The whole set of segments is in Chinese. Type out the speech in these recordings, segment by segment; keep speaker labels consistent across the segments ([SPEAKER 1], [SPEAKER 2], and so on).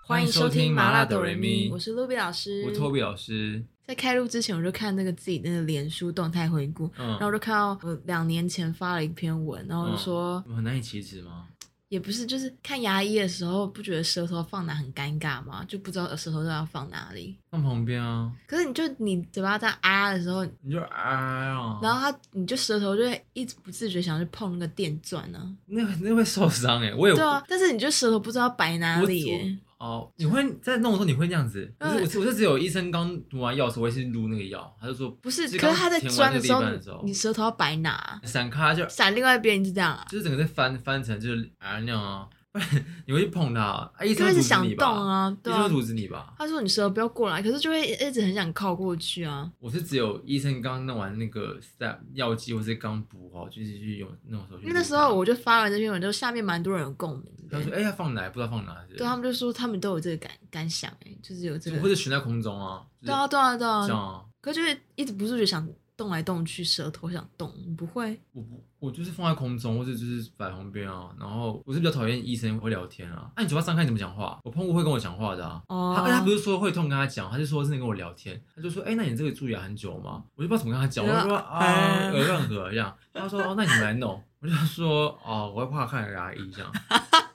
[SPEAKER 1] 欢迎收听麻辣哆瑞咪
[SPEAKER 2] 我是 Ruby 老师。
[SPEAKER 1] 我托比老师，
[SPEAKER 2] 在开录之前，我就看那个自己那个脸书动态回顾，
[SPEAKER 1] 嗯，
[SPEAKER 2] 然后我就看到我两年前发了一篇文，然后我就说，
[SPEAKER 1] 嗯很难以启齿吗？
[SPEAKER 2] 也不是，就是看牙医的时候，不觉得舌头放哪很尴尬吗？就不知道舌头到底要放哪里。
[SPEAKER 1] 放旁边啊，
[SPEAKER 2] 可是你就你嘴巴在啊的时候，
[SPEAKER 1] 你就啊啊，
[SPEAKER 2] 然后它你就舌头就会一直不自觉想去碰那个电钻呢、
[SPEAKER 1] 那那会受伤哎，我
[SPEAKER 2] 啊。
[SPEAKER 1] 有
[SPEAKER 2] 对啊，但是你就舌头不知道摆哪
[SPEAKER 1] 我
[SPEAKER 2] 里耶。
[SPEAKER 1] 我哦，你会在弄的时候你会这样子？可
[SPEAKER 2] 嗯
[SPEAKER 1] 是我是我是只有医生刚涂完药的时候，我会去撸那个药，他就说
[SPEAKER 2] 不是，
[SPEAKER 1] 是
[SPEAKER 2] 可
[SPEAKER 1] 刚
[SPEAKER 2] 是他在
[SPEAKER 1] 填
[SPEAKER 2] 钻
[SPEAKER 1] 完
[SPEAKER 2] 的
[SPEAKER 1] 那个
[SPEAKER 2] 时
[SPEAKER 1] 地
[SPEAKER 2] 候
[SPEAKER 1] 板的时，候
[SPEAKER 2] 你，舌头要摆哪？
[SPEAKER 1] 闪开就
[SPEAKER 2] 闪另外一边是这样啊？
[SPEAKER 1] 就是整个在翻翻成就是啊那样啊， 不然你会去碰它，啊医
[SPEAKER 2] 就
[SPEAKER 1] 生
[SPEAKER 2] 会
[SPEAKER 1] 会
[SPEAKER 2] 一直
[SPEAKER 1] 阻止
[SPEAKER 2] 想
[SPEAKER 1] 你
[SPEAKER 2] 动
[SPEAKER 1] 吧？
[SPEAKER 2] 啊，
[SPEAKER 1] 医
[SPEAKER 2] 对
[SPEAKER 1] 生会
[SPEAKER 2] 啊。
[SPEAKER 1] 阻止你吧？
[SPEAKER 2] 他说你舌头不要过来，可是就会一直很想靠过去啊。
[SPEAKER 1] 我是只有医生刚弄完那个 step 药剂，或是刚补好，就是去用那种手去
[SPEAKER 2] 因为那时候我就发完这篇文章，下面蛮多人有共鸣
[SPEAKER 1] 嗯啊他
[SPEAKER 2] 的，
[SPEAKER 1] 说：“哎、要放哪？不知道放哪。”
[SPEAKER 2] 对啊他们就说他们都有这个感感想、哎，就是有这
[SPEAKER 1] 或
[SPEAKER 2] 个，
[SPEAKER 1] 者悬在空中啊，就是
[SPEAKER 2] 对啊，对啊，对
[SPEAKER 1] 这样
[SPEAKER 2] 啊。
[SPEAKER 1] 啊。
[SPEAKER 2] 可就是一直不自觉想动来动去，舌头想动，你不会？
[SPEAKER 1] 我不，我就是放在空中，或者就是摆旁边啊。然后我是比较讨厌医生会聊天啊。那、你嘴巴张开你怎么讲话？我碰过会跟我讲话的啊。
[SPEAKER 2] 哦
[SPEAKER 1] 他，而且他不是说会痛跟他讲，他就说是能跟我聊天。他就说：“哎、那你这个蛀牙很久吗？”我就不知道怎么跟他讲，我就说：“ 啊，
[SPEAKER 2] 嗯
[SPEAKER 1] 鹅乱合这样。”他说：“哦，那你们来弄。”我就说：“哦，我会怕看牙医这样。”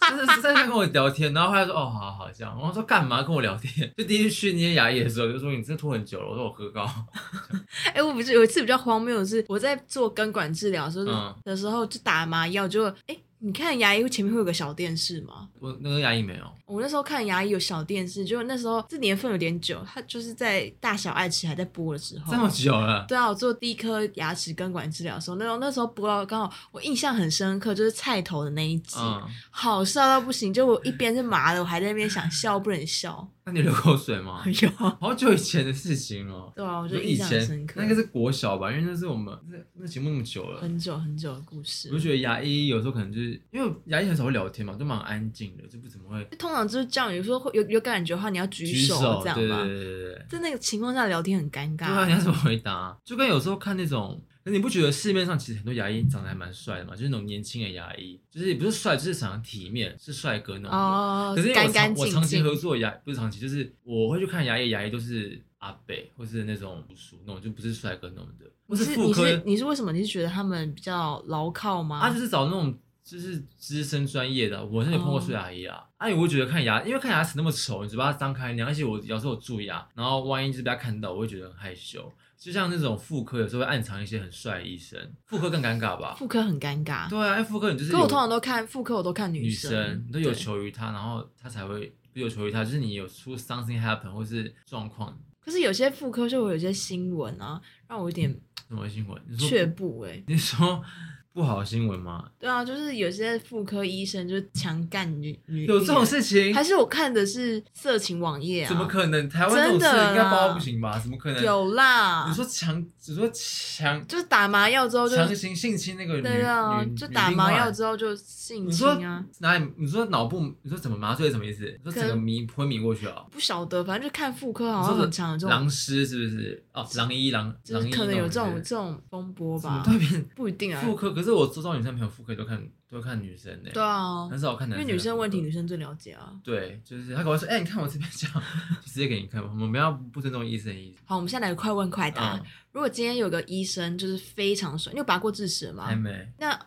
[SPEAKER 1] 但是是在那边跟我聊天，然后他就说：“哦，好好这样。”我说：“干嘛跟我聊天？”就第一次去那些牙医的时候，就说：“你真的拖很久了。”我说：“我喝高。
[SPEAKER 2] 哎、我不是有一次比较荒谬的是，我在做根管治疗的时候、
[SPEAKER 1] 嗯
[SPEAKER 2] 的时候就打麻药，就哎、你看牙医前面会有个小电视吗？”
[SPEAKER 1] 我那个牙医没有，
[SPEAKER 2] 我那时候看牙医有小电视，就那时候这年份有点久，它就是在《大小爱吃》还在播的时候
[SPEAKER 1] 这。么久了。
[SPEAKER 2] 对啊，我做第一颗牙齿根管治疗的时候，那时候那时候播到刚好我印象很深刻，就是菜头的那一集，
[SPEAKER 1] 嗯，
[SPEAKER 2] 好笑到不行。就我一边是麻的，我还在那边想笑不 能笑。
[SPEAKER 1] 那你流口水 吗
[SPEAKER 2] 哎？呦，
[SPEAKER 1] 好久以前的事情了。
[SPEAKER 2] 对啊，我就
[SPEAKER 1] 以
[SPEAKER 2] 印象很深
[SPEAKER 1] 前
[SPEAKER 2] 刻。
[SPEAKER 1] 那个是国小吧，因为那是我们那那节目那么久了，
[SPEAKER 2] 很久很久的故事
[SPEAKER 1] 我就。觉得牙医有时候可能就是因为牙医很少会聊天嘛，都蛮安静的，就不怎么会
[SPEAKER 2] 通常就是这样，有时候会有有感觉的话，你要举
[SPEAKER 1] 举手，
[SPEAKER 2] 这样
[SPEAKER 1] 对对
[SPEAKER 2] 吧。啊
[SPEAKER 1] 对对对。
[SPEAKER 2] 在那个情况下聊天很尴
[SPEAKER 1] 对啊，
[SPEAKER 2] 尬
[SPEAKER 1] 你。要怎么回答？就跟有时候看那种，那你不觉得市面上其实很多牙医长得还蛮帅的嘛？就是那种年轻的牙医，就是也不是帅，就是长得体面，是帅哥那种。
[SPEAKER 2] 哦
[SPEAKER 1] 啊可是因，为我
[SPEAKER 2] 干
[SPEAKER 1] 长
[SPEAKER 2] 干净
[SPEAKER 1] 我
[SPEAKER 2] 净。
[SPEAKER 1] 长期合作的牙不是长期，就是我会去看牙医，牙医都是阿北或是那种叔那种，就不是帅哥那种的，或
[SPEAKER 2] 你
[SPEAKER 1] 是
[SPEAKER 2] 是
[SPEAKER 1] 妇
[SPEAKER 2] 你
[SPEAKER 1] 科
[SPEAKER 2] 是你是为什么？你是觉得他们比较牢靠吗？
[SPEAKER 1] 啊，就是找那种就是资深专业的。我真的有碰过
[SPEAKER 2] 哦
[SPEAKER 1] 帅牙医啊，啊，我会觉得看牙，因为看牙齿那么丑，你嘴巴张开那样，而且我有时候我蛀牙，然后万一就是被他看到，我会觉得很害羞。就像那种妇科有时候会暗藏一些很帅的医生，妇科更尴尬吧？
[SPEAKER 2] 妇科很尴尬。
[SPEAKER 1] 对啊，因为妇科你就是
[SPEAKER 2] 可我
[SPEAKER 1] 有
[SPEAKER 2] 通常都看妇科，我都看
[SPEAKER 1] 女
[SPEAKER 2] 生。
[SPEAKER 1] 生，你都有
[SPEAKER 2] 对
[SPEAKER 1] 求于他，然后他才会有求于他，就是你有出 something happen 或是状况，
[SPEAKER 2] 可是有些妇科就会有一些新闻啊，让我有点
[SPEAKER 1] 什么新闻？嗯你
[SPEAKER 2] 却
[SPEAKER 1] 说
[SPEAKER 2] 步哎、欸。
[SPEAKER 1] 你说不好的新闻吗？
[SPEAKER 2] 对啊，就是有些妇科医生就是强干女女，
[SPEAKER 1] 有这种？事情？
[SPEAKER 2] 还是我看的是色情网页啊？
[SPEAKER 1] 怎么可能？台湾这种
[SPEAKER 2] 真的
[SPEAKER 1] 事应该包
[SPEAKER 2] 啦
[SPEAKER 1] 不行吧？怎么可能？
[SPEAKER 2] 有啦
[SPEAKER 1] 你？说强，你说强
[SPEAKER 2] 就是打麻药之后就
[SPEAKER 1] 强行性侵那个女
[SPEAKER 2] 哦对啊
[SPEAKER 1] 女，
[SPEAKER 2] 就打麻药之
[SPEAKER 1] 后，
[SPEAKER 2] 后就性
[SPEAKER 1] 你
[SPEAKER 2] 侵
[SPEAKER 1] 说
[SPEAKER 2] 啊。
[SPEAKER 1] 哪里？你说脑部，你说怎么麻醉什么意思？你说整个迷昏迷过去啊？
[SPEAKER 2] 不晓得，反正就看妇科好
[SPEAKER 1] 你
[SPEAKER 2] 像
[SPEAKER 1] 说
[SPEAKER 2] 哦很常有这种，
[SPEAKER 1] 狼师是不是？哦，狼医狼
[SPEAKER 2] 就
[SPEAKER 1] 狼
[SPEAKER 2] 是
[SPEAKER 1] 医
[SPEAKER 2] 可能有
[SPEAKER 1] 那
[SPEAKER 2] 这种
[SPEAKER 1] 人
[SPEAKER 2] 这种风波
[SPEAKER 1] 怎么
[SPEAKER 2] 吧，
[SPEAKER 1] 突然变
[SPEAKER 2] 不一定啊。
[SPEAKER 1] 妇科？可是我周遭女生朋友妇科都看都看女生呢，
[SPEAKER 2] 对啊，
[SPEAKER 1] 很少看
[SPEAKER 2] 因
[SPEAKER 1] 男
[SPEAKER 2] 为
[SPEAKER 1] 生。
[SPEAKER 2] 女生问题，女。生最了解啊。
[SPEAKER 1] 对，就是他跟我说，哎、你看我这边这样，就直接给你看吧。我们不要不尊重医生的意思。
[SPEAKER 2] 好，我们现在来快问快答。
[SPEAKER 1] 嗯，
[SPEAKER 2] 如果今天有个医生就是非常帅，你有拔过智齿吗
[SPEAKER 1] 还？没
[SPEAKER 2] 那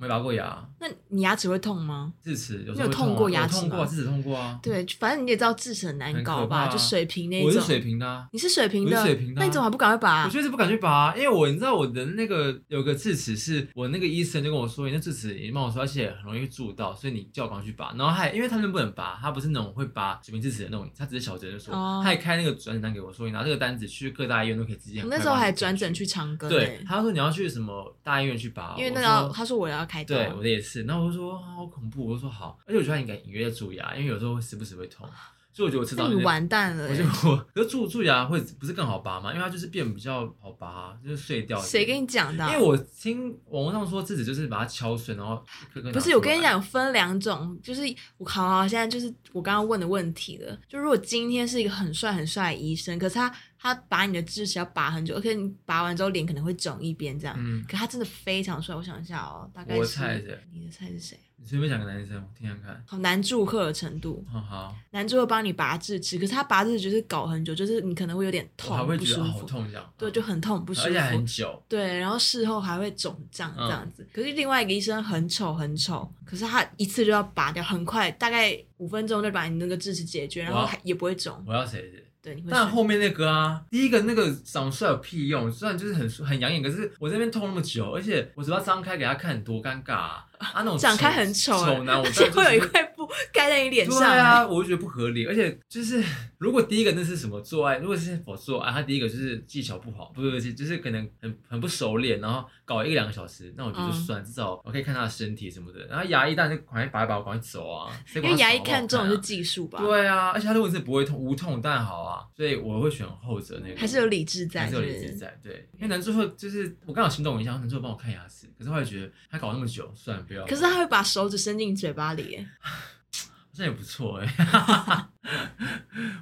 [SPEAKER 1] 没拔过牙，
[SPEAKER 2] 那你牙齿会痛吗？
[SPEAKER 1] 智齿有
[SPEAKER 2] 你
[SPEAKER 1] 时候
[SPEAKER 2] 有
[SPEAKER 1] 会
[SPEAKER 2] 痛
[SPEAKER 1] 啊
[SPEAKER 2] 过
[SPEAKER 1] 我
[SPEAKER 2] 牙齿
[SPEAKER 1] 痛过啊，
[SPEAKER 2] 吗
[SPEAKER 1] 智齿痛过啊。
[SPEAKER 2] 对，反正你也知道智齿很难
[SPEAKER 1] 很
[SPEAKER 2] 搞
[SPEAKER 1] 可
[SPEAKER 2] 吧，
[SPEAKER 1] 怕啊
[SPEAKER 2] 就水平那一
[SPEAKER 1] 我是
[SPEAKER 2] 种。
[SPEAKER 1] 水平的啊、
[SPEAKER 2] 你是水平
[SPEAKER 1] 我
[SPEAKER 2] 的，
[SPEAKER 1] 是水平的啊
[SPEAKER 2] 那你怎么还不赶快拔
[SPEAKER 1] 我？确实不敢去拔，啊因为我你知道我的那个有个智齿是我那个医生就跟我说，你那智齿也帮我说，而且很容易蛀到，所以你叫我赶快去拔。然后还因为他们不能拔，他不是那种会拔水平智齿的那种，他只是小诊所，
[SPEAKER 2] 哦
[SPEAKER 1] 他还开那个转诊单给我说，你拿这个单子去各大医院都可以直接
[SPEAKER 2] 我
[SPEAKER 1] 很快帮你解决。
[SPEAKER 2] 那时候还转诊去长庚、
[SPEAKER 1] 对
[SPEAKER 2] 欸，，
[SPEAKER 1] 他说你要去什么大医院去拔，
[SPEAKER 2] 因为
[SPEAKER 1] 我
[SPEAKER 2] 那
[SPEAKER 1] 说
[SPEAKER 2] 个他说我要开刀，
[SPEAKER 1] 对，我的也是。然后我就说啊好恐怖，我就说好，而且我觉得他应该隐约在蛀牙，因为有时候会时不时会痛，所以我觉得我吃
[SPEAKER 2] 那
[SPEAKER 1] 到
[SPEAKER 2] 你完蛋了、
[SPEAKER 1] 我就
[SPEAKER 2] 欸。
[SPEAKER 1] 我，可是蛀蛀牙会不是更好拔吗？因为它就是变比较好拔、就是碎掉。
[SPEAKER 2] 谁跟你？讲的啊、
[SPEAKER 1] 因为我听网络上说，自己就是把它敲碎，然后一颗颗拿出来
[SPEAKER 2] 不是，我跟你，讲，分两种，就是我好好，现在就是我刚刚问的问题了。就如果今天是一个很帅很帅的医生，可是他他拔你的智齿要拔很久，而且你拔完之后脸可能会肿一边这样，
[SPEAKER 1] 嗯，
[SPEAKER 2] 可他真的非常帅。我想一下哦，大概
[SPEAKER 1] 我
[SPEAKER 2] 是
[SPEAKER 1] 猜是
[SPEAKER 2] 你的猜是谁？
[SPEAKER 1] 你随便讲个男生，我听听看。
[SPEAKER 2] 好难祝贺的程度，
[SPEAKER 1] 好好，
[SPEAKER 2] 男祝贺帮你拔智齿，可是他拔智齿就是搞很久，就是你可能会有点
[SPEAKER 1] 我还
[SPEAKER 2] 痛，
[SPEAKER 1] 会
[SPEAKER 2] 不
[SPEAKER 1] 觉
[SPEAKER 2] 舒
[SPEAKER 1] 得啊好
[SPEAKER 2] 服，
[SPEAKER 1] 痛这样。
[SPEAKER 2] 对，就很痛不舒
[SPEAKER 1] 而且还很
[SPEAKER 2] 服。
[SPEAKER 1] 久。
[SPEAKER 2] 对，然后事后还会肿胀
[SPEAKER 1] 嗯
[SPEAKER 2] 这样子。可是另外一个医生很丑很丑，可是他一次就要拔掉，很快，大概五分钟就把你那个智齿解决，然后
[SPEAKER 1] 哇
[SPEAKER 2] 还也不会肿。
[SPEAKER 1] 我要谁谁？
[SPEAKER 2] 对，你会
[SPEAKER 1] 但
[SPEAKER 2] 选
[SPEAKER 1] 后面那个啊，第一个那个长帅有屁用？虽然就是很很养眼，可是我这边痛那么久，而且我嘴巴张开给他看，多尴尬啊！啊，那 种
[SPEAKER 2] 长开
[SPEAKER 1] 丑
[SPEAKER 2] 很丑欸，
[SPEAKER 1] 丑男，我
[SPEAKER 2] 而
[SPEAKER 1] 当
[SPEAKER 2] 且
[SPEAKER 1] 然
[SPEAKER 2] 会有一
[SPEAKER 1] 就是
[SPEAKER 2] 块布盖在你脸上。
[SPEAKER 1] 对啊，我就觉得不合理，而且就是如果第一个那是什么做爱，如果是否做爱，他第一个就是技巧不好，不是不是，就是可能很很不熟练，然后搞一个两个小时，那我觉得就
[SPEAKER 2] 嗯
[SPEAKER 1] 算，至少我可以看他的身体什么的。然后牙医当然就赶快拔一拔，我赶快走啊，因
[SPEAKER 2] 因为牙医看中的是技术吧，
[SPEAKER 1] 对啊，而且他如果是不会痛无痛当然好啊，所以我会选后者那个，
[SPEAKER 2] 还是有理智在，
[SPEAKER 1] 还是有理
[SPEAKER 2] 是不
[SPEAKER 1] 智
[SPEAKER 2] 是
[SPEAKER 1] 在，对，因为男最后就是我刚好心动一下，男最后帮我看牙齿，可是后来觉得他搞那么久，算了不要了，
[SPEAKER 2] 可是他会把手指伸进嘴巴里耶，
[SPEAKER 1] 好像也不错哎、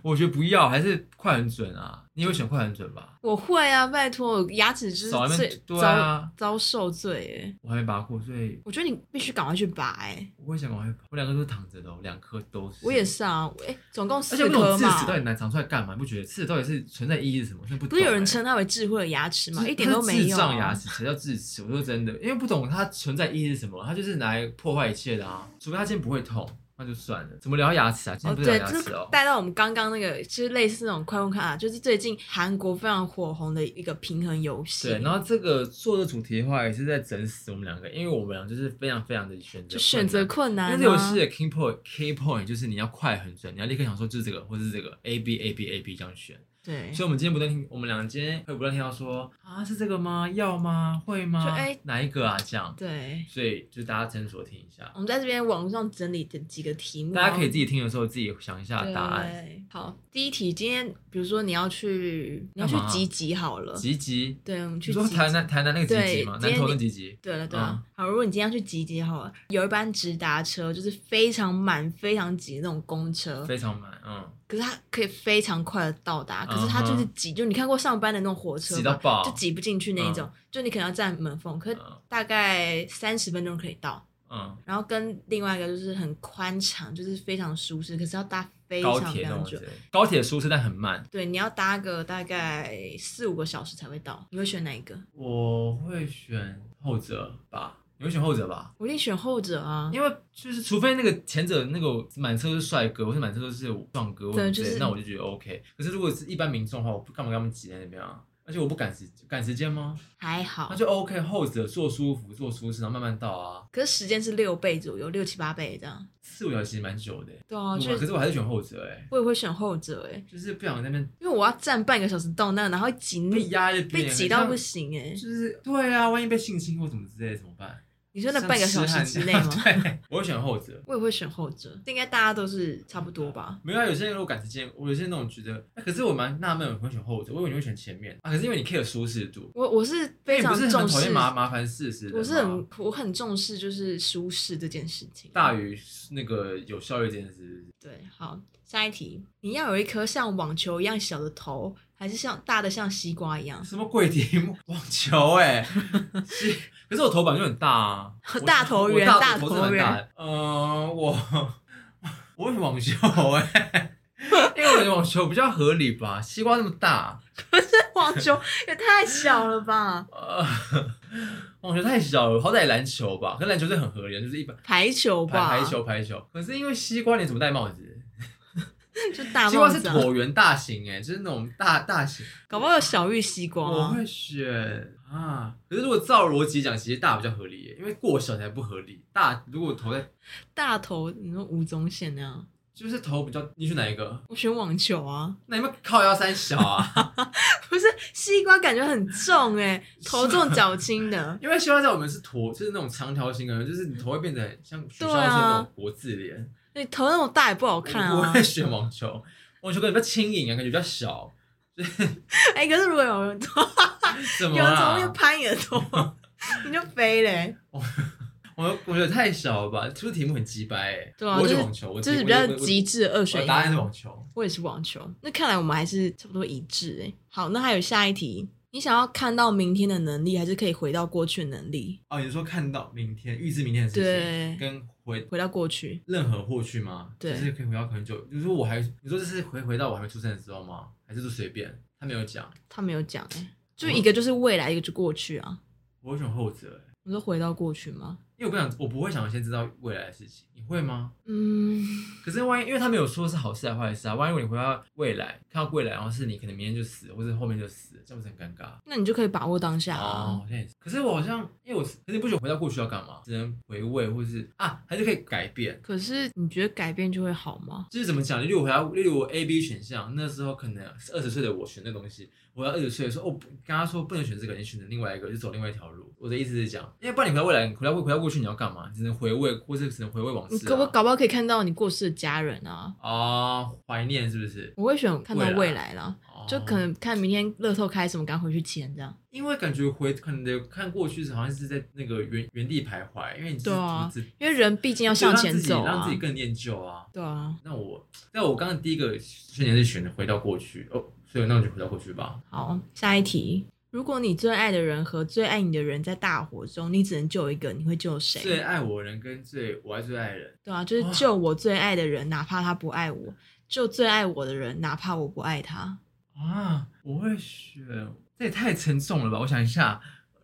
[SPEAKER 1] 我觉得不要，还是快很准啊。你也会选快很准吧？
[SPEAKER 2] 我会啊，拜托，我牙齿就是
[SPEAKER 1] 少一
[SPEAKER 2] 最
[SPEAKER 1] 面对啊
[SPEAKER 2] 遭遭受罪耶。
[SPEAKER 1] 我还没拔过，所以
[SPEAKER 2] 我觉得你必须赶快去拔哎，
[SPEAKER 1] 我会想赶快拔。我两个都是躺着的、哦，两颗都是。
[SPEAKER 2] 我也。是啊，哎、总共
[SPEAKER 1] 而
[SPEAKER 2] 四
[SPEAKER 1] 且那种
[SPEAKER 2] 颗
[SPEAKER 1] 智齿到
[SPEAKER 2] 嘛
[SPEAKER 1] 底。难长出来干嘛？你不觉得智齿到底是存在意义是什么？我真的不
[SPEAKER 2] 不
[SPEAKER 1] 懂、
[SPEAKER 2] 是
[SPEAKER 1] 欸。
[SPEAKER 2] 有人称它为智慧的牙齿吗？
[SPEAKER 1] 就是
[SPEAKER 2] 一点都没
[SPEAKER 1] 它是智
[SPEAKER 2] 有、
[SPEAKER 1] 障牙
[SPEAKER 2] 啊。
[SPEAKER 1] 齿，才叫智齿？我说真的，因为不懂它存在意义是什么，它就是拿来破坏一切的啊。除非它今天不会痛，那就算了。怎么聊牙齿啊？今
[SPEAKER 2] 哦，
[SPEAKER 1] 天不是
[SPEAKER 2] 对，
[SPEAKER 1] 聊牙
[SPEAKER 2] 就
[SPEAKER 1] 齿
[SPEAKER 2] 是
[SPEAKER 1] 哦。
[SPEAKER 2] 带到我们刚刚那个，就是类似那种快问快答，就是最近韩国非常火红的一个平衡游戏。
[SPEAKER 1] 对，然后这个做的主题的话，也是在整死我们两个，因为我们俩就是非常非常的选择
[SPEAKER 2] 就选择困难、啊。
[SPEAKER 1] 那这游戏的 key point key point 就是你要快很准，你要立刻想说就是这个或是这个 A B A B A B 这样选。
[SPEAKER 2] 对，
[SPEAKER 1] 所以我们今天不断听，我们俩今天会不断听到说啊是这个吗？要吗？会吗？
[SPEAKER 2] 就哎
[SPEAKER 1] 哪一个啊？这样，
[SPEAKER 2] 对，
[SPEAKER 1] 所以就大家斟酌听一下
[SPEAKER 2] 我，们在这边网络上整理的几个题目哦，
[SPEAKER 1] 大家可以自己听的时候自己想一下
[SPEAKER 2] 对
[SPEAKER 1] 答案。。
[SPEAKER 2] 好，第一题，今天比如说你要去，你要去
[SPEAKER 1] 干嘛
[SPEAKER 2] 集集好了，
[SPEAKER 1] 吉吉，
[SPEAKER 2] 对，我们去
[SPEAKER 1] 你说
[SPEAKER 2] 集
[SPEAKER 1] 台
[SPEAKER 2] 集
[SPEAKER 1] 南台嗯南那个吉吉吗？南
[SPEAKER 2] 对今天
[SPEAKER 1] 投
[SPEAKER 2] 你
[SPEAKER 1] 那吉吉，
[SPEAKER 2] 对了，对了，好，如果你今天要去集结好了，有一班直达车，就是非常满、非常挤的那种公车，
[SPEAKER 1] 非常满，嗯，
[SPEAKER 2] 可是它可以非常快的到达，可是它
[SPEAKER 1] 嗯哼
[SPEAKER 2] 就是挤，就你看过上班的那种火车
[SPEAKER 1] 挤到
[SPEAKER 2] 吗？
[SPEAKER 1] 爆，
[SPEAKER 2] 就挤不进去那一种，就你可能要站门缝，可是
[SPEAKER 1] 嗯
[SPEAKER 2] 大概三十分钟可以到。
[SPEAKER 1] 嗯，
[SPEAKER 2] 然后跟另外一个就是很宽敞，就是非常舒适，可是要搭非
[SPEAKER 1] 高
[SPEAKER 2] 常非
[SPEAKER 1] 铁那
[SPEAKER 2] 常
[SPEAKER 1] 种
[SPEAKER 2] 久
[SPEAKER 1] 觉。得，高铁舒适但很慢。
[SPEAKER 2] 对，你要搭个大概四五个小时才会到，你会选哪一个？
[SPEAKER 1] 我会选后者吧，你会选后者吧？
[SPEAKER 2] 我一定选后者啊，
[SPEAKER 1] 因为就是除非那个前者那个满车都是帅哥，或是满车都是壮哥，或者
[SPEAKER 2] 对
[SPEAKER 1] 之类的
[SPEAKER 2] 就是
[SPEAKER 1] 那我就觉得 OK。可是如果是一般民众的话，我不干嘛跟他们挤在那边啊？而且我不赶时赶时间吗？
[SPEAKER 2] 还
[SPEAKER 1] 那
[SPEAKER 2] 好，
[SPEAKER 1] 就 OK，后者坐舒服坐舒适，然后慢慢到啊。
[SPEAKER 2] 可是时间是六倍左右，六七八倍这样。
[SPEAKER 1] 四五小时其实蛮久的欸、
[SPEAKER 2] 对啊，
[SPEAKER 1] 我
[SPEAKER 2] 就
[SPEAKER 1] 可
[SPEAKER 2] 是
[SPEAKER 1] 是我还是选后者哎、
[SPEAKER 2] 我也会选后者哎、
[SPEAKER 1] 就是不想在那边
[SPEAKER 2] 因为我要站半个小时到那，然后挤那
[SPEAKER 1] 被压在那边
[SPEAKER 2] 被挤到不
[SPEAKER 1] 很像
[SPEAKER 2] 行哎、
[SPEAKER 1] 就是对啊，万一被性侵或什么之类的怎么办？
[SPEAKER 2] 你说那
[SPEAKER 1] 像
[SPEAKER 2] 半个小
[SPEAKER 1] 痴
[SPEAKER 2] 时
[SPEAKER 1] 汉
[SPEAKER 2] 之
[SPEAKER 1] 一
[SPEAKER 2] 内
[SPEAKER 1] 样？
[SPEAKER 2] 吗
[SPEAKER 1] 对，我会选后者。
[SPEAKER 2] 我也会选后者，应该大家都是差不多吧。
[SPEAKER 1] 没有、啊，有些人如果赶时间，我有些那种觉得，啊可是我蛮纳闷，我会选后者，我以为你会选前面啊。可是因为你 care 舒适度，
[SPEAKER 2] 我我是
[SPEAKER 1] 那
[SPEAKER 2] 非
[SPEAKER 1] 你不
[SPEAKER 2] 常
[SPEAKER 1] 是很
[SPEAKER 2] 重
[SPEAKER 1] 讨
[SPEAKER 2] 视
[SPEAKER 1] 厌，麻麻烦事实的吗
[SPEAKER 2] 我是很我很重视就是舒适这件事情。
[SPEAKER 1] 大于那个有效率这件事。
[SPEAKER 2] 对，好，下一题，你要有一颗像网球一样小的头，还是像大的像西瓜一样？，
[SPEAKER 1] 什么鬼题目？网球哎、是可是我头板就很大啊我
[SPEAKER 2] 大头圆
[SPEAKER 1] 我
[SPEAKER 2] 大
[SPEAKER 1] 大
[SPEAKER 2] 头
[SPEAKER 1] 头真的很大。嗯、我我会选网球哎、 因为我觉得网球比较合理吧，西瓜那么大，
[SPEAKER 2] 网球也太小了吧？
[SPEAKER 1] 呃， 网球太小了，好歹篮球吧，可是篮球是很合理的，啊就是一般
[SPEAKER 2] 排球吧，
[SPEAKER 1] 排排球排球，可是因为西瓜你怎么戴帽子？
[SPEAKER 2] 就大
[SPEAKER 1] 西
[SPEAKER 2] 帽
[SPEAKER 1] 瓜是
[SPEAKER 2] 子啊、
[SPEAKER 1] 椭圆大型哎、就是那种大大型。
[SPEAKER 2] 搞不好有小玉西瓜、
[SPEAKER 1] 我
[SPEAKER 2] 啊。
[SPEAKER 1] 会选啊，可是如果照逻辑讲，其实大比较合理耶、欸因为过小才不合理。大如果头在
[SPEAKER 2] 大头，你说吴宗宪那样，
[SPEAKER 1] 就是头比较，你选哪一个？
[SPEAKER 2] 我选网球啊，
[SPEAKER 1] 那你们靠腰三小啊？
[SPEAKER 2] 不是西瓜感觉很重哎、头重脚轻的。
[SPEAKER 1] 因为西瓜在我们是椭，就是那种长条形的，就是你头会变得很像学校生那种国字脸。
[SPEAKER 2] 你头那么大也不好啊看
[SPEAKER 1] 我
[SPEAKER 2] 啊！
[SPEAKER 1] 会选网球，网球感觉比较轻盈啊，感觉比较小。
[SPEAKER 2] 哎、可是如果有人
[SPEAKER 1] 怎么啊
[SPEAKER 2] 有人从后面
[SPEAKER 1] 啦？
[SPEAKER 2] 拍你的头， 你就飞嘞、
[SPEAKER 1] 我我觉得太小了吧，出题目很鸡掰哎。
[SPEAKER 2] 对啊
[SPEAKER 1] 我会
[SPEAKER 2] 就
[SPEAKER 1] 选
[SPEAKER 2] 是
[SPEAKER 1] 网球，我
[SPEAKER 2] 就是
[SPEAKER 1] 我
[SPEAKER 2] 比较
[SPEAKER 1] 我我
[SPEAKER 2] 极致的二
[SPEAKER 1] 我
[SPEAKER 2] 选
[SPEAKER 1] 的
[SPEAKER 2] 一。
[SPEAKER 1] 答案是网球。
[SPEAKER 2] 我也是网球。那看来我们还是差不多一致哎。好，那还有下一题，你想要看到明天的能力，还是可以回到过去的能力？
[SPEAKER 1] 哦，你说看到明天预知明天的事情，
[SPEAKER 2] 对
[SPEAKER 1] 跟回
[SPEAKER 2] 回到过去，
[SPEAKER 1] 任何过去吗？
[SPEAKER 2] 对
[SPEAKER 1] 就是可以回到很久。你说我还，你说这是回回到我还没出生的时候吗？还是就随便？他没有讲，
[SPEAKER 2] 他没有讲哎、
[SPEAKER 1] 嗯
[SPEAKER 2] 就一个就是未来，一个就过去啊。
[SPEAKER 1] 我会选后者、欸，
[SPEAKER 2] 你说回到过去吗？
[SPEAKER 1] 因为我不想，我不会想要先知道未来的事情。你会吗？
[SPEAKER 2] 嗯，
[SPEAKER 1] 可是万一，因为他没有说是好事还是坏事啊，万一你回到未来，看到未来，然后是你可能明天就死了，或者后面就死了，这样不是很尴尬？
[SPEAKER 2] 那你就可以把握当下
[SPEAKER 1] 哦，
[SPEAKER 2] 啊。
[SPEAKER 1] 好像也是。可是我好像，因为我可是不喜欢回到过去要干嘛，只能回味，或是啊，还是可以改变。
[SPEAKER 2] 可是你觉得改变就会好吗？
[SPEAKER 1] 就是怎么讲？例如我回到，例如我 A、B 选项，那时候可能二十岁的我选那东西，我要二十岁的时候，哦，不跟他说不能选这个，你选择另外一个，就走另外一条路。我的意思是讲，因为不然你回到未来，你回到回到过去你要干嘛？只能回味，或是只能回味往事、啊。
[SPEAKER 2] 你可不搞不好可以看到你过世的家人啊？
[SPEAKER 1] 啊？怀、念是不是？
[SPEAKER 2] 我会选看到
[SPEAKER 1] 未来啊哦
[SPEAKER 2] 未来啦，就可
[SPEAKER 1] 能。
[SPEAKER 2] 能看明天乐透开什么，赶快回去签这样。
[SPEAKER 1] 因为感觉回可能看过去好像是在那个原原地徘徊，因为你
[SPEAKER 2] 对啊
[SPEAKER 1] 只
[SPEAKER 2] 因为人毕竟要向前走
[SPEAKER 1] 让自
[SPEAKER 2] 啊
[SPEAKER 1] 己。更念旧啊。
[SPEAKER 2] 对啊，
[SPEAKER 1] 那我，那我刚刚第一个瞬间是选的回到过去哦，所以那我就回到过去吧。
[SPEAKER 2] 好，下一题。如果你最爱的人和最爱你的人在大火中，你只能救一个，你会救谁？
[SPEAKER 1] 最爱我的人跟最我爱最爱的人，
[SPEAKER 2] 对啊，就是救我最爱的人，哪怕他不爱我；救最爱我的人，哪怕我不爱他。
[SPEAKER 1] 啊，我会选，这也太沉重了吧！我想一下，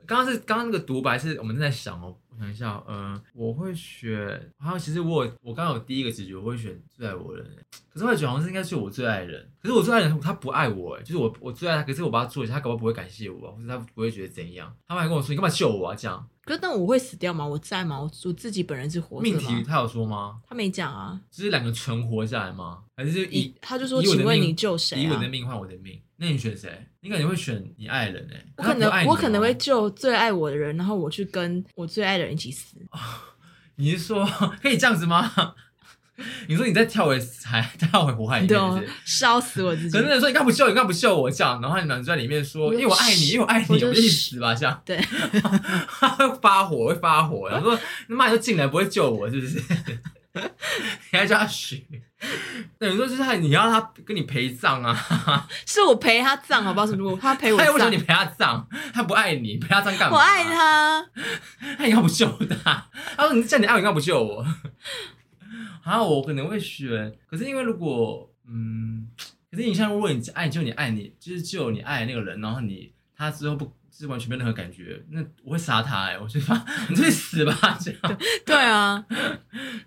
[SPEAKER 1] 刚刚是刚刚那个独白是我们正在想哦，我想一下哦，嗯、我会选，好像其实我有我刚刚有第一个直觉，我会选最爱我的人，可是我觉得好像是应该是我最爱的人，可是我最爱的人他不爱我，哎，就是我我最爱他，可是我把他做一下，他搞不好不会感谢我啊，或者他不会觉得怎样，他们还跟我说你干嘛救我啊这样，
[SPEAKER 2] 可是，那我会死掉吗？我在吗？我我自己本人是活
[SPEAKER 1] 命
[SPEAKER 2] 着
[SPEAKER 1] 题
[SPEAKER 2] 吗？
[SPEAKER 1] 他有说吗？
[SPEAKER 2] 他没讲啊，
[SPEAKER 1] 就是两个存活下来吗？还是就
[SPEAKER 2] 一
[SPEAKER 1] 以
[SPEAKER 2] 他就说：“
[SPEAKER 1] 以我的
[SPEAKER 2] 请问
[SPEAKER 1] 命
[SPEAKER 2] 你救谁
[SPEAKER 1] 以我
[SPEAKER 2] 啊
[SPEAKER 1] 的命换我的命，那你选谁？你肯定会选你爱的人哎、欸，？”
[SPEAKER 2] 我
[SPEAKER 1] 他
[SPEAKER 2] 可
[SPEAKER 1] 不
[SPEAKER 2] 能
[SPEAKER 1] 爱你
[SPEAKER 2] 我可能
[SPEAKER 1] 吗
[SPEAKER 2] 会救最爱我的人，然后我去跟我最爱的人一起死。
[SPEAKER 1] 你是说 可以这样子吗？ 你说你在跳回海，跳回火海里
[SPEAKER 2] 你
[SPEAKER 1] 面哎是
[SPEAKER 2] 懂吗
[SPEAKER 1] 不是？？
[SPEAKER 2] 烧死我自己
[SPEAKER 1] 可。是那人说你干嘛不救我，你干嘛不救我这样，然后你们就在里面说，
[SPEAKER 2] 我就
[SPEAKER 1] 因为我爱你，因为我爱你，
[SPEAKER 2] 我
[SPEAKER 1] 我
[SPEAKER 2] 就
[SPEAKER 1] 就一起死吧这样。
[SPEAKER 2] 对，
[SPEAKER 1] 他会 发火，会发火，然后说你妈你就进来不会救我是不是？ 你还叫他许？ 等于说就是他你要他跟你陪葬啊，
[SPEAKER 2] 是我陪他葬，好不好？是如果他哎陪 我
[SPEAKER 1] 他又为什么
[SPEAKER 2] 葬
[SPEAKER 1] 你，陪他葬？他不爱你，陪他葬干嘛？
[SPEAKER 2] 我爱，他。
[SPEAKER 1] 他应该不救他。他说你叫你爱我，你干嘛不救我？啊，我可能会选，可是因为如果嗯，可是你像如果你爱就你爱你，就是救你爱的那个人，然后你他之后不是完全没有任何感觉，那我会杀他哎、我就说你去死吧这样。
[SPEAKER 2] 对啊，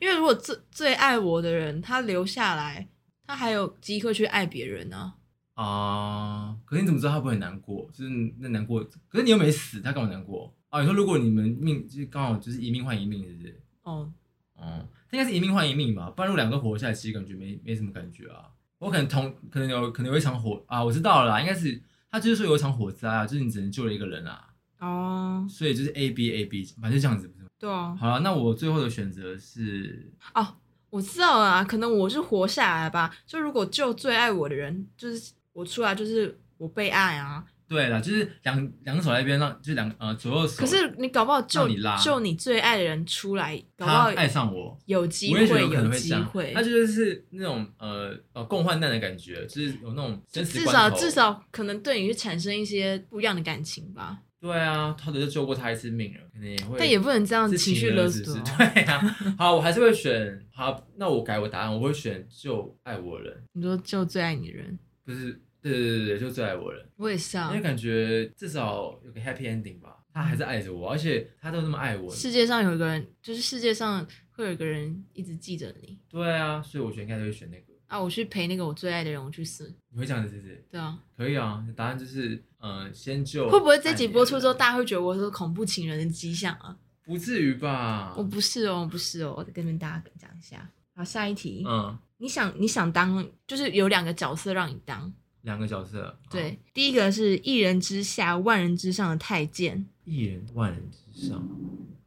[SPEAKER 2] 因为如果最最爱我的人他留下来，他还有机会去爱别人呢、
[SPEAKER 1] 啊、可是你怎么知道他不会很难过？就是那难过，可是你又没死，他干嘛难过？啊，你说如果你们命就是刚好就是一命换一命，是不是？
[SPEAKER 2] 哦，
[SPEAKER 1] 哦，应该是一命换一命吧，不然如果两个活下来，其实感觉没没什么感觉啊。我可能同可能有可能有一场火啊，我知道了啦，应该是他就是说有一场火灾啊，就是你只能救了一个人啊，
[SPEAKER 2] 哦，
[SPEAKER 1] 所以就是 A B A B，反正就这样子。不是吗
[SPEAKER 2] 对啊，
[SPEAKER 1] 好了，那我最后的选择是
[SPEAKER 2] 哦，我知道了啊，可能我是活下来吧。就如果救最爱我的人，就是我出来就是我被爱啊。
[SPEAKER 1] 对了，就是两两手在一边，让就是两呃左右手，
[SPEAKER 2] 可是你搞不好救
[SPEAKER 1] 让你拉
[SPEAKER 2] 救你最爱的人出来，搞不
[SPEAKER 1] 他
[SPEAKER 2] 好
[SPEAKER 1] 爱上我。
[SPEAKER 2] 有机
[SPEAKER 1] 我也觉得
[SPEAKER 2] 会
[SPEAKER 1] 有可能会这
[SPEAKER 2] 机
[SPEAKER 1] 样，
[SPEAKER 2] 会
[SPEAKER 1] 他。就是那种呃呃共患难的感觉，就是有那种
[SPEAKER 2] 就
[SPEAKER 1] 生死
[SPEAKER 2] 至
[SPEAKER 1] 关
[SPEAKER 2] 少
[SPEAKER 1] 头
[SPEAKER 2] 至少可能对你是产生一些不一样的感情吧，
[SPEAKER 1] 对啊，他只是救过他一次命了，可能也会
[SPEAKER 2] 但也不能这样
[SPEAKER 1] 是
[SPEAKER 2] 情绪
[SPEAKER 1] 情
[SPEAKER 2] 勒
[SPEAKER 1] 人是
[SPEAKER 2] 索
[SPEAKER 1] 不是
[SPEAKER 2] 啊、
[SPEAKER 1] 对啊，好，我还是会选好，那我改我答案，我会选就爱我的人，
[SPEAKER 2] 你说救最爱你的人，
[SPEAKER 1] 不是，对对对对，就最爱我的人，
[SPEAKER 2] 我也是啊。
[SPEAKER 1] 因为感觉至少有个 happy ending 吧，他还是爱着我，而且他都那么爱我，
[SPEAKER 2] 世界上有一个人，就是世界上会有一个人一直记着你
[SPEAKER 1] 对啊，所以我觉得应该就会选那个，
[SPEAKER 2] 啊！我去陪那个我最爱的人，我去死，
[SPEAKER 1] 你会这样子是不是？
[SPEAKER 2] 对啊，
[SPEAKER 1] 可以啊，答案就是嗯、呃先救，
[SPEAKER 2] 会不会这集播出之后，？大家会觉得我是恐怖情人的迹象啊？
[SPEAKER 1] 不至于吧
[SPEAKER 2] 我？不是哦，我不是哦，我跟大家讲一下。好，下一题，
[SPEAKER 1] 嗯，
[SPEAKER 2] 你想你想当，就是有两个角色让你当，
[SPEAKER 1] 两个角色，
[SPEAKER 2] 对，
[SPEAKER 1] 啊，
[SPEAKER 2] 第一个是一人之下万人之上的太监，
[SPEAKER 1] 一人万人之上，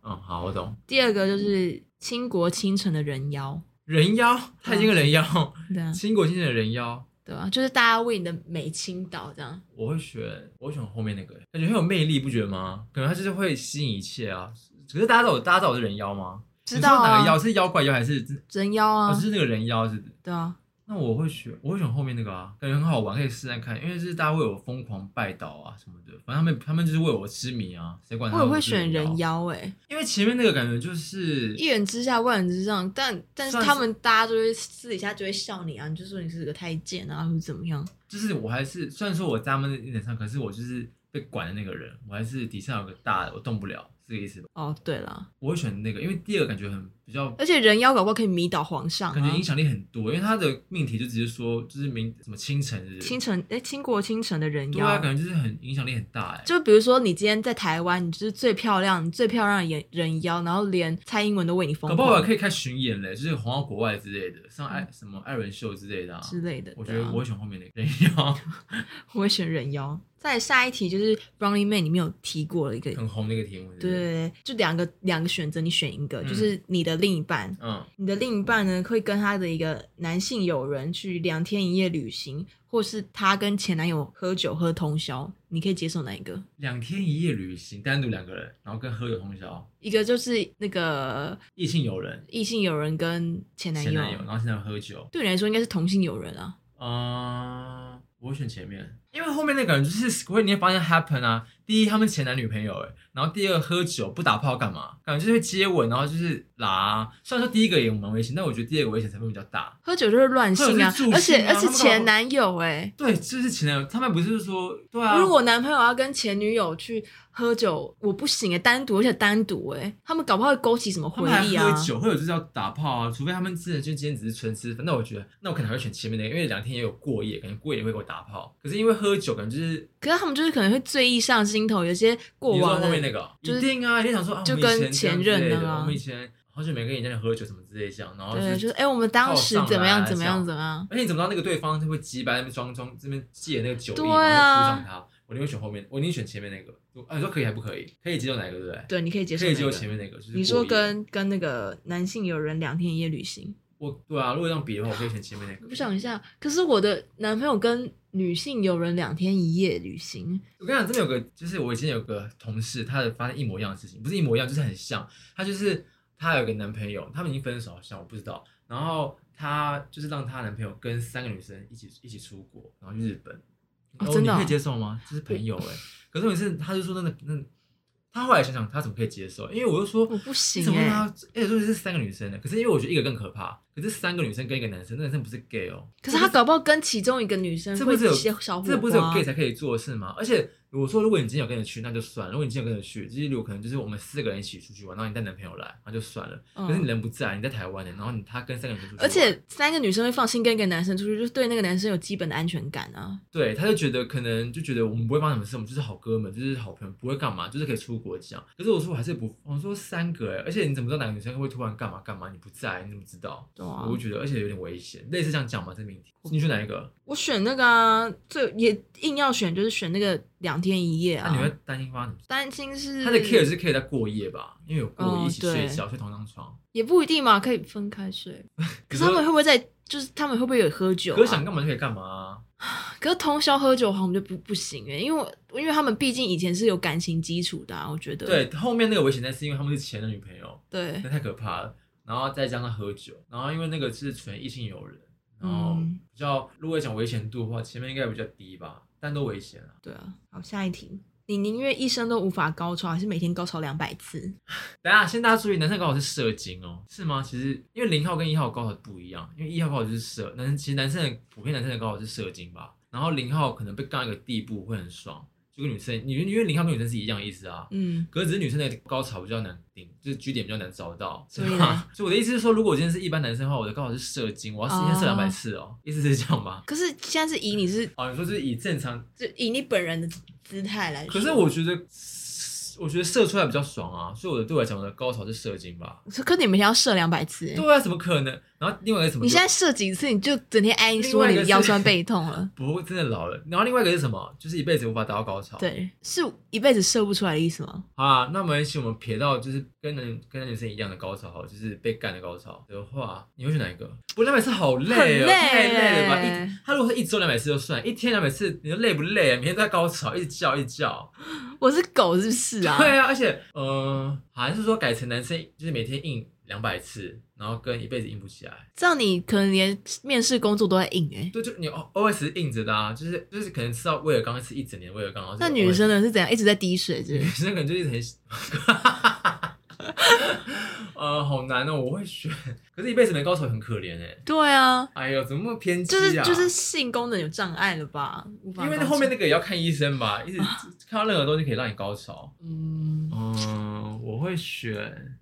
[SPEAKER 1] 嗯，好，我懂，
[SPEAKER 2] 第二个就是倾国倾城的人妖，
[SPEAKER 1] 人妖，他已经个人妖，
[SPEAKER 2] 对啊，
[SPEAKER 1] 倾国倾城的人妖。
[SPEAKER 2] 对啊，就是大家为你的美倾倒这样。
[SPEAKER 1] 我会选，我会选后面那个，感觉很有魅力，不觉得吗？感觉他就是会吸引一切啊。可是大家知道我，大家知道我是人妖吗？
[SPEAKER 2] 知道
[SPEAKER 1] 你说哪个妖
[SPEAKER 2] 啊，
[SPEAKER 1] 是妖怪妖还是
[SPEAKER 2] 人妖
[SPEAKER 1] 哦，
[SPEAKER 2] 啊
[SPEAKER 1] 就，是那个人妖是不是？
[SPEAKER 2] 对啊，
[SPEAKER 1] 那我会选，我会选后面那个啊，感觉很好玩，可以试试看。因为就是大家为我疯狂拜倒啊什么的，反正他们他们就是为我痴迷啊，谁管他
[SPEAKER 2] 我
[SPEAKER 1] 们是
[SPEAKER 2] 也会
[SPEAKER 1] 不是
[SPEAKER 2] 选人妖哎、
[SPEAKER 1] 因为前面那个感觉就是
[SPEAKER 2] 一人之下万人之上，但但是
[SPEAKER 1] 算是
[SPEAKER 2] 他们大家就会私底下就会笑你啊，你就说你是个太监啊，或者怎么样。
[SPEAKER 1] 就是我还是虽然说我在他们一点上，可是我就是被管的那个人，我还是底下有个大的，我动不了，是这个意思吧？
[SPEAKER 2] 哦，对了，
[SPEAKER 1] 我会选那个，因为第二个感觉很比较，
[SPEAKER 2] 而且人妖搞不好可以迷倒皇上
[SPEAKER 1] 感觉
[SPEAKER 2] 啊
[SPEAKER 1] 影。响力很多，因为他的命题就直接说就是明什么清晨是不是
[SPEAKER 2] 清晨，哎，倾国倾城的人
[SPEAKER 1] 对啊，
[SPEAKER 2] 妖，
[SPEAKER 1] 感觉就是很影响力很大哎、
[SPEAKER 2] 就比如说你今天在台湾，你就是最漂亮、你最漂亮的人人妖，然后连蔡英文都为你疯
[SPEAKER 1] 搞不好我
[SPEAKER 2] 狂
[SPEAKER 1] 可以开巡演嘞，就是红到国外之类的，上艾、什么艾伦秀之类的啊。
[SPEAKER 2] 之类嗯的。
[SPEAKER 1] 我觉
[SPEAKER 2] 对
[SPEAKER 1] 得
[SPEAKER 2] 啊
[SPEAKER 1] 我会选后面那个人 妖，
[SPEAKER 2] 我会选人妖。再来下一题就是《Running Man》里面有提过的一个，
[SPEAKER 1] 很红那个题目。
[SPEAKER 2] 对，对，对就两个两个选择，你选一个，就是你的另一半，
[SPEAKER 1] 嗯，
[SPEAKER 2] 你的另一半呢会跟他的一个男性友人去两天一夜旅行，或是他跟前男友喝酒喝通宵，你可以接受哪一个？
[SPEAKER 1] 两天一夜旅行，单独两个人，然后跟喝酒通宵，
[SPEAKER 2] 一个就是那个
[SPEAKER 1] 异性友人，
[SPEAKER 2] 异性友人跟前男
[SPEAKER 1] 前
[SPEAKER 2] 友，
[SPEAKER 1] 男友，然后现在喝酒，
[SPEAKER 2] 对你来说应该是同性友人啊。
[SPEAKER 1] 嗯，我会选前面，因为后面那个人就是会你会发现 happen 啊。第一，他们前男女朋友哎，然后第二喝酒不打炮干嘛？感觉就是会接吻，然后就是拉、啊虽然说第一个也蛮危险，但我觉得第二个危险成分比较大。
[SPEAKER 2] 喝酒就是乱性啊
[SPEAKER 1] 喝酒是助兴，啊
[SPEAKER 2] 而且
[SPEAKER 1] 他
[SPEAKER 2] 而
[SPEAKER 1] 们
[SPEAKER 2] 且
[SPEAKER 1] 干嘛
[SPEAKER 2] 前男友哎、
[SPEAKER 1] 对，就是前男友，他们不是说对啊，
[SPEAKER 2] 如果我男朋友要跟前女友去喝酒，我不行哎、单独而且单独哎、他们搞不好会勾起什么
[SPEAKER 1] 他
[SPEAKER 2] 回
[SPEAKER 1] 们还
[SPEAKER 2] 忆啊。
[SPEAKER 1] 喝酒，会有就是要打炮啊，除非他们真的就今天只是纯吃饭。那我觉得，那我可能还会选前面那个，因为两天也有过夜，感觉过夜也会给我打炮。可是因为喝酒，感觉就是
[SPEAKER 2] 可是他们就是可能会醉意上心头，有些过
[SPEAKER 1] 你说
[SPEAKER 2] 往
[SPEAKER 1] 后
[SPEAKER 2] 的
[SPEAKER 1] 面那个，
[SPEAKER 2] 就是
[SPEAKER 1] 一定啊，一定想说啊，
[SPEAKER 2] 就
[SPEAKER 1] 我们以前
[SPEAKER 2] 跟前
[SPEAKER 1] 这样之类
[SPEAKER 2] 任
[SPEAKER 1] 的
[SPEAKER 2] 啊
[SPEAKER 1] 我们以前好久没跟人家喝酒什么之类这样，然后
[SPEAKER 2] 对，就是
[SPEAKER 1] 是
[SPEAKER 2] 哎、我们当时
[SPEAKER 1] 靠上来
[SPEAKER 2] 怎么样
[SPEAKER 1] 啊
[SPEAKER 2] 怎么样
[SPEAKER 1] 这样
[SPEAKER 2] 怎么样，
[SPEAKER 1] 而且你怎么知道那个对方就会急白那边装装这边借那个酒力，
[SPEAKER 2] 对
[SPEAKER 1] 然
[SPEAKER 2] 啊
[SPEAKER 1] 后就扑上他？我宁愿选后面，我宁愿选前面那个。我啊，你说可以还不可以？可以接受哪一个？对不对？
[SPEAKER 2] 对，你可以接受、
[SPEAKER 1] 可
[SPEAKER 2] 那
[SPEAKER 1] 以
[SPEAKER 2] 个。
[SPEAKER 1] 接受前面那个，就是
[SPEAKER 2] 你
[SPEAKER 1] 过
[SPEAKER 2] 说
[SPEAKER 1] 夜
[SPEAKER 2] 跟跟那个男性友人两天一夜旅行，
[SPEAKER 1] 我对啊，如果这样比的话，我可以选前面那个
[SPEAKER 2] 我。想一下，可是我的男朋友跟女性友人两天一夜旅行，
[SPEAKER 1] 我跟你讲，真的有个，就是我以前有个同事，她的发生一模一样的事情，不是一模一样，就是很像。她就是她有个男朋友，他们已经分手，好像我不知道。然后她就是让她男朋友跟三个女生一起一起出国，然后去日本。
[SPEAKER 2] 哦
[SPEAKER 1] 然后
[SPEAKER 2] 真的
[SPEAKER 1] 你
[SPEAKER 2] 哦
[SPEAKER 1] 可以接受吗？这是朋友哎、可是问题是，她就说真的，那她后来想想，她怎么可以接受？因为我就说
[SPEAKER 2] 我不行
[SPEAKER 1] 你怎么
[SPEAKER 2] 哎、
[SPEAKER 1] 让她？而且说是三个女生的，可是因为我觉得一个更可怕。可是三个女生跟一个男生，那男生不是 gay 哦，
[SPEAKER 2] 可是他搞不好跟其中一个女生
[SPEAKER 1] 这
[SPEAKER 2] 嗯会
[SPEAKER 1] 不是有
[SPEAKER 2] 一些小火花，啊
[SPEAKER 1] 这不是有 gay 才可以做的事吗？而且我说，如果你今天有跟着去，那就算了；如果你今天有跟着去，就是有可能就是我们四个人一起出去玩，然后你带男朋友来，那就算了。可是你
[SPEAKER 2] 嗯。
[SPEAKER 1] 人不在，你在台湾的，然后你他跟三个人出去玩，
[SPEAKER 2] 而且三个女生会放心跟一个男生出去，就是对那个男生有基本的安全感啊。
[SPEAKER 1] 对他就觉得可能就觉得我们不会发生什么事，我们就是好哥们，就是好朋友，不会干嘛，就是可以出国这样。可是我说我还是不，我说三个哎，而且你怎么知道哪个女生会突然干嘛干嘛？你不在，你怎么知道？
[SPEAKER 2] 对啊
[SPEAKER 1] 我，就觉得而且有点危险，类似这样讲嘛，这命题。
[SPEAKER 2] 哦
[SPEAKER 1] 你选哪一个？
[SPEAKER 2] 我选那个啊，最也硬要选就是选那个两天一夜
[SPEAKER 1] 那、
[SPEAKER 2] 啊。
[SPEAKER 1] 你会担心发生什么事？
[SPEAKER 2] 担心是
[SPEAKER 1] 他的 care 是可以在过夜吧，因为有过夜
[SPEAKER 2] 哦
[SPEAKER 1] 一起睡觉，睡同张床。
[SPEAKER 2] 也不一定嘛，可以分开睡。可是他们会不会在？就是他们会不会有喝酒、啊？
[SPEAKER 1] 可是想干嘛就可以啊干嘛、
[SPEAKER 2] 可是通宵喝酒的话，我们就不不行哎、因为我因为他们毕竟以前是有感情基础的、啊，我觉得
[SPEAKER 1] 对，后面那个危险在是因为他们是前的女朋友，
[SPEAKER 2] 对
[SPEAKER 1] 那太可怕了。然后再加上喝酒，然后因为那个是纯异性友人，然后
[SPEAKER 2] 嗯
[SPEAKER 1] 比较如果讲危险度的话，前面应该比较低吧，但都危险啊。
[SPEAKER 2] 对啊。好，下一题，你宁愿一生都无法高潮，还是每天高潮两百次？
[SPEAKER 1] 等一下，先大家注意，男生高潮是射精哦，是吗？其实因为零号跟一号高潮不一样，因为一号高潮就是射，男生其实男生的普遍男生的高潮是射精吧，然后零号可能被干到一个地步会很爽，就跟女生，你因为零号跟女生是一样的意思啊，
[SPEAKER 2] 嗯，
[SPEAKER 1] 可是只是女生的高潮比较难顶，就是据点比较难找到，是
[SPEAKER 2] 对
[SPEAKER 1] 吧
[SPEAKER 2] 啊？
[SPEAKER 1] 所以我的意思是说，如果我今天是一般男生的话，我的高潮是射精，我要一天射两百次哦，意思是这样吗？
[SPEAKER 2] 可是现在是以你是
[SPEAKER 1] 哦，你说就是以正常，
[SPEAKER 2] 就以你本人的姿态来说，
[SPEAKER 1] 可是我觉得，我觉得射出来比较爽啊，所以我的对我来讲，我的高潮是射精吧？
[SPEAKER 2] 可可你每天要射两百次、欸，
[SPEAKER 1] 对啊，怎么可能？然后另外一个是什么？
[SPEAKER 2] 你现在射几次你就整天挨
[SPEAKER 1] 另
[SPEAKER 2] 说
[SPEAKER 1] 外一
[SPEAKER 2] 你
[SPEAKER 1] 个
[SPEAKER 2] 的
[SPEAKER 1] 是。
[SPEAKER 2] 腰酸背痛了
[SPEAKER 1] 不会真的老了。然后另外一个是什么？就是一辈子无法达到高潮。
[SPEAKER 2] 对，是一辈子射不出来的意思吗？
[SPEAKER 1] 好啊，那没关系，我们撇到就是跟男跟男女生一样的高潮，好了，就是被干的高潮的话，你会选哪一个？我两百次好累
[SPEAKER 2] 很
[SPEAKER 1] 哦，
[SPEAKER 2] 累
[SPEAKER 1] 太累了吧！
[SPEAKER 2] 耶
[SPEAKER 1] 一他如果是一周两百次就算，一天两百次，你都累不累啊？每天都在高潮，一直叫一直叫。
[SPEAKER 2] 我是狗是不是啊？
[SPEAKER 1] 对啊，而且呃，好像是说改成男生就是每天硬两百次，然后跟一辈子硬不起来。
[SPEAKER 2] 这样你可能连面试工作都在硬哎、
[SPEAKER 1] 对，就啊你哦 always 硬着的啊，就是就是可能吃到威尔刚吃一整年威尔刚。然后就
[SPEAKER 2] 那
[SPEAKER 1] always-
[SPEAKER 2] 女生呢是怎样一直在滴水之
[SPEAKER 1] 女
[SPEAKER 2] 类？
[SPEAKER 1] 生可能就一直很喜， 呃，好难哦，我会选，可是一辈子没高潮很可怜哎。
[SPEAKER 2] 对啊，
[SPEAKER 1] 哎呦，怎么那么偏激
[SPEAKER 2] 就是
[SPEAKER 1] 啊？
[SPEAKER 2] 就是性功能有障碍了吧？无法
[SPEAKER 1] 因为
[SPEAKER 2] 高
[SPEAKER 1] 后面
[SPEAKER 2] 潮
[SPEAKER 1] 那个也要看医生吧，一直
[SPEAKER 2] 啊
[SPEAKER 1] 看到任何东西可以让你高潮。
[SPEAKER 2] 嗯，
[SPEAKER 1] 嗯，我会选。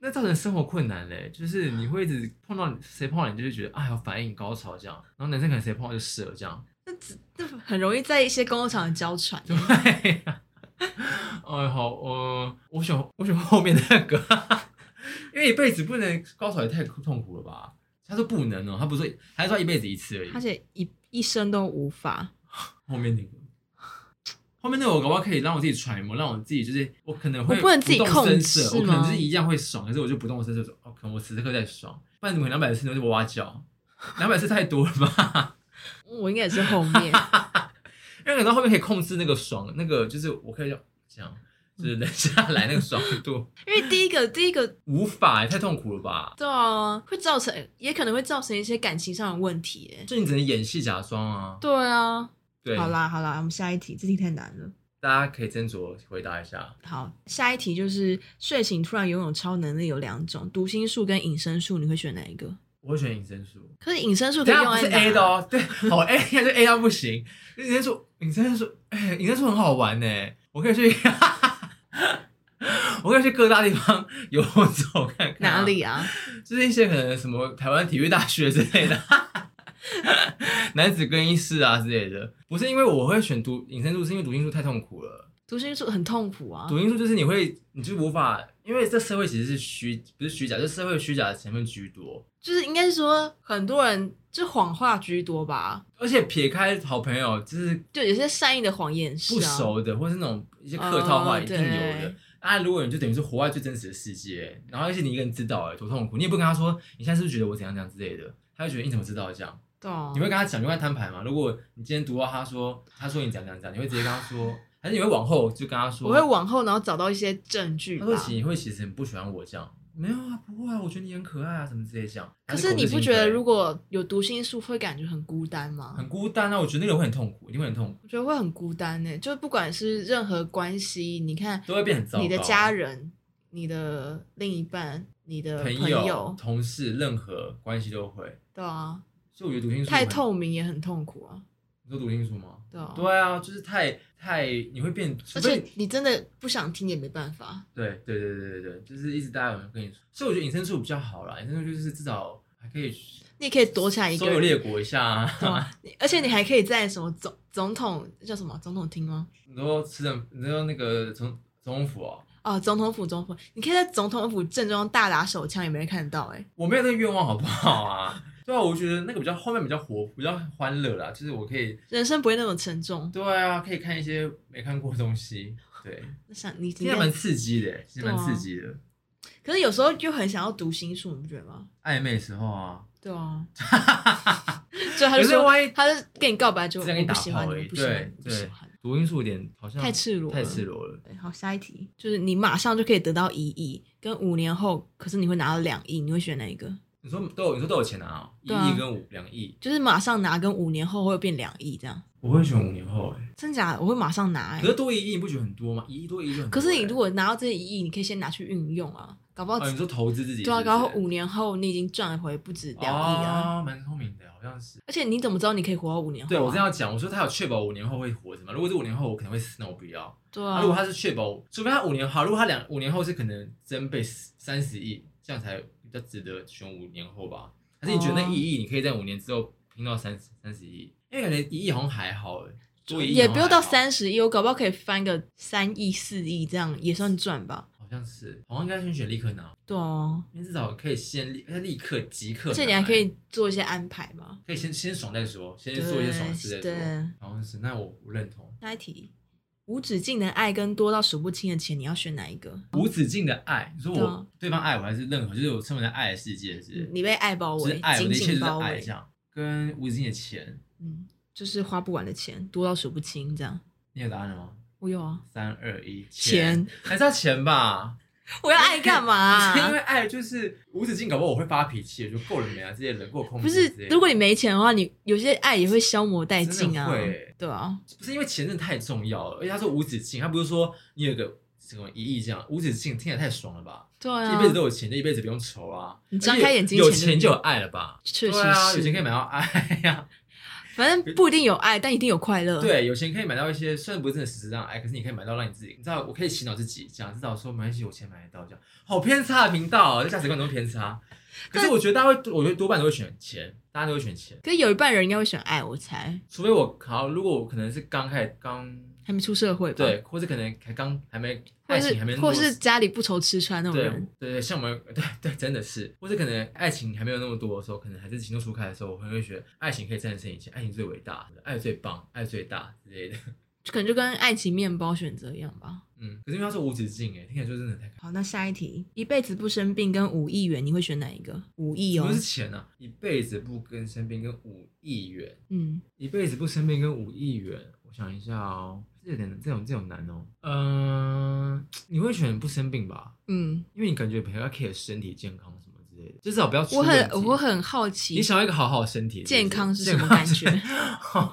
[SPEAKER 1] 那造成生活困难嘞，就是你会一直碰到谁碰到你，就是觉得哎呀反应高潮这样，然后男生可能谁碰到就射这样，
[SPEAKER 2] 这 很容易在一些工作场合交传。
[SPEAKER 1] 对。哎好，呃，我选我选后面那个， 因为一辈子不能高潮也太痛苦了吧？他说不能哦、他不是说还是说一辈子一次而已
[SPEAKER 2] 而。且一一生都无法。
[SPEAKER 1] 后面那个，后面那个我搞不好可以让我自己揣摩，让我自己就是我可能
[SPEAKER 2] 我
[SPEAKER 1] 会
[SPEAKER 2] 不能自己
[SPEAKER 1] 不动声
[SPEAKER 2] 控制
[SPEAKER 1] 色，我可能
[SPEAKER 2] 吗
[SPEAKER 1] 就是一样会爽，可是我就不动声色说，哦，可能我此时此刻在爽，不然怎么可能两百次呢？我就挖脚，两百次太多了吧？
[SPEAKER 2] 我应该也是后面，
[SPEAKER 1] 因为等到后面可以控制那个爽，那个就是我可以这样，就是忍下来那个爽度，
[SPEAKER 2] 因为第一个第一个
[SPEAKER 1] 无法太痛苦了吧？
[SPEAKER 2] 对啊，会造成也可能会造成一些感情上的问题哎。
[SPEAKER 1] 就你只能演戏假装啊。
[SPEAKER 2] 对啊，
[SPEAKER 1] 对，
[SPEAKER 2] 好，啦好啦，我们下一题，这题太难了。
[SPEAKER 1] 大家可以斟酌回答一下。
[SPEAKER 2] 好，下一题就是睡醒突然拥有超能力有两种，读心术跟隐身术，你会选哪一个？
[SPEAKER 1] 我会选隐身术。
[SPEAKER 2] 可是隐身术可
[SPEAKER 1] 等
[SPEAKER 2] 以
[SPEAKER 1] 一
[SPEAKER 2] 用啊
[SPEAKER 1] 下不是
[SPEAKER 2] 在哪
[SPEAKER 1] A 的哦，对，好 A 现在就 A 到不行。尹真说，尹真说，哎、尹真说很好玩呢，我可以去， 我可以去各大地方游走看看、
[SPEAKER 2] 哪？里啊？
[SPEAKER 1] 就是一些可能什么台湾体育大学之类的， 男子更衣室啊之类的。不是因为我会选读隐身术，是因为读心术太痛苦了。
[SPEAKER 2] 读心术很痛苦啊，
[SPEAKER 1] 读心术就是你会，你就无法，因为这社会其实是虚，不是虚假，就是社会虚假的成分居多。
[SPEAKER 2] 就是应该是说很多人就谎话居多吧，
[SPEAKER 1] 而且撇开好朋友，就是
[SPEAKER 2] 就有些善意的谎言是
[SPEAKER 1] 不
[SPEAKER 2] 啊，
[SPEAKER 1] 熟的，或是那种一些客套话，
[SPEAKER 2] 哦
[SPEAKER 1] 一定有的
[SPEAKER 2] 对。
[SPEAKER 1] 啊，如果你就等于是活在最真实的世界，然后而且你一个人知道，哎，多痛苦！你也不跟他说你现在是不是觉得我怎样怎样之类的，他就觉得你怎么知道这样？
[SPEAKER 2] 对啊
[SPEAKER 1] 你会跟他讲，你会跟他摊牌吗？如果你今天读到他说他说你怎样怎样怎样，你会直接跟他说，还是你会往后就跟他说？
[SPEAKER 2] 我会往后然后找到一些证据
[SPEAKER 1] 他
[SPEAKER 2] 吧
[SPEAKER 1] 说。其实你会其实很不喜欢我这样，没有啊，不会啊，我觉得你很可爱啊，什么之类这样。
[SPEAKER 2] 可是你不
[SPEAKER 1] 还是口
[SPEAKER 2] 觉得
[SPEAKER 1] 是心非
[SPEAKER 2] 如果有读心术会感觉很孤单吗？
[SPEAKER 1] 很孤单啊？我觉得那个人会很痛苦，一定会很痛苦，
[SPEAKER 2] 我觉得会很孤单呢、就不管是任何关系，你看
[SPEAKER 1] 都会变很糟糕。
[SPEAKER 2] 你的家人、你的另一半、你的
[SPEAKER 1] 朋
[SPEAKER 2] 友，
[SPEAKER 1] 友、同事，任何关系都会。
[SPEAKER 2] 对啊，
[SPEAKER 1] 所以我觉得读心术
[SPEAKER 2] 太
[SPEAKER 1] 很
[SPEAKER 2] 透明也很痛苦啊，
[SPEAKER 1] 你说读心术吗？
[SPEAKER 2] 对啊。
[SPEAKER 1] 对啊，就是太太你会变，除
[SPEAKER 2] 而
[SPEAKER 1] 非
[SPEAKER 2] 且你真的不想听也没办法，
[SPEAKER 1] 对对对对对对，就是一直大家有人跟你说，所以我觉得隐身术比较好啦，隐身术就是至少还可以
[SPEAKER 2] 你也可以躲起来一个
[SPEAKER 1] 周游
[SPEAKER 2] 人，
[SPEAKER 1] 列国一下、啊，
[SPEAKER 2] 对啊你而且你还可以在什么总总统叫什么总统厅吗？
[SPEAKER 1] 你说吃的，你说那个总总统府哦，
[SPEAKER 2] 哦，总统府总统府，你可以在总统府正中央大打手枪，也没人看得到哎、
[SPEAKER 1] 我没有那个愿望好不好啊？ 对啊，我觉得那个比较后面比较活，比较欢乐啦，就是我可以
[SPEAKER 2] 人生不会那么沉重。
[SPEAKER 1] 对啊，可以看一些没看过的东西，对，
[SPEAKER 2] 那想你，
[SPEAKER 1] 其
[SPEAKER 2] 你
[SPEAKER 1] 实还
[SPEAKER 2] 看
[SPEAKER 1] 蛮刺激的，其实蛮
[SPEAKER 2] 对啊
[SPEAKER 1] 刺激的，
[SPEAKER 2] 可是有时候就很想要读心术，你不觉得吗？
[SPEAKER 1] 暧昧的时候啊，
[SPEAKER 2] 对 啊，所以他就
[SPEAKER 1] 可是
[SPEAKER 2] 说，
[SPEAKER 1] 万一
[SPEAKER 2] 他就跟你告白就
[SPEAKER 1] 直接跟
[SPEAKER 2] 我
[SPEAKER 1] 你
[SPEAKER 2] 不
[SPEAKER 1] 打
[SPEAKER 2] 喜欢
[SPEAKER 1] 炮而
[SPEAKER 2] 你，我
[SPEAKER 1] 已，
[SPEAKER 2] 不喜欢
[SPEAKER 1] 对
[SPEAKER 2] 你，我不喜
[SPEAKER 1] 对
[SPEAKER 2] 欢你。，
[SPEAKER 1] 读音数有点好像
[SPEAKER 2] 太赤裸了，
[SPEAKER 1] 太赤。裸了。
[SPEAKER 2] 对，好，下一题就是你马上就可以得到一亿，跟五年后，可是你会拿到两亿，你会选哪一个？
[SPEAKER 1] 你说都有，你说都有钱拿哦，一
[SPEAKER 2] 对啊
[SPEAKER 1] 亿跟五两亿，
[SPEAKER 2] 就是马上拿跟五年后会变两亿这样，
[SPEAKER 1] 我会选五年后哎。
[SPEAKER 2] 真假的？我会马上拿哎、
[SPEAKER 1] 可是多一亿你不觉得很多吗？一亿多一亿就很
[SPEAKER 2] 可
[SPEAKER 1] 多欸。
[SPEAKER 2] 是你如果拿到这一亿，你可以先拿去运用啊，搞不好、
[SPEAKER 1] 哦，你说投资自己
[SPEAKER 2] 对啊，
[SPEAKER 1] 是不
[SPEAKER 2] 搞不好
[SPEAKER 1] 是
[SPEAKER 2] 五年后你已经赚回不止两亿啊！
[SPEAKER 1] 哦蛮聪明的，好像是。
[SPEAKER 2] 而且你怎么知道你可以活到五年后、啊？
[SPEAKER 1] 对，我这样讲，我说他有确保五年后会活着嘛？如果是五年后，我可能会死，那我不要。
[SPEAKER 2] 对
[SPEAKER 1] 啊
[SPEAKER 2] 啊，
[SPEAKER 1] 如果他是确保，除非他五年好，如果他两五年后是可能增倍三十亿，这样才比较值得选五年后吧？还是你觉得那
[SPEAKER 2] 哦
[SPEAKER 1] 一亿你可以在五年之后拼到三十三十亿？因为感觉一亿好像还好哎，多一亿
[SPEAKER 2] 也
[SPEAKER 1] 好像
[SPEAKER 2] 不用到
[SPEAKER 1] 还好
[SPEAKER 2] 三十亿，我搞不好可以翻个三亿、四亿，这样也算赚吧。
[SPEAKER 1] 好像是，好像应该先选立刻拿，
[SPEAKER 2] 对哦，
[SPEAKER 1] 因为至少可以先立，立刻即刻拿。
[SPEAKER 2] 而且你还可以做一些安排嘛。
[SPEAKER 1] 可以先先爽再说，先
[SPEAKER 2] 对
[SPEAKER 1] 做一些爽事再
[SPEAKER 2] 对
[SPEAKER 1] 说。好像是，那我我认同。
[SPEAKER 2] 下一题，无止境的爱跟多到数不清的钱，你要选哪一个？
[SPEAKER 1] 无止境的爱，你说
[SPEAKER 2] 对
[SPEAKER 1] 我
[SPEAKER 2] 啊
[SPEAKER 1] 对方爱我还是任何，就是我生活在爱的世界，是不
[SPEAKER 2] 你被爱包
[SPEAKER 1] 是，就是
[SPEAKER 2] 围
[SPEAKER 1] 爱，我
[SPEAKER 2] 紧
[SPEAKER 1] 的一切
[SPEAKER 2] 紧
[SPEAKER 1] 都
[SPEAKER 2] 包
[SPEAKER 1] 是爱
[SPEAKER 2] 围
[SPEAKER 1] 这，样。跟无止境的钱，
[SPEAKER 2] 嗯，就是花不完的钱，多到数不清这样。
[SPEAKER 1] 你有答案了吗？
[SPEAKER 2] 我有啊，
[SPEAKER 1] 三二一，
[SPEAKER 2] 钱
[SPEAKER 1] 还是要钱吧？
[SPEAKER 2] 我要爱干嘛 啊、
[SPEAKER 1] 因为爱就是无止境，搞不好我会发脾气，就够了没啊？这些人够空
[SPEAKER 2] 不
[SPEAKER 1] 间
[SPEAKER 2] 是
[SPEAKER 1] 之类，的
[SPEAKER 2] 如果你没钱的话，你有些爱也会消磨殆尽啊
[SPEAKER 1] 真的会。
[SPEAKER 2] 对啊，
[SPEAKER 1] 不是因为钱真的太重要了，而且他说无止境，他不是说你有个什么一亿这样，无止境听起来太爽了吧？
[SPEAKER 2] 对
[SPEAKER 1] 一
[SPEAKER 2] 啊
[SPEAKER 1] 辈，子都有钱，就一辈子不用愁啊！
[SPEAKER 2] 你张开眼睛
[SPEAKER 1] 有
[SPEAKER 2] 前
[SPEAKER 1] 钱就有爱了吧？
[SPEAKER 2] 确
[SPEAKER 1] 对啊，
[SPEAKER 2] 实
[SPEAKER 1] 有钱可以
[SPEAKER 2] 是。
[SPEAKER 1] 买到爱呀、
[SPEAKER 2] 反正不一定有爱，但一定有快乐。，
[SPEAKER 1] 对，有钱可以买到一些，虽然不是真的实质上的爱，可是你可以买到让你自己，你知道，我可以洗脑自己，讲至少说没关系，有钱买得到，这样好偏差的频道、哦，这价值观都偏差。可是我觉得大家会，我觉得多半都会选钱，大家都会选钱，
[SPEAKER 2] 可是有一半人应该会选爱，我猜
[SPEAKER 1] 除非我好，如果我可能是刚开始刚
[SPEAKER 2] 还没出社会吧。，
[SPEAKER 1] 对，或是可能还刚还没
[SPEAKER 2] 或
[SPEAKER 1] 爱
[SPEAKER 2] 是
[SPEAKER 1] 情还没
[SPEAKER 2] 或
[SPEAKER 1] 落实
[SPEAKER 2] 是家里不愁吃穿那种
[SPEAKER 1] 对
[SPEAKER 2] 人。
[SPEAKER 1] 对对，像我们 对对，真的是，或者可能爱情还没有那么多的时候，可能还是情窦初开的时候，我会觉得爱情可以战胜一切，爱情最伟大，爱最棒，爱最大之类的。
[SPEAKER 2] 就可能就跟爱情面包选择一样吧。
[SPEAKER 1] 嗯，可是因为它是无止境哎，听起来就真的太开。
[SPEAKER 2] 好，那下一题，一辈子不生病跟五亿元，你会选哪一个？五亿
[SPEAKER 1] 什
[SPEAKER 2] 哦
[SPEAKER 1] 么是，钱啊？一辈子不跟生病跟五亿元，
[SPEAKER 2] 嗯，
[SPEAKER 1] 一辈子不生病跟五亿元，我想一下哦，这有点这种这种难哦。嗯、你会选不生病吧？
[SPEAKER 2] 嗯，
[SPEAKER 1] 因为你感觉比较 care 身体健康什么之类的，至少不要出
[SPEAKER 2] 我很
[SPEAKER 1] 问题
[SPEAKER 2] 我很好奇
[SPEAKER 1] 你，想要一个好好的身体，
[SPEAKER 2] 健康是
[SPEAKER 1] 不
[SPEAKER 2] 什么感觉
[SPEAKER 1] 健康是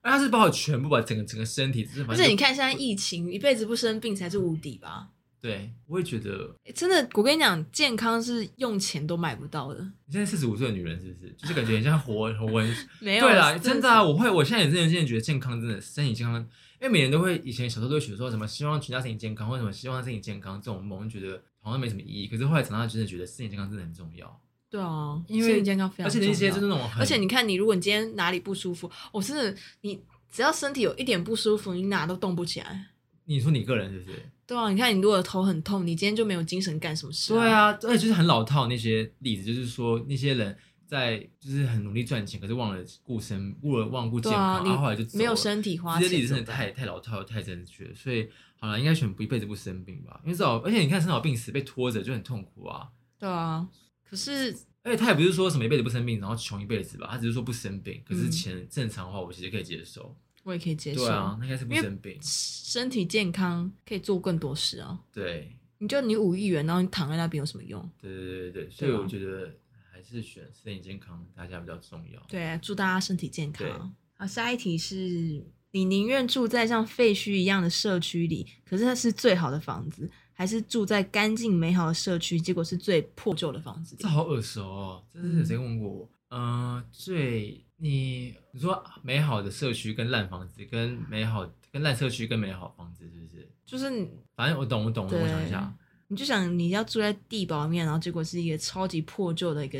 [SPEAKER 1] 哎他是把我全部把整个整个身体，就是
[SPEAKER 2] 而
[SPEAKER 1] 反
[SPEAKER 2] 且
[SPEAKER 1] 正
[SPEAKER 2] 你看现在疫情，一辈子不生病才是无敌吧？
[SPEAKER 1] 对，我也觉得
[SPEAKER 2] 欸真的，我跟你讲，健康是用钱都买不到的。
[SPEAKER 1] 你现在四十五岁的女人是不是，就是感觉你像活活很。
[SPEAKER 2] 没有
[SPEAKER 1] 对啦，
[SPEAKER 2] 真
[SPEAKER 1] 真的、啊，我会，我现在也真的现在觉得健康真的身体健康，因为每人都会以前小时候都会学说什么希望全家身体健康，或者什么希望身体健康这种梦，觉得好像没什么意义。可是后来长大真的觉得身体健康真的很重要，
[SPEAKER 2] 对啊，
[SPEAKER 1] 因为
[SPEAKER 2] 身体健康非常
[SPEAKER 1] 而且
[SPEAKER 2] 重
[SPEAKER 1] 那
[SPEAKER 2] 要。
[SPEAKER 1] 些就是那种很，
[SPEAKER 2] 而且你看，你如果你今天哪里不舒服，我、真的，你只要身体有一点不舒服，你哪都动不起来。
[SPEAKER 1] 你说你个人是不是？
[SPEAKER 2] 对啊，你看你如果头很痛，你今天就没有精神干什么事、
[SPEAKER 1] 对，啊，而且就是很老套那些例子，就是说那些人在就是很努力赚钱，可是忘了顾身，忘了忘顾健
[SPEAKER 2] 对
[SPEAKER 1] 康，
[SPEAKER 2] 啊，
[SPEAKER 1] 然后后来就
[SPEAKER 2] 你
[SPEAKER 1] 走
[SPEAKER 2] 没有
[SPEAKER 1] 了
[SPEAKER 2] 身体花
[SPEAKER 1] 这
[SPEAKER 2] 钱，
[SPEAKER 1] 些例子真的太太老套了，太真实了。所以好了，应该选不一辈子不生病吧，因为至少而且你看生老病死被拖着就很痛苦啊。
[SPEAKER 2] 对啊。可是
[SPEAKER 1] 而且他也不是说什么一辈子不生病，然后穷一辈子吧，他只是说不生病。可是
[SPEAKER 2] 嗯
[SPEAKER 1] 钱正常的话，我其实可以接受。
[SPEAKER 2] 我也可以接受，
[SPEAKER 1] 对啊，那应该是不
[SPEAKER 2] 因为
[SPEAKER 1] 生病。
[SPEAKER 2] 身体健康可以做更多事啊。
[SPEAKER 1] 对
[SPEAKER 2] 你就你五亿元，然后你躺在那边有什么用？
[SPEAKER 1] 对对对对，所以
[SPEAKER 2] 对啊
[SPEAKER 1] 我觉得还是选身体健康大家比较重要。
[SPEAKER 2] 对，祝大家身体健
[SPEAKER 1] 对
[SPEAKER 2] 康。好，下一题是你宁愿住在像废墟一样的社区里，可是它是最好的房子，还是住在干净美好的社区，结果是最破旧的房子 里
[SPEAKER 1] 这？好耳熟哦，真是有谁问过我？嗯、最你你说美好的社区跟烂房子，跟美好跟烂社区跟美好房子是不是？
[SPEAKER 2] 就是你，
[SPEAKER 1] 反正我懂，我懂，我
[SPEAKER 2] 对
[SPEAKER 1] 懂我想一下，
[SPEAKER 2] 你就想你要住在地堡里面，然后结果是一个超级破旧的一个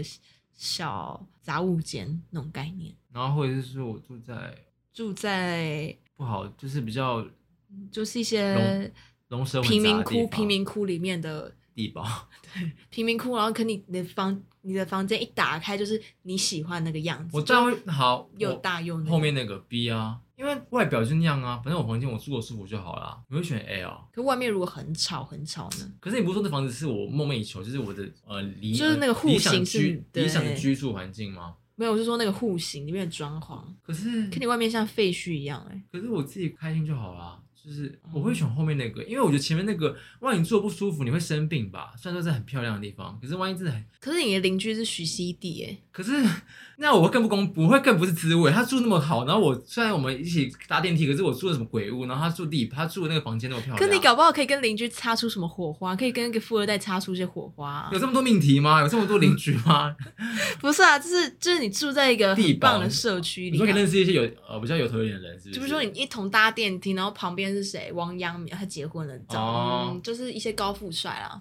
[SPEAKER 2] 小杂物间那种概念，
[SPEAKER 1] 然后或者是说我住在
[SPEAKER 2] 住在
[SPEAKER 1] 不好，就是比较
[SPEAKER 2] 就是一些
[SPEAKER 1] 龙蛇混
[SPEAKER 2] 贫
[SPEAKER 1] 杂
[SPEAKER 2] 民
[SPEAKER 1] 的地
[SPEAKER 2] 窟，
[SPEAKER 1] 方
[SPEAKER 2] 贫民窟里面的
[SPEAKER 1] 地堡，
[SPEAKER 2] 贫民窟，然后可你你的房你的房间一打开就是你喜欢那个样子，
[SPEAKER 1] 我当然会好
[SPEAKER 2] 又
[SPEAKER 1] 我
[SPEAKER 2] 大又那个
[SPEAKER 1] 后面那个 B 啊，因为外表就那样啊，反正我房间我住的舒服就好啦。你会选 A 哦？
[SPEAKER 2] 可外面如果很吵很吵呢？
[SPEAKER 1] 可是你不是说那房子是我梦寐以求，就是我的呃理
[SPEAKER 2] 就是那个户
[SPEAKER 1] 理想
[SPEAKER 2] 型是
[SPEAKER 1] 居
[SPEAKER 2] 对
[SPEAKER 1] 理想的居住环境吗？
[SPEAKER 2] 没有，我是说那个户型里面的装潢，
[SPEAKER 1] 可是
[SPEAKER 2] 看你外面像废墟一样哎、
[SPEAKER 1] 可是我自己开心就好啦。就是
[SPEAKER 2] 嗯
[SPEAKER 1] 我会选后面那个，因为我觉得前面那个，万一你坐不舒服，你会生病吧？虽然说是很漂亮的地方，可是万一真的很，
[SPEAKER 2] 可是你的邻居是徐熙娣哎，
[SPEAKER 1] 可是 那我会更不公，我会更不是滋味。他住那么好，然后我虽然我们一起搭电梯，可是我住的什么鬼屋，然后他住地，他住的那个房间那么漂亮，
[SPEAKER 2] 可你搞不好可以跟邻居擦出什么火花，可以跟一个富二代擦出一些火花啊、
[SPEAKER 1] 有这么多命题吗？有这么多邻居吗？
[SPEAKER 2] 不是啊，就是就是你住在一个
[SPEAKER 1] 地
[SPEAKER 2] 很
[SPEAKER 1] 堡
[SPEAKER 2] 棒的社区
[SPEAKER 1] 你
[SPEAKER 2] 里、
[SPEAKER 1] 说可以
[SPEAKER 2] 啊。
[SPEAKER 1] 认识一些有呃比较有头有脸的人，是不是？
[SPEAKER 2] 就比如说你一同搭电梯，然后旁边是谁？王阳明，他结婚了，找、
[SPEAKER 1] 哦
[SPEAKER 2] 嗯、就是一些高富帅啦。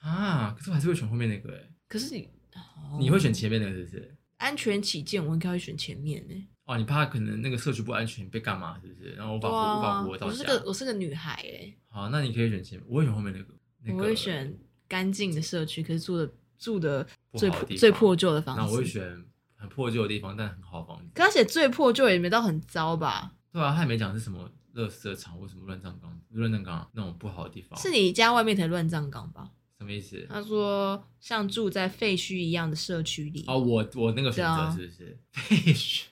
[SPEAKER 1] 啊，可是我还是会选后面那个、欸，
[SPEAKER 2] 可是你，哦
[SPEAKER 1] 你会选前面那个是不是？
[SPEAKER 2] 安全起见，我应该会选前面欸呢、
[SPEAKER 1] 哦，你怕可能那个社区不安全被干嘛，是不是？然后我把
[SPEAKER 2] 对
[SPEAKER 1] 我把
[SPEAKER 2] 啊，
[SPEAKER 1] 我到
[SPEAKER 2] 我
[SPEAKER 1] 家。
[SPEAKER 2] 是个我是个女孩哎、
[SPEAKER 1] 好，那你可以选前，我会选后面那个。那个、
[SPEAKER 2] 我会选干净的社区，可是住的住的
[SPEAKER 1] 不
[SPEAKER 2] 最
[SPEAKER 1] 好的
[SPEAKER 2] 破
[SPEAKER 1] 地方
[SPEAKER 2] 最破旧的房
[SPEAKER 1] 那
[SPEAKER 2] 子。
[SPEAKER 1] 我会选很破旧的地方，但很好的房子。
[SPEAKER 2] 可他写最破旧也没到很糟吧？
[SPEAKER 1] 对啊，他也没讲是什么垃圾场或什么乱葬岗、乱葬岗那种不好的地方，
[SPEAKER 2] 是你嗯家外面才乱葬岗吧？
[SPEAKER 1] 什么意思？
[SPEAKER 2] 他说像住在废
[SPEAKER 1] 哦
[SPEAKER 2] 墟一样的社区里。
[SPEAKER 1] 哦，我我那个选
[SPEAKER 2] 对
[SPEAKER 1] 择
[SPEAKER 2] 啊
[SPEAKER 1] 是不是？废墟、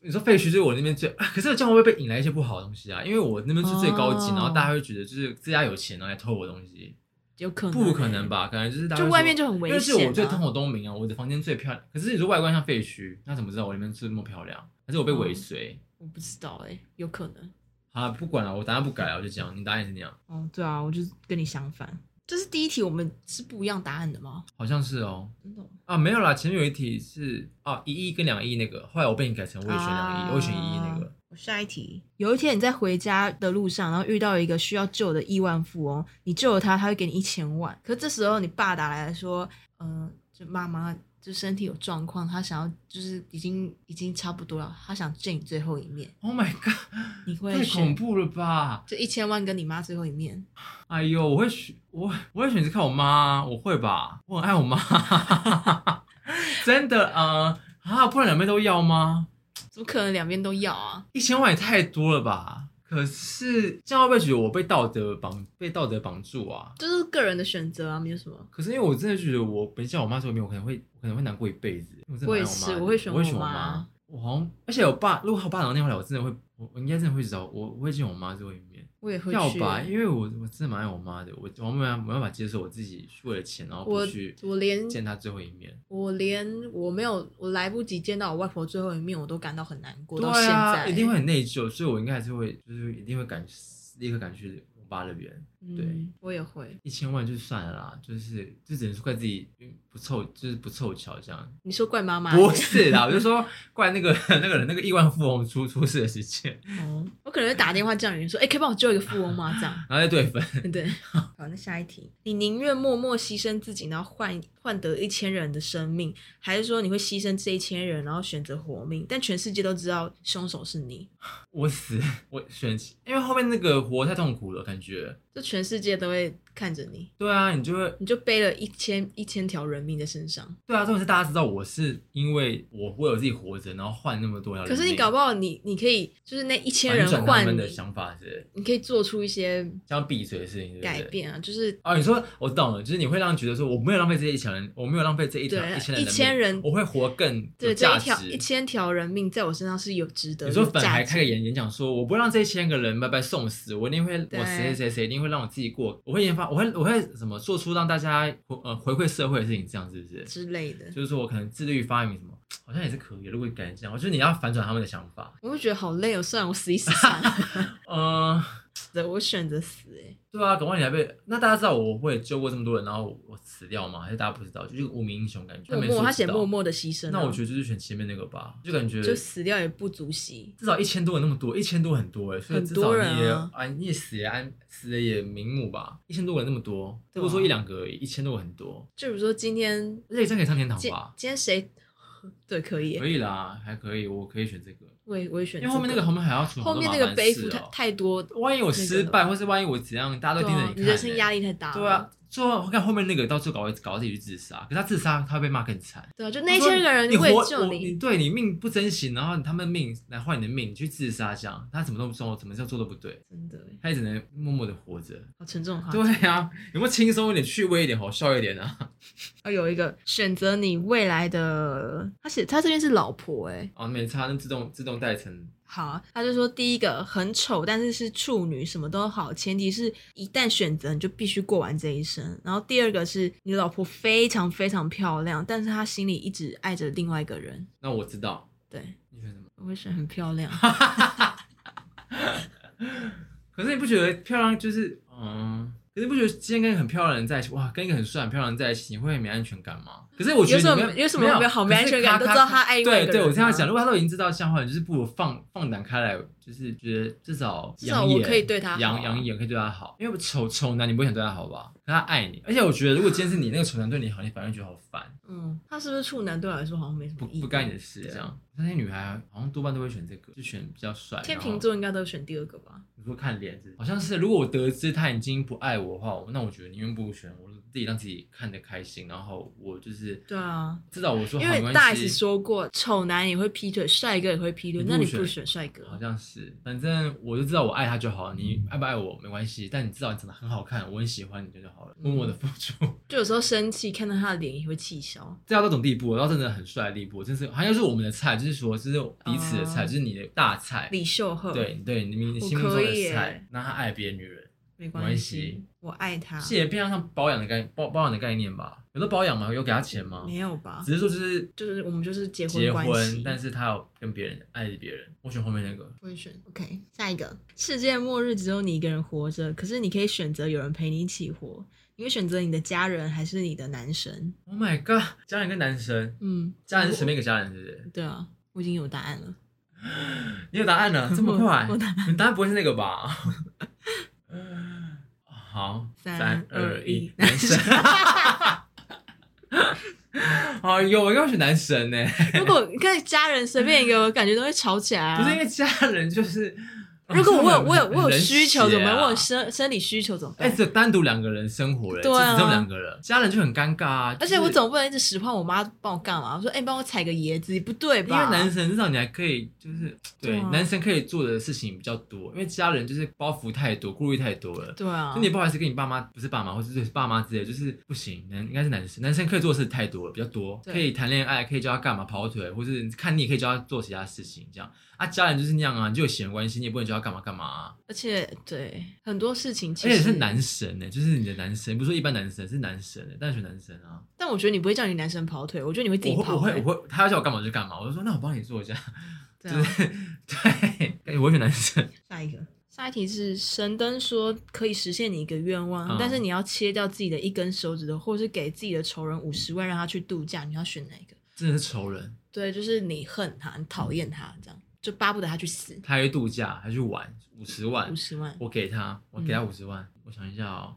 [SPEAKER 1] 你说废墟就是我那边最，啊可是这样会不会被引来一些不好的东西啊？因为我那边是最高级，
[SPEAKER 2] 哦
[SPEAKER 1] 然后大家会觉得就是自家有钱然后来偷我东西，
[SPEAKER 2] 有可能、欸
[SPEAKER 1] 不可能？吧？可能就是大家
[SPEAKER 2] 就
[SPEAKER 1] 会
[SPEAKER 2] 外
[SPEAKER 1] 说
[SPEAKER 2] 面就很
[SPEAKER 1] 因为
[SPEAKER 2] 危
[SPEAKER 1] 是
[SPEAKER 2] 险、啊。
[SPEAKER 1] 我最通我东明啊，我的房间最漂亮。可是你说外观像废墟，那怎么知道我里面这么漂亮？还是我被尾
[SPEAKER 2] 嗯
[SPEAKER 1] 随？
[SPEAKER 2] 我不知道哎、有可能。
[SPEAKER 1] 啊，不管了，我答案不改了，我就这样。你答案也是那样，
[SPEAKER 2] 哦，对啊，我就是跟你相反。这是第一题，我们是不一样答案的吗？
[SPEAKER 1] 好像是哦。
[SPEAKER 2] 真的哦？
[SPEAKER 1] 啊，没有啦，前面有一题是啊一亿跟两亿那个，后来我被你改成我也选两亿，
[SPEAKER 2] 啊
[SPEAKER 1] 我也选一亿那个。
[SPEAKER 2] 我下一题，有一天你在回家的路上，然后遇到一个需要救的亿万富翁，你救了他，他会给你一千万。可这时候你爸打来说，嗯、就妈妈就身体有状况，他想要就是已经已经差不多了，他想见你最后一面，
[SPEAKER 1] Oh my god，
[SPEAKER 2] 你会
[SPEAKER 1] 太恐
[SPEAKER 2] 选
[SPEAKER 1] 怖了吧！
[SPEAKER 2] 这一千万跟你妈最后一面？
[SPEAKER 1] 哎呦，我会选我我会选择看我妈啊，我会吧，我很爱我妈， 真的，嗯、啊，不然两边都要吗？
[SPEAKER 2] 怎么可能两边都要啊？
[SPEAKER 1] 一千万也太多了吧？可是这样会不会觉得我被道德绑被道德绑住啊？
[SPEAKER 2] 就是个人的选择啊，没有什么。
[SPEAKER 1] 可是因为我真的觉得我本像我妈这边，我可能会我可能会难过一辈子。因为真的
[SPEAKER 2] 我也
[SPEAKER 1] 蛮爱
[SPEAKER 2] 是
[SPEAKER 1] 我妈的
[SPEAKER 2] 我
[SPEAKER 1] 我
[SPEAKER 2] 会选
[SPEAKER 1] 我
[SPEAKER 2] 我妈
[SPEAKER 1] 妈。我好像，而且我爸，如果我爸打电话来，我真的会，我我应该真的会知道，我我会见我妈最后一面。
[SPEAKER 2] 我也会
[SPEAKER 1] 要
[SPEAKER 2] 去
[SPEAKER 1] 吧，因为我我真的蛮爱我妈的，我我没有没办法接受我自己为了钱然后不
[SPEAKER 2] 我
[SPEAKER 1] 去
[SPEAKER 2] 我连
[SPEAKER 1] 见她最后一面。
[SPEAKER 2] 我连我没有我来不及见到我外婆最后一面，我都感到很难过。到
[SPEAKER 1] 对
[SPEAKER 2] 现
[SPEAKER 1] 啊，
[SPEAKER 2] 在
[SPEAKER 1] 一定会很内疚，所以我应该还是会就是一定会赶立刻赶去我爸那边。对
[SPEAKER 2] 嗯，我也会。
[SPEAKER 1] 一千万就算了啦，就是就只能说怪自己不凑，就是不凑巧这样。
[SPEAKER 2] 你说怪妈妈？
[SPEAKER 1] 不是啦，我就说怪那个那个人那个亿万富翁出出事的事情，，
[SPEAKER 2] 哦，我可能会打电话叫人说，哎、可以帮我救一个富翁吗？这样
[SPEAKER 1] 然后再对分。
[SPEAKER 2] 对。 好，那下一题，你宁愿默默牺牲自己，然后换换得一千人的生命，还是说你会牺牲这一千人，然后选择活命？但全世界都知道凶手是你，
[SPEAKER 1] 我死，我选，因为后面那个活太痛苦了，感觉。
[SPEAKER 2] 就全世界都会看着你，
[SPEAKER 1] 对啊，你就会
[SPEAKER 2] 你就背了一千一千条人命在身上。
[SPEAKER 1] 对啊，重点是大家知道我是因为我为我自己活着，然后换那么多条人
[SPEAKER 2] 可
[SPEAKER 1] 命。
[SPEAKER 2] 是你搞不好你，你可以就是那一千人
[SPEAKER 1] 反转他
[SPEAKER 2] 换
[SPEAKER 1] 们
[SPEAKER 2] 你
[SPEAKER 1] 的，想法是
[SPEAKER 2] 你可以做出一些
[SPEAKER 1] 像闭嘴的事情，对不对
[SPEAKER 2] 改。变啊，就是
[SPEAKER 1] 哦，你说我懂了，就是你会让觉得说我没有浪费这一千人，我没有浪费这一条
[SPEAKER 2] 对
[SPEAKER 1] 一千人的命，
[SPEAKER 2] 1000人
[SPEAKER 1] 我会活更有
[SPEAKER 2] 对这
[SPEAKER 1] 价
[SPEAKER 2] 一
[SPEAKER 1] 值
[SPEAKER 2] 条。一千条人命在我身上是有值得
[SPEAKER 1] 你说
[SPEAKER 2] 有
[SPEAKER 1] 粉还
[SPEAKER 2] 价值
[SPEAKER 1] 开个演演讲说，我不会让这一千个人白白送死，我一定会，
[SPEAKER 2] 对
[SPEAKER 1] 我谁谁谁谁一定会让我自己过，我会研发，我会我会怎么做出让大家回呃回馈社会的事情，这样是不是？
[SPEAKER 2] 之类的，
[SPEAKER 1] 就是说我可能自律发明什么，好像也是可以。如果改成这样，我觉得你要反转他们的想法。
[SPEAKER 2] 我会觉得好累哦。算了，我死一死算了，
[SPEAKER 1] 嗯、
[SPEAKER 2] 对我选择死、欸。
[SPEAKER 1] 对啊，搞不好你还被那大家知道我会救过这么多人，然后我我死掉吗？还是大家不知道，就是无名英雄感觉。
[SPEAKER 2] 默
[SPEAKER 1] 没人
[SPEAKER 2] 默
[SPEAKER 1] 说
[SPEAKER 2] 他
[SPEAKER 1] 知
[SPEAKER 2] 写
[SPEAKER 1] 道
[SPEAKER 2] 默默的牺牲啊、
[SPEAKER 1] 那我觉得就是选前面那个吧，就感觉
[SPEAKER 2] 就死掉也不足惜。
[SPEAKER 1] 至少一千多人那么多，一千多很多哎，所以
[SPEAKER 2] 很
[SPEAKER 1] 至少
[SPEAKER 2] 多
[SPEAKER 1] 你
[SPEAKER 2] 人
[SPEAKER 1] 也
[SPEAKER 2] 啊
[SPEAKER 1] 你也死也安死的也瞑目吧，一千多个人那么多，
[SPEAKER 2] 对
[SPEAKER 1] 如
[SPEAKER 2] 啊
[SPEAKER 1] 果说一两个而已，一千多个很多，
[SPEAKER 2] 就比如说今天
[SPEAKER 1] 而且这样可以上天堂
[SPEAKER 2] 今
[SPEAKER 1] 吧？
[SPEAKER 2] 今天谁 对可以、
[SPEAKER 1] 可
[SPEAKER 2] 欸，
[SPEAKER 1] 以啦，还可以，我可以选这个，
[SPEAKER 2] 我也我也选、
[SPEAKER 1] 因
[SPEAKER 2] 这
[SPEAKER 1] 为后面那个后面还要处理很
[SPEAKER 2] 后
[SPEAKER 1] 多
[SPEAKER 2] 面那
[SPEAKER 1] 麻
[SPEAKER 2] 个
[SPEAKER 1] 烦
[SPEAKER 2] 背
[SPEAKER 1] 事
[SPEAKER 2] 负太
[SPEAKER 1] 哦
[SPEAKER 2] 太多，
[SPEAKER 1] 万一我失败，或是万一我怎样，大家
[SPEAKER 2] 对
[SPEAKER 1] 都盯着
[SPEAKER 2] 啊
[SPEAKER 1] 看，，欸
[SPEAKER 2] 你人生压
[SPEAKER 1] 力
[SPEAKER 2] 力太大了。
[SPEAKER 1] 对啊，最后我看后面那个到最后搞搞到自己去自杀，可是他自杀他会被骂更惨。
[SPEAKER 2] 对啊，就那一千个人
[SPEAKER 1] 你
[SPEAKER 2] 为
[SPEAKER 1] 活
[SPEAKER 2] 了救
[SPEAKER 1] 我你对你命不珍惜，然后他们命来换你的命，你去自杀，这样他怎么都不做，怎么叫做都不对，
[SPEAKER 2] 真的欸。
[SPEAKER 1] 他也只能默默的活着。
[SPEAKER 2] 好沉重哈。
[SPEAKER 1] 对啊，有没有轻松一点、趣味一点、好笑一点啊？
[SPEAKER 2] 要有一个选择你未来的，他写他这边是老婆哎、
[SPEAKER 1] 啊，没差，那自动自动代成。
[SPEAKER 2] 好，他就说第一个很丑，但是是处女，什么都好，前提是一旦选择你就必须过完这一生。然后第二个是你老婆非常非常漂亮，但是她心里一直爱着另外一个人。
[SPEAKER 1] 那我知道，
[SPEAKER 2] 对，
[SPEAKER 1] 你选什么？
[SPEAKER 2] 我会选很漂亮，
[SPEAKER 1] 可是你不觉得漂亮就是嗯？可是你不觉得今天跟一个很漂亮的人在一起，哇，跟一个很帅很漂亮的人在一起，你会很没安全感吗？可是我觉
[SPEAKER 2] 有什
[SPEAKER 1] 得你
[SPEAKER 2] 么
[SPEAKER 1] 没
[SPEAKER 2] 有什么
[SPEAKER 1] 没
[SPEAKER 2] 没有好没
[SPEAKER 1] 可是
[SPEAKER 2] 安全感
[SPEAKER 1] 咔
[SPEAKER 2] 都
[SPEAKER 1] 咔
[SPEAKER 2] 知道他爱另外一
[SPEAKER 1] 对
[SPEAKER 2] 个
[SPEAKER 1] 对，
[SPEAKER 2] 人
[SPEAKER 1] 我这样
[SPEAKER 2] 啊
[SPEAKER 1] 讲，如果他都已经知道像话，你就是不如放放胆开来，就是觉得至少
[SPEAKER 2] 至少
[SPEAKER 1] 养
[SPEAKER 2] 我
[SPEAKER 1] 眼
[SPEAKER 2] 可以对他好
[SPEAKER 1] 养
[SPEAKER 2] 啊
[SPEAKER 1] 养眼，可以对他好。因为丑丑男你不会想对他好吧？可他爱你，而且我觉得如果今天是你那个丑男对你好，你反而觉得好烦。
[SPEAKER 2] 嗯，他是不是处男对我来说好像没什
[SPEAKER 1] 不
[SPEAKER 2] 么意义。啊
[SPEAKER 1] 不干你的事，这样那些女孩好像多半都会选这个，就选比较帅。
[SPEAKER 2] 天
[SPEAKER 1] 然后
[SPEAKER 2] 秤座应该都选第二个吧？
[SPEAKER 1] 你说看脸是不是，好像是。如果我得知他已经不爱我我的话，我那我觉得宁愿不如选我自己让自己看得开心，然后我就是
[SPEAKER 2] 对 啊，
[SPEAKER 1] 至少我说
[SPEAKER 2] 因
[SPEAKER 1] 好没
[SPEAKER 2] 为
[SPEAKER 1] 关
[SPEAKER 2] 大
[SPEAKER 1] 系
[SPEAKER 2] S 说过，丑男也会劈腿，帅哥也会劈腿，
[SPEAKER 1] 你
[SPEAKER 2] 那
[SPEAKER 1] 不
[SPEAKER 2] 你
[SPEAKER 1] 选
[SPEAKER 2] 不选帅哥？
[SPEAKER 1] 好像是，反正我就知道我爱他就好，你
[SPEAKER 2] 嗯
[SPEAKER 1] 爱不爱我没关系，但你至少你长得很好看，我很喜欢你就就好
[SPEAKER 2] 嗯
[SPEAKER 1] 了，默默的付出。
[SPEAKER 2] 就有时候生气，看到他的脸也会气消。
[SPEAKER 1] 这要到这种地步，到真的很帅的地步，真是好像是我们的菜，就是说，就是彼此的菜，
[SPEAKER 2] 哦
[SPEAKER 1] 就是你的大菜，
[SPEAKER 2] 李秀赫，
[SPEAKER 1] 对，对，你你
[SPEAKER 2] 我
[SPEAKER 1] 心目中
[SPEAKER 2] 可以
[SPEAKER 1] 的
[SPEAKER 2] 耶啊
[SPEAKER 1] 菜，让他爱别的女人，
[SPEAKER 2] 没
[SPEAKER 1] 没
[SPEAKER 2] 关
[SPEAKER 1] 关
[SPEAKER 2] 系
[SPEAKER 1] 系，
[SPEAKER 2] 我爱他，
[SPEAKER 1] 是也变相像包养的概包包养的概念吧？有的包养吗？有给他钱吗？
[SPEAKER 2] 没有吧？
[SPEAKER 1] 只是说就是
[SPEAKER 2] 就是我们就是结
[SPEAKER 1] 结
[SPEAKER 2] 关系
[SPEAKER 1] 婚，，但是他有跟别人爱着别人，我选后面那个，
[SPEAKER 2] 我会选 OK，下一个，世界末日只有你一个人活着，可是你可以选择有人陪你一起活，你会选择你的家人还是你的男神？
[SPEAKER 1] Oh my god！家人跟男神，
[SPEAKER 2] 嗯，
[SPEAKER 1] 家人是随便一个家人，是不是？
[SPEAKER 2] 对啊，我已经有答案了。
[SPEAKER 1] 你有答案 了，这么快
[SPEAKER 2] 我我答？
[SPEAKER 1] 你答案不会是那个 吧？好，
[SPEAKER 2] 三
[SPEAKER 1] 三
[SPEAKER 2] 二
[SPEAKER 1] 二
[SPEAKER 2] 一
[SPEAKER 1] 一，男神。 哎呦，我要选男神呢，
[SPEAKER 2] 如果跟家人随便一个，我感觉都会吵起来、啊。
[SPEAKER 1] 不是因为 家人就是。 哦
[SPEAKER 2] 如果我有我有
[SPEAKER 1] 很
[SPEAKER 2] 我有
[SPEAKER 1] 冷
[SPEAKER 2] 需求怎么办？
[SPEAKER 1] 血啊
[SPEAKER 2] 我有生生理需求怎么
[SPEAKER 1] 哎，
[SPEAKER 2] 办？
[SPEAKER 1] 只有单独两个人生活了，
[SPEAKER 2] 对
[SPEAKER 1] 就
[SPEAKER 2] 啊
[SPEAKER 1] 只有两个人，家人就很尴尬啊。就
[SPEAKER 2] 而
[SPEAKER 1] 是
[SPEAKER 2] 且我总不能一直使唤我妈帮我干嘛？我说，哎、你帮我采个椰子，不对
[SPEAKER 1] 因
[SPEAKER 2] 吧？
[SPEAKER 1] 为男神至少你还可以，就是
[SPEAKER 2] 对
[SPEAKER 1] 对
[SPEAKER 2] 啊
[SPEAKER 1] 男神可以做的事情比较多，因为家人就是包袱太多，顾虑太多了。
[SPEAKER 2] 对啊
[SPEAKER 1] 就，你不好意思跟你爸妈，不是爸妈，或者是爸妈之类，就是不行，男应该是男生，男生可以做的事太多了，比较多，
[SPEAKER 2] 对
[SPEAKER 1] 可以谈恋爱，可以教他干嘛，跑腿，或是看你也可以教他做其他事情，这样啊，家人就是那样啊，你就有血缘关系，你也不能教他干嘛干嘛、啊，
[SPEAKER 2] 而且对很多事情其
[SPEAKER 1] 而
[SPEAKER 2] 实
[SPEAKER 1] 且是，男神呢、就是你的男神，不是说一般男神，是男神、欸，当然选男神啊，
[SPEAKER 2] 但我觉得你不会叫你男生跑腿，我觉得你会自己
[SPEAKER 1] 我会
[SPEAKER 2] 跑
[SPEAKER 1] 我
[SPEAKER 2] 腿。
[SPEAKER 1] 会我会，他要叫我干嘛我就干嘛，我就说那我帮你做一下，
[SPEAKER 2] 对
[SPEAKER 1] 就
[SPEAKER 2] 啊，
[SPEAKER 1] 是 对，哎我会选男神，
[SPEAKER 2] 下一个。下一题是神灯说可以实现你一个愿望，
[SPEAKER 1] 嗯
[SPEAKER 2] 但是你要切掉自己的一根手指头，或是给自己的仇人五十万让他去度假，你要选哪一个？
[SPEAKER 1] 真的是仇人，
[SPEAKER 2] 对，就是你恨他，你讨厌他，这样就巴不得他去 死。
[SPEAKER 1] 他还去度假，还去玩五十万
[SPEAKER 2] 五，十万，
[SPEAKER 1] 我给他，我给他五十万，我想一下哦。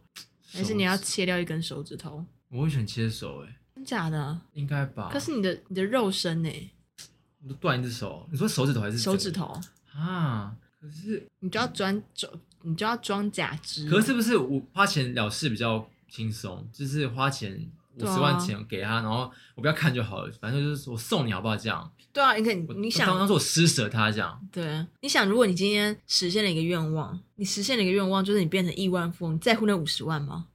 [SPEAKER 2] 还是你要切掉一根手指头？
[SPEAKER 1] 我会选切手、欸，
[SPEAKER 2] 真假的啊？
[SPEAKER 1] 应该吧？
[SPEAKER 2] 可是你的你的肉身呢、
[SPEAKER 1] 你断一只手，你说手指头还是
[SPEAKER 2] 手指
[SPEAKER 1] 整个
[SPEAKER 2] 头，
[SPEAKER 1] 啊？可是
[SPEAKER 2] 你就要装装，你就要装假肢。
[SPEAKER 1] 可是是不是我花钱了事比较轻松？就是花钱五
[SPEAKER 2] 对啊
[SPEAKER 1] 十万钱给他，然后我不要看就好了，反正就是我送你好不好？这样，
[SPEAKER 2] 对啊，你看
[SPEAKER 1] 我
[SPEAKER 2] 你
[SPEAKER 1] 当
[SPEAKER 2] 想
[SPEAKER 1] 当做我施舍他这样，
[SPEAKER 2] 对啊，你想，如果你今天实现了一个愿望，你实现了一个愿望，就是你变成亿万富翁，你在乎那五十万吗？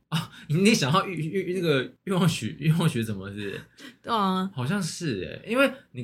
[SPEAKER 1] 你你想要欲欲欲那个欲望许欲望许怎么是？
[SPEAKER 2] 对啊，
[SPEAKER 1] 好像是哎、因为你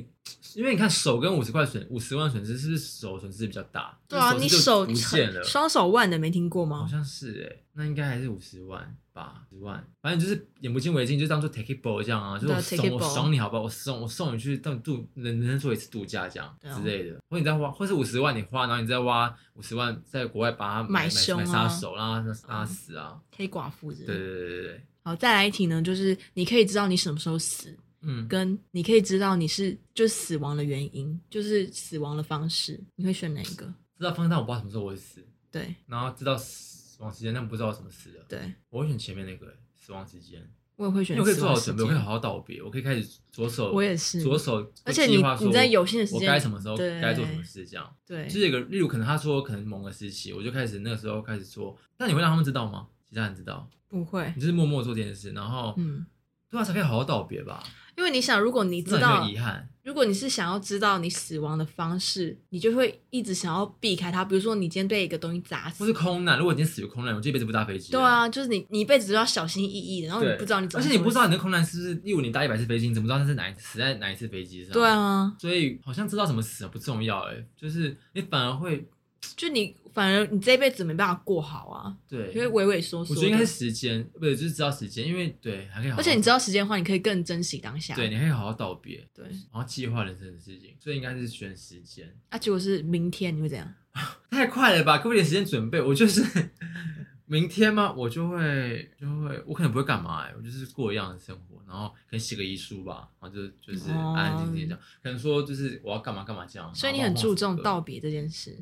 [SPEAKER 1] 因为你看手跟五十块损五十万损失，是不是手损失比较大？
[SPEAKER 2] 对啊，
[SPEAKER 1] 就
[SPEAKER 2] 你
[SPEAKER 1] 指就
[SPEAKER 2] 手
[SPEAKER 1] 不见了，
[SPEAKER 2] 双手腕的没听过
[SPEAKER 1] 好
[SPEAKER 2] 吗？
[SPEAKER 1] 像是哎、那应该还是五十万吧，十万，反正就是眼不见为净，就当做 take it ball 这样啊，就是
[SPEAKER 2] 对啊
[SPEAKER 1] 我送
[SPEAKER 2] take it
[SPEAKER 1] 我
[SPEAKER 2] ball
[SPEAKER 1] 爽你好不好？我送我送你去当度人人生做一次度假这样
[SPEAKER 2] 对啊
[SPEAKER 1] 之类的，或者你再花，或是五十万你花，然后你再挖五十万在国外把它
[SPEAKER 2] 买
[SPEAKER 1] 买
[SPEAKER 2] 凶
[SPEAKER 1] 买
[SPEAKER 2] 啊嗯
[SPEAKER 1] 杀手，让它让它死啊，
[SPEAKER 2] 黑寡妇之类
[SPEAKER 1] 对
[SPEAKER 2] 的。
[SPEAKER 1] 对对对对，
[SPEAKER 2] 好，再来一题呢，就是你可以知道你什么时候死，
[SPEAKER 1] 嗯，
[SPEAKER 2] 跟你可以知道你是就是死亡的原因，就是死亡的方式，你会选哪一个？
[SPEAKER 1] 知道方向，但我不知道什么时候我会死，
[SPEAKER 2] 对
[SPEAKER 1] 然后知道死亡时间，但不知道我什么死的，
[SPEAKER 2] 对，
[SPEAKER 1] 我会选前面那个、死亡时间，
[SPEAKER 2] 我也会
[SPEAKER 1] 因
[SPEAKER 2] 选
[SPEAKER 1] 为我可以
[SPEAKER 2] 死
[SPEAKER 1] 做好
[SPEAKER 2] 亡时
[SPEAKER 1] 准备，我可以
[SPEAKER 2] 间。
[SPEAKER 1] 好好道别，我可以开始左手，
[SPEAKER 2] 我也是，
[SPEAKER 1] 左手，
[SPEAKER 2] 而且你你在有限的时间
[SPEAKER 1] 我该什么时候
[SPEAKER 2] 对
[SPEAKER 1] 该做什么事，这样
[SPEAKER 2] 对
[SPEAKER 1] 就是一个，例如可能他说可能某个时期，我就开始那个时候开始做，那你会让他们知道吗？其他人知道，
[SPEAKER 2] 不会
[SPEAKER 1] 你，就是默默做这件事，然后
[SPEAKER 2] 嗯，
[SPEAKER 1] 对啊，才可以好好道别吧，
[SPEAKER 2] 因为你想，如果你知
[SPEAKER 1] 这样
[SPEAKER 2] 道
[SPEAKER 1] 没有遗憾。
[SPEAKER 2] 如果你是想要知道你死亡的方式，你就会一直想要避开它。比如说，你今天被一个东西砸
[SPEAKER 1] 或
[SPEAKER 2] 死
[SPEAKER 1] 是，空难，如果你今天死于空难，我这辈子不搭飞机。
[SPEAKER 2] 对，啊，就是你你一辈子都要小心翼翼的，然后你
[SPEAKER 1] 对，
[SPEAKER 2] 不知道你怎
[SPEAKER 1] 而
[SPEAKER 2] 么，
[SPEAKER 1] 且你不知道你的空难是不是，例如你搭一百次飞机，你怎么知道那是哪一死在哪一次飞机上？
[SPEAKER 2] 对，啊，
[SPEAKER 1] 所以好像知道怎么死不重要，哎，就是你反而会
[SPEAKER 2] 就你反而你这一辈子没办法过好啊，
[SPEAKER 1] 对，
[SPEAKER 2] 因为畏畏缩缩
[SPEAKER 1] 我
[SPEAKER 2] 的。
[SPEAKER 1] 觉得应该是时间，不是就是知道时间，因为对还可以好好，
[SPEAKER 2] 而且你知道时间的话，你可以更珍惜当下。
[SPEAKER 1] 对，你可以好好道别，
[SPEAKER 2] 对，
[SPEAKER 1] 然后计划人生的事情，所以应该是选时间。
[SPEAKER 2] 啊，结果是明天你会怎样？
[SPEAKER 1] 太快了吧，给我点时间准备。我就是 明天吗？我就会就会，我可能不会干嘛、欸，我就是过一样的生活，然后可能写个遗书吧，然后就就是
[SPEAKER 2] 哦
[SPEAKER 1] 安安静静这样。可能说就是我要干嘛干嘛这样。
[SPEAKER 2] 所以你
[SPEAKER 1] 然后
[SPEAKER 2] 很
[SPEAKER 1] 画
[SPEAKER 2] 注
[SPEAKER 1] 画什么
[SPEAKER 2] 重
[SPEAKER 1] 的
[SPEAKER 2] 道。别这件事。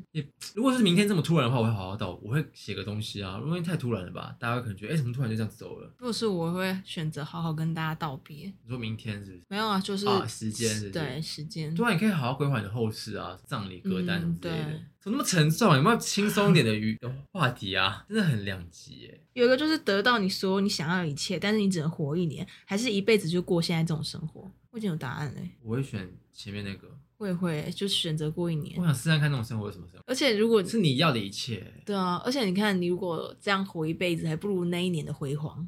[SPEAKER 1] 如果是明天这么突然的话，我会好好道，我会写个东西啊。因为太突然了吧，大家会可能觉得，哎、怎么突然就这样走了？
[SPEAKER 2] 如果是我会选择好好跟大家道别。
[SPEAKER 1] 你说明天是不是？
[SPEAKER 2] 没有啊，就是
[SPEAKER 1] 啊时间是不是
[SPEAKER 2] 对时间，
[SPEAKER 1] 对啊，你可以好好规划你的后事啊，葬礼歌单什么
[SPEAKER 2] 嗯，
[SPEAKER 1] 之类
[SPEAKER 2] 对
[SPEAKER 1] 的。，怎么那么沉重？啊有没有轻松一点的 语话题啊？真的很两极耶。
[SPEAKER 2] 有一个就是得到你所有你想要的一切，但是你只能活一年，还是一辈子就过现在这种生活？我已经有答案嘞、
[SPEAKER 1] 我会选前面那个，
[SPEAKER 2] 我也会就选择过一年
[SPEAKER 1] 我。想试试看那种生活是什么生活，
[SPEAKER 2] 而且如果
[SPEAKER 1] 是你要的一切，
[SPEAKER 2] 对啊，而且你看，你如果这样活一辈子，还不如那一年的辉煌。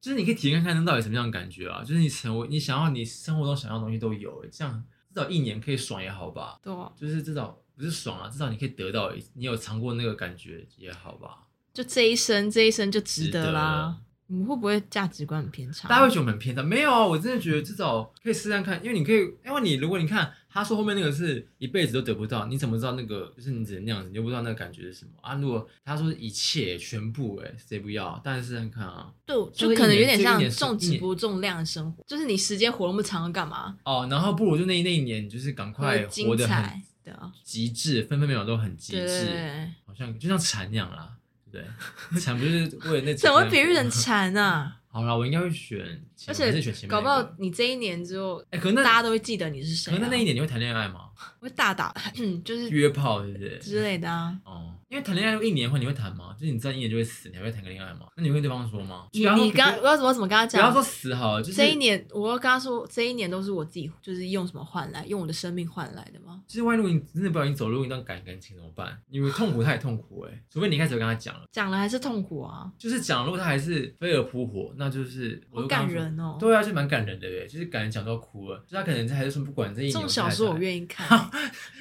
[SPEAKER 1] 就是你可以体验看看那到底什么样的感觉啊？就是你成为你想要你生活中想要的东西都有耶，这样至少一年可以爽也好吧？
[SPEAKER 2] 对、啊，
[SPEAKER 1] 就是至少不是爽啊，至少你可以得到，你有尝过那个感觉也好吧？
[SPEAKER 2] 就这一生，这一生就值
[SPEAKER 1] 值得
[SPEAKER 2] 得啦
[SPEAKER 1] 了。
[SPEAKER 2] 你们会不会价值观很偏差？
[SPEAKER 1] 大家会觉得我们很偏袒，没有啊，我真的觉得至少可以试试看，因为你可以，因为你如果你看他说后面那个是一辈子都得不到，你怎么知道那个就是你只能那样子，你又不知道那个感觉是什么啊？如果他说一切全部、欸，哎，谁不要？当然试试看啊。
[SPEAKER 2] 对，
[SPEAKER 1] 这
[SPEAKER 2] 就
[SPEAKER 1] 个一
[SPEAKER 2] 可能有
[SPEAKER 1] 年
[SPEAKER 2] 点
[SPEAKER 1] 这个一
[SPEAKER 2] 像
[SPEAKER 1] 年是
[SPEAKER 2] 重
[SPEAKER 1] 一
[SPEAKER 2] 质
[SPEAKER 1] 年
[SPEAKER 2] 不重量的生活，就是你时间活那么长要干嘛？
[SPEAKER 1] 哦，然后不如就那一那一年，就是赶快
[SPEAKER 2] 活得
[SPEAKER 1] 活
[SPEAKER 2] 精
[SPEAKER 1] 得很
[SPEAKER 2] 彩，对啊，
[SPEAKER 1] 极致，分分秒秒都很极
[SPEAKER 2] 对对
[SPEAKER 1] 致，
[SPEAKER 2] 对，
[SPEAKER 1] 好像就像蝉那样啦，对不对？蝉不就是为了那几
[SPEAKER 2] 怎么
[SPEAKER 1] 个
[SPEAKER 2] 比喻
[SPEAKER 1] 人
[SPEAKER 2] 人馋啊？
[SPEAKER 1] 好啦，我应该会选前，我
[SPEAKER 2] 而
[SPEAKER 1] 还
[SPEAKER 2] 且
[SPEAKER 1] 是 选前面
[SPEAKER 2] 搞
[SPEAKER 1] 那
[SPEAKER 2] 不
[SPEAKER 1] 个、
[SPEAKER 2] 好你这一年之后，
[SPEAKER 1] 哎、可能
[SPEAKER 2] 大
[SPEAKER 1] 那
[SPEAKER 2] 家都会记得你
[SPEAKER 1] 可
[SPEAKER 2] 是谁、啊，
[SPEAKER 1] 能那那一年你会谈恋爱吗？
[SPEAKER 2] 会大打，嗯就是
[SPEAKER 1] 约炮是不是？
[SPEAKER 2] 之类的啊。
[SPEAKER 1] 哦，因为谈恋爱一年的话，你会谈吗？就是你知道一年就会死，你还会谈个恋爱吗？那你会跟对方说吗？
[SPEAKER 2] 你
[SPEAKER 1] 不要说
[SPEAKER 2] 你刚我要怎么怎么跟他
[SPEAKER 1] 不要
[SPEAKER 2] 讲
[SPEAKER 1] 说？死好了，就是
[SPEAKER 2] 这一，年，我要跟他说，这一年都是我自己，就是用什么换来，用我的生命换来的吗？
[SPEAKER 1] 就是万一如果你真的不小心走入一段感感情怎么办？你会痛苦，他也痛苦哎、除非你一开始就跟他讲了，
[SPEAKER 2] 讲了还是痛苦啊，
[SPEAKER 1] 就是讲，如果他还是飞蛾扑火，那就是我
[SPEAKER 2] 好
[SPEAKER 1] 就跟他
[SPEAKER 2] 感
[SPEAKER 1] 说。
[SPEAKER 2] 人哦。
[SPEAKER 1] 对啊，就蛮感人的耶，就是感人讲到哭了，就是他可能还是说不管这一
[SPEAKER 2] 这
[SPEAKER 1] 年
[SPEAKER 2] 种
[SPEAKER 1] 我
[SPEAKER 2] 小
[SPEAKER 1] 太
[SPEAKER 2] 说
[SPEAKER 1] 太
[SPEAKER 2] 我愿意 看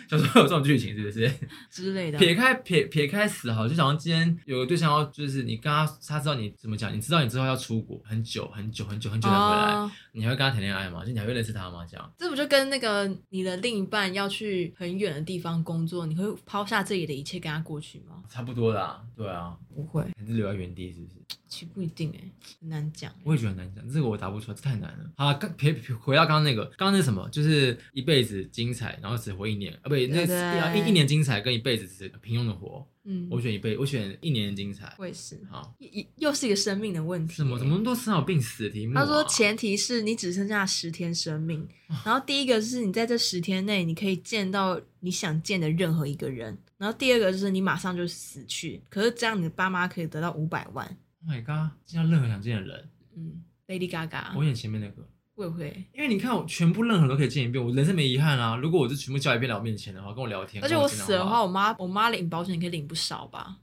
[SPEAKER 1] 小说有这种剧情是不是？
[SPEAKER 2] 之类的啊。
[SPEAKER 1] 撇开撇撇开死好，就想要今天有个对象要，就是你跟他，他知道你怎么讲，你知道你之后要出国很久很久很久很久才回来，
[SPEAKER 2] 哦，
[SPEAKER 1] 你还会跟他谈恋爱吗？就你还会认识他吗？这样
[SPEAKER 2] 这不就跟那个你的另一半要去很远的地方工作，你会抛下这里的一切跟他过去吗？
[SPEAKER 1] 差不多啦，对啊，
[SPEAKER 2] 不会，
[SPEAKER 1] 还是留在原地是不是？
[SPEAKER 2] 其实不一定哎、很难讲欸、
[SPEAKER 1] 我也觉得很难讲，这个我答不出来，这太难了。好啦，刚撇撇回到刚刚那个，刚刚那是什么，就是一辈子精彩，然后只活一年，啊不，那
[SPEAKER 2] 对对
[SPEAKER 1] 啊一一年精彩跟一辈子只平庸的活，
[SPEAKER 2] 嗯，
[SPEAKER 1] 我选一辈，我选一年精彩。
[SPEAKER 2] 我也是，
[SPEAKER 1] 好，
[SPEAKER 2] 又又是一个生命的问题、
[SPEAKER 1] 什么什？么都是有病死的题目、啊。
[SPEAKER 2] 他说，前提是你只剩下十天 生命，然后第一个是你在这十天内你可以见到你想见的任何一个人，然后第二个就是你马上就死去，可是这样你的爸妈可以得到五百万。
[SPEAKER 1] Oh my god，见到任何想见的人，
[SPEAKER 2] 嗯，Lady Gaga，
[SPEAKER 1] 我选前面那个。
[SPEAKER 2] 我也会，
[SPEAKER 1] 因为你看，我全部任何都可以见一遍，我人生没遗憾啊。如果我就全部交一遍来我面前的话，跟我聊天，
[SPEAKER 2] 而且
[SPEAKER 1] 跟
[SPEAKER 2] 我
[SPEAKER 1] 讲
[SPEAKER 2] 死了的话，我妈我妈领保险可以领不少吧？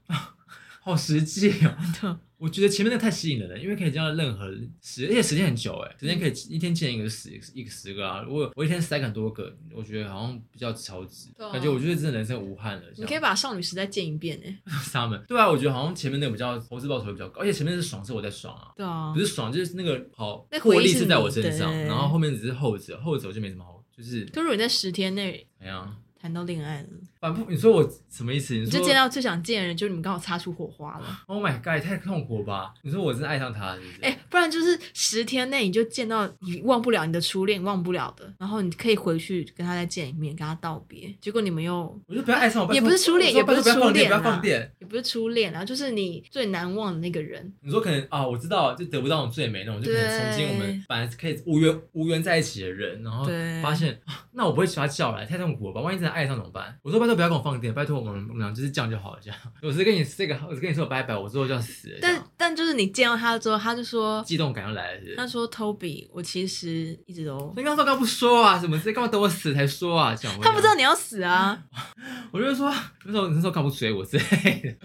[SPEAKER 1] 好实际哦。
[SPEAKER 2] 对
[SPEAKER 1] 我觉得前面那太吸引人了，因为可以见到任何时，而且时间很久哎，时间可以
[SPEAKER 2] 嗯
[SPEAKER 1] 一天见一个十一个十个啊。我我一天塞很多个，我觉得好像比较超值，
[SPEAKER 2] 对啊
[SPEAKER 1] 感觉我觉得真的人生无憾了。
[SPEAKER 2] 你可以把少女时代见一遍哎。
[SPEAKER 1] 他们对啊，我觉得好像前面那个比较投资报酬率比较高，而且前面是爽是我在爽啊，
[SPEAKER 2] 对啊
[SPEAKER 1] 不，是爽就是那个好
[SPEAKER 2] 那回忆
[SPEAKER 1] 获利
[SPEAKER 2] 是
[SPEAKER 1] 是在
[SPEAKER 2] 你
[SPEAKER 1] 我身上，
[SPEAKER 2] 的
[SPEAKER 1] 然后后面只是后者，后者我就没什么好，就是
[SPEAKER 2] 可如果你在十天内
[SPEAKER 1] 怎样。
[SPEAKER 2] 谈到恋爱了，
[SPEAKER 1] 反复，你说我什么意思？你
[SPEAKER 2] 你
[SPEAKER 1] 说
[SPEAKER 2] 就见到最想见的人，就是你们刚好擦出火花了。
[SPEAKER 1] Oh my god，也太痛苦了吧！你说我真的爱上他了，是不是？
[SPEAKER 2] 哎、不然就是十天内你就见到你忘不了你的初恋，忘不了的，然后你可以回去跟他再见一面，跟他道别。结果你们又
[SPEAKER 1] 我就不要爱上我，拜托
[SPEAKER 2] 也不是初恋
[SPEAKER 1] 我说
[SPEAKER 2] 也不是
[SPEAKER 1] 拜托不要放电
[SPEAKER 2] 初恋
[SPEAKER 1] 不
[SPEAKER 2] 啊
[SPEAKER 1] 要放电。
[SPEAKER 2] 也不是初恋啊，就是你最难忘的那个人。
[SPEAKER 1] 你说可能啊，我知道，就得不到我最美那种，就
[SPEAKER 2] 对
[SPEAKER 1] 可能曾经我们本来可以无缘无缘在一起的人，然后
[SPEAKER 2] 对
[SPEAKER 1] 发现、啊那我不会把他叫来，太痛苦了吧？万一真的爱上怎么办？我说拜托不要跟我放电，拜托我们我们俩就是这样就好了，这样。 我是跟你这个，我是跟你说拜拜，我之后就要死了，这
[SPEAKER 2] 但
[SPEAKER 1] 样
[SPEAKER 2] 但就是你见到他之后，他就说，
[SPEAKER 1] 激动感又来了，是不
[SPEAKER 2] 他
[SPEAKER 1] 是？
[SPEAKER 2] 说 Toby，我其实一直都
[SPEAKER 1] 那刚说刚不说啊，什么这干嘛等我死才说啊？这样
[SPEAKER 2] 他不知道你要死啊。
[SPEAKER 1] 我就说 那时候那时候干嘛不追我之类的，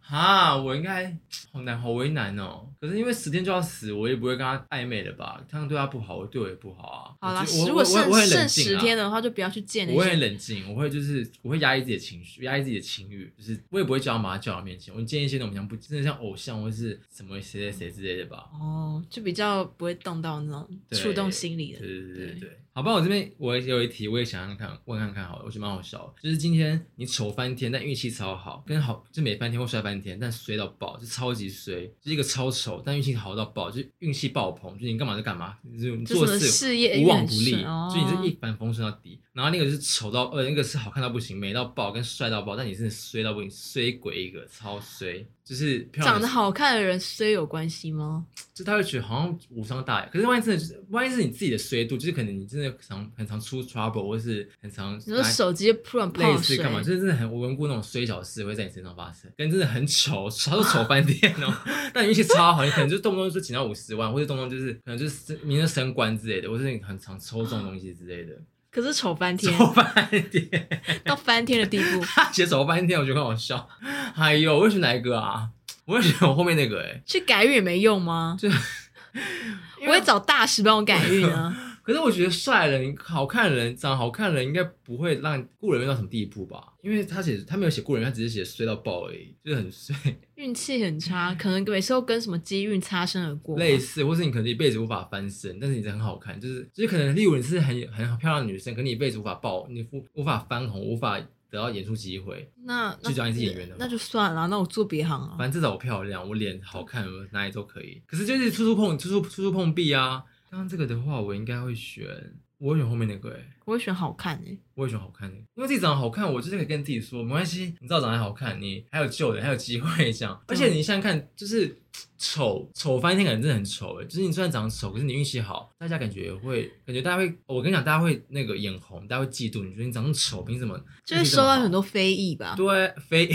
[SPEAKER 1] 啊，我应该好难好为难哦。可是因为十天就要死，我也不会跟他暧昧了吧？他对他不好，我对我也不好啊。
[SPEAKER 2] 好啦，
[SPEAKER 1] 我我
[SPEAKER 2] 如果
[SPEAKER 1] 我
[SPEAKER 2] 剩
[SPEAKER 1] 我会冷
[SPEAKER 2] 剩十
[SPEAKER 1] 静
[SPEAKER 2] 天
[SPEAKER 1] 啊。
[SPEAKER 2] 的话，就不要去见
[SPEAKER 1] 我
[SPEAKER 2] 那
[SPEAKER 1] 会
[SPEAKER 2] 些。
[SPEAKER 1] 冷静，我会就是我会压抑自己的情绪，压抑自己的情欲，就是我也不会叫他马上叫到面前。我建议一些那种像不真的像偶像或是什么谁谁谁之类的吧。
[SPEAKER 2] 哦，就比较不会动到那种
[SPEAKER 1] 对
[SPEAKER 2] 触动心理
[SPEAKER 1] 对
[SPEAKER 2] 的。
[SPEAKER 1] 对对
[SPEAKER 2] 对
[SPEAKER 1] 对，好吧，我这边我也有一题，我也想想看，问看看好了，我觉得蛮好笑的。就是今天你丑翻天，但运气超好，跟好就每翻天或摔翻天，但衰到爆，就超级衰，就是一个超丑，但运气好到爆，就是运气爆棚，就你干嘛就干嘛，就是你
[SPEAKER 2] 就
[SPEAKER 1] 做
[SPEAKER 2] 什么
[SPEAKER 1] 事
[SPEAKER 2] 事业
[SPEAKER 1] 无
[SPEAKER 2] 运
[SPEAKER 1] 往
[SPEAKER 2] 很
[SPEAKER 1] 不利，
[SPEAKER 2] 顺哦
[SPEAKER 1] 所以你就一帆风顺到底。然后那个是丑到，呃，那个是好看到不行，美到爆，跟帅到爆，但你真的衰到不行，衰鬼一个，超衰，就是漂亮
[SPEAKER 2] 长得好看的人虽有关系吗？
[SPEAKER 1] 就他会觉得好像无伤大雅。可是万一真的就是，万一是你自己的衰度，就是可能你真的的常很常出 trouble，或是很常
[SPEAKER 2] 你说手直接突然
[SPEAKER 1] 类
[SPEAKER 2] 泡
[SPEAKER 1] 似
[SPEAKER 2] 水，
[SPEAKER 1] 干嘛？就是真的很无缘无故那种衰小事会在你身上发生，跟真的很丑， 他说丑翻天哦。 但你运气超好，你可能就动不动就捡到五十万，或者动不动就是可能就是名人升官之类的，或是你很常抽中东西之类的，
[SPEAKER 2] 可是丑翻天，
[SPEAKER 1] 丑翻天，
[SPEAKER 2] 到翻天的地步。
[SPEAKER 1] 写丑翻天，我觉得很好笑。哎呦，我会选哪一个啊？我会选我后面那个哎、
[SPEAKER 2] 去改运也没用吗？
[SPEAKER 1] 就
[SPEAKER 2] 我会找大师帮我改运 啊。
[SPEAKER 1] 可是我觉得帅人、好看人、长好看人，应该不会让故人运到什么地步吧？因为他写他没有写故人运，他只是写衰到爆而已，就是很衰，
[SPEAKER 2] 运气很差，可能每次都跟什么机运擦身而过。
[SPEAKER 1] 类似，或是你可能一辈子无法翻身，但是你真的很好看，就是就是可能，例如你是很很漂亮的女生，可你一辈子无法爆，你无无法翻红，无法得到演出机会。
[SPEAKER 2] 那那
[SPEAKER 1] 就讲你是演员的嘛
[SPEAKER 2] 那就算了，那我做别行啊。
[SPEAKER 1] 反正至少我漂亮，我脸好看，我哪里都可以。可是就是处处碰，处处处处碰壁啊。刚刚这个的话，我应该会选，我会选后面那个、欸，
[SPEAKER 2] 我会选好看欸诶、
[SPEAKER 1] 我也选好看的，因为自己长得好看，我就是可以跟自己说，没关系，你知道长得好看，你还有救的，还有机会这样。而
[SPEAKER 2] 嗯
[SPEAKER 1] 且你想想看，就是丑丑翻天，感觉真的很丑哎。就是你虽然长得丑，可是你运气好，大家感觉会，感觉大家会，我跟你讲，大家会那个眼红，大家会嫉妒你，觉得你长得丑，凭什么？
[SPEAKER 2] 就会收到很多非议吧。
[SPEAKER 1] 对非。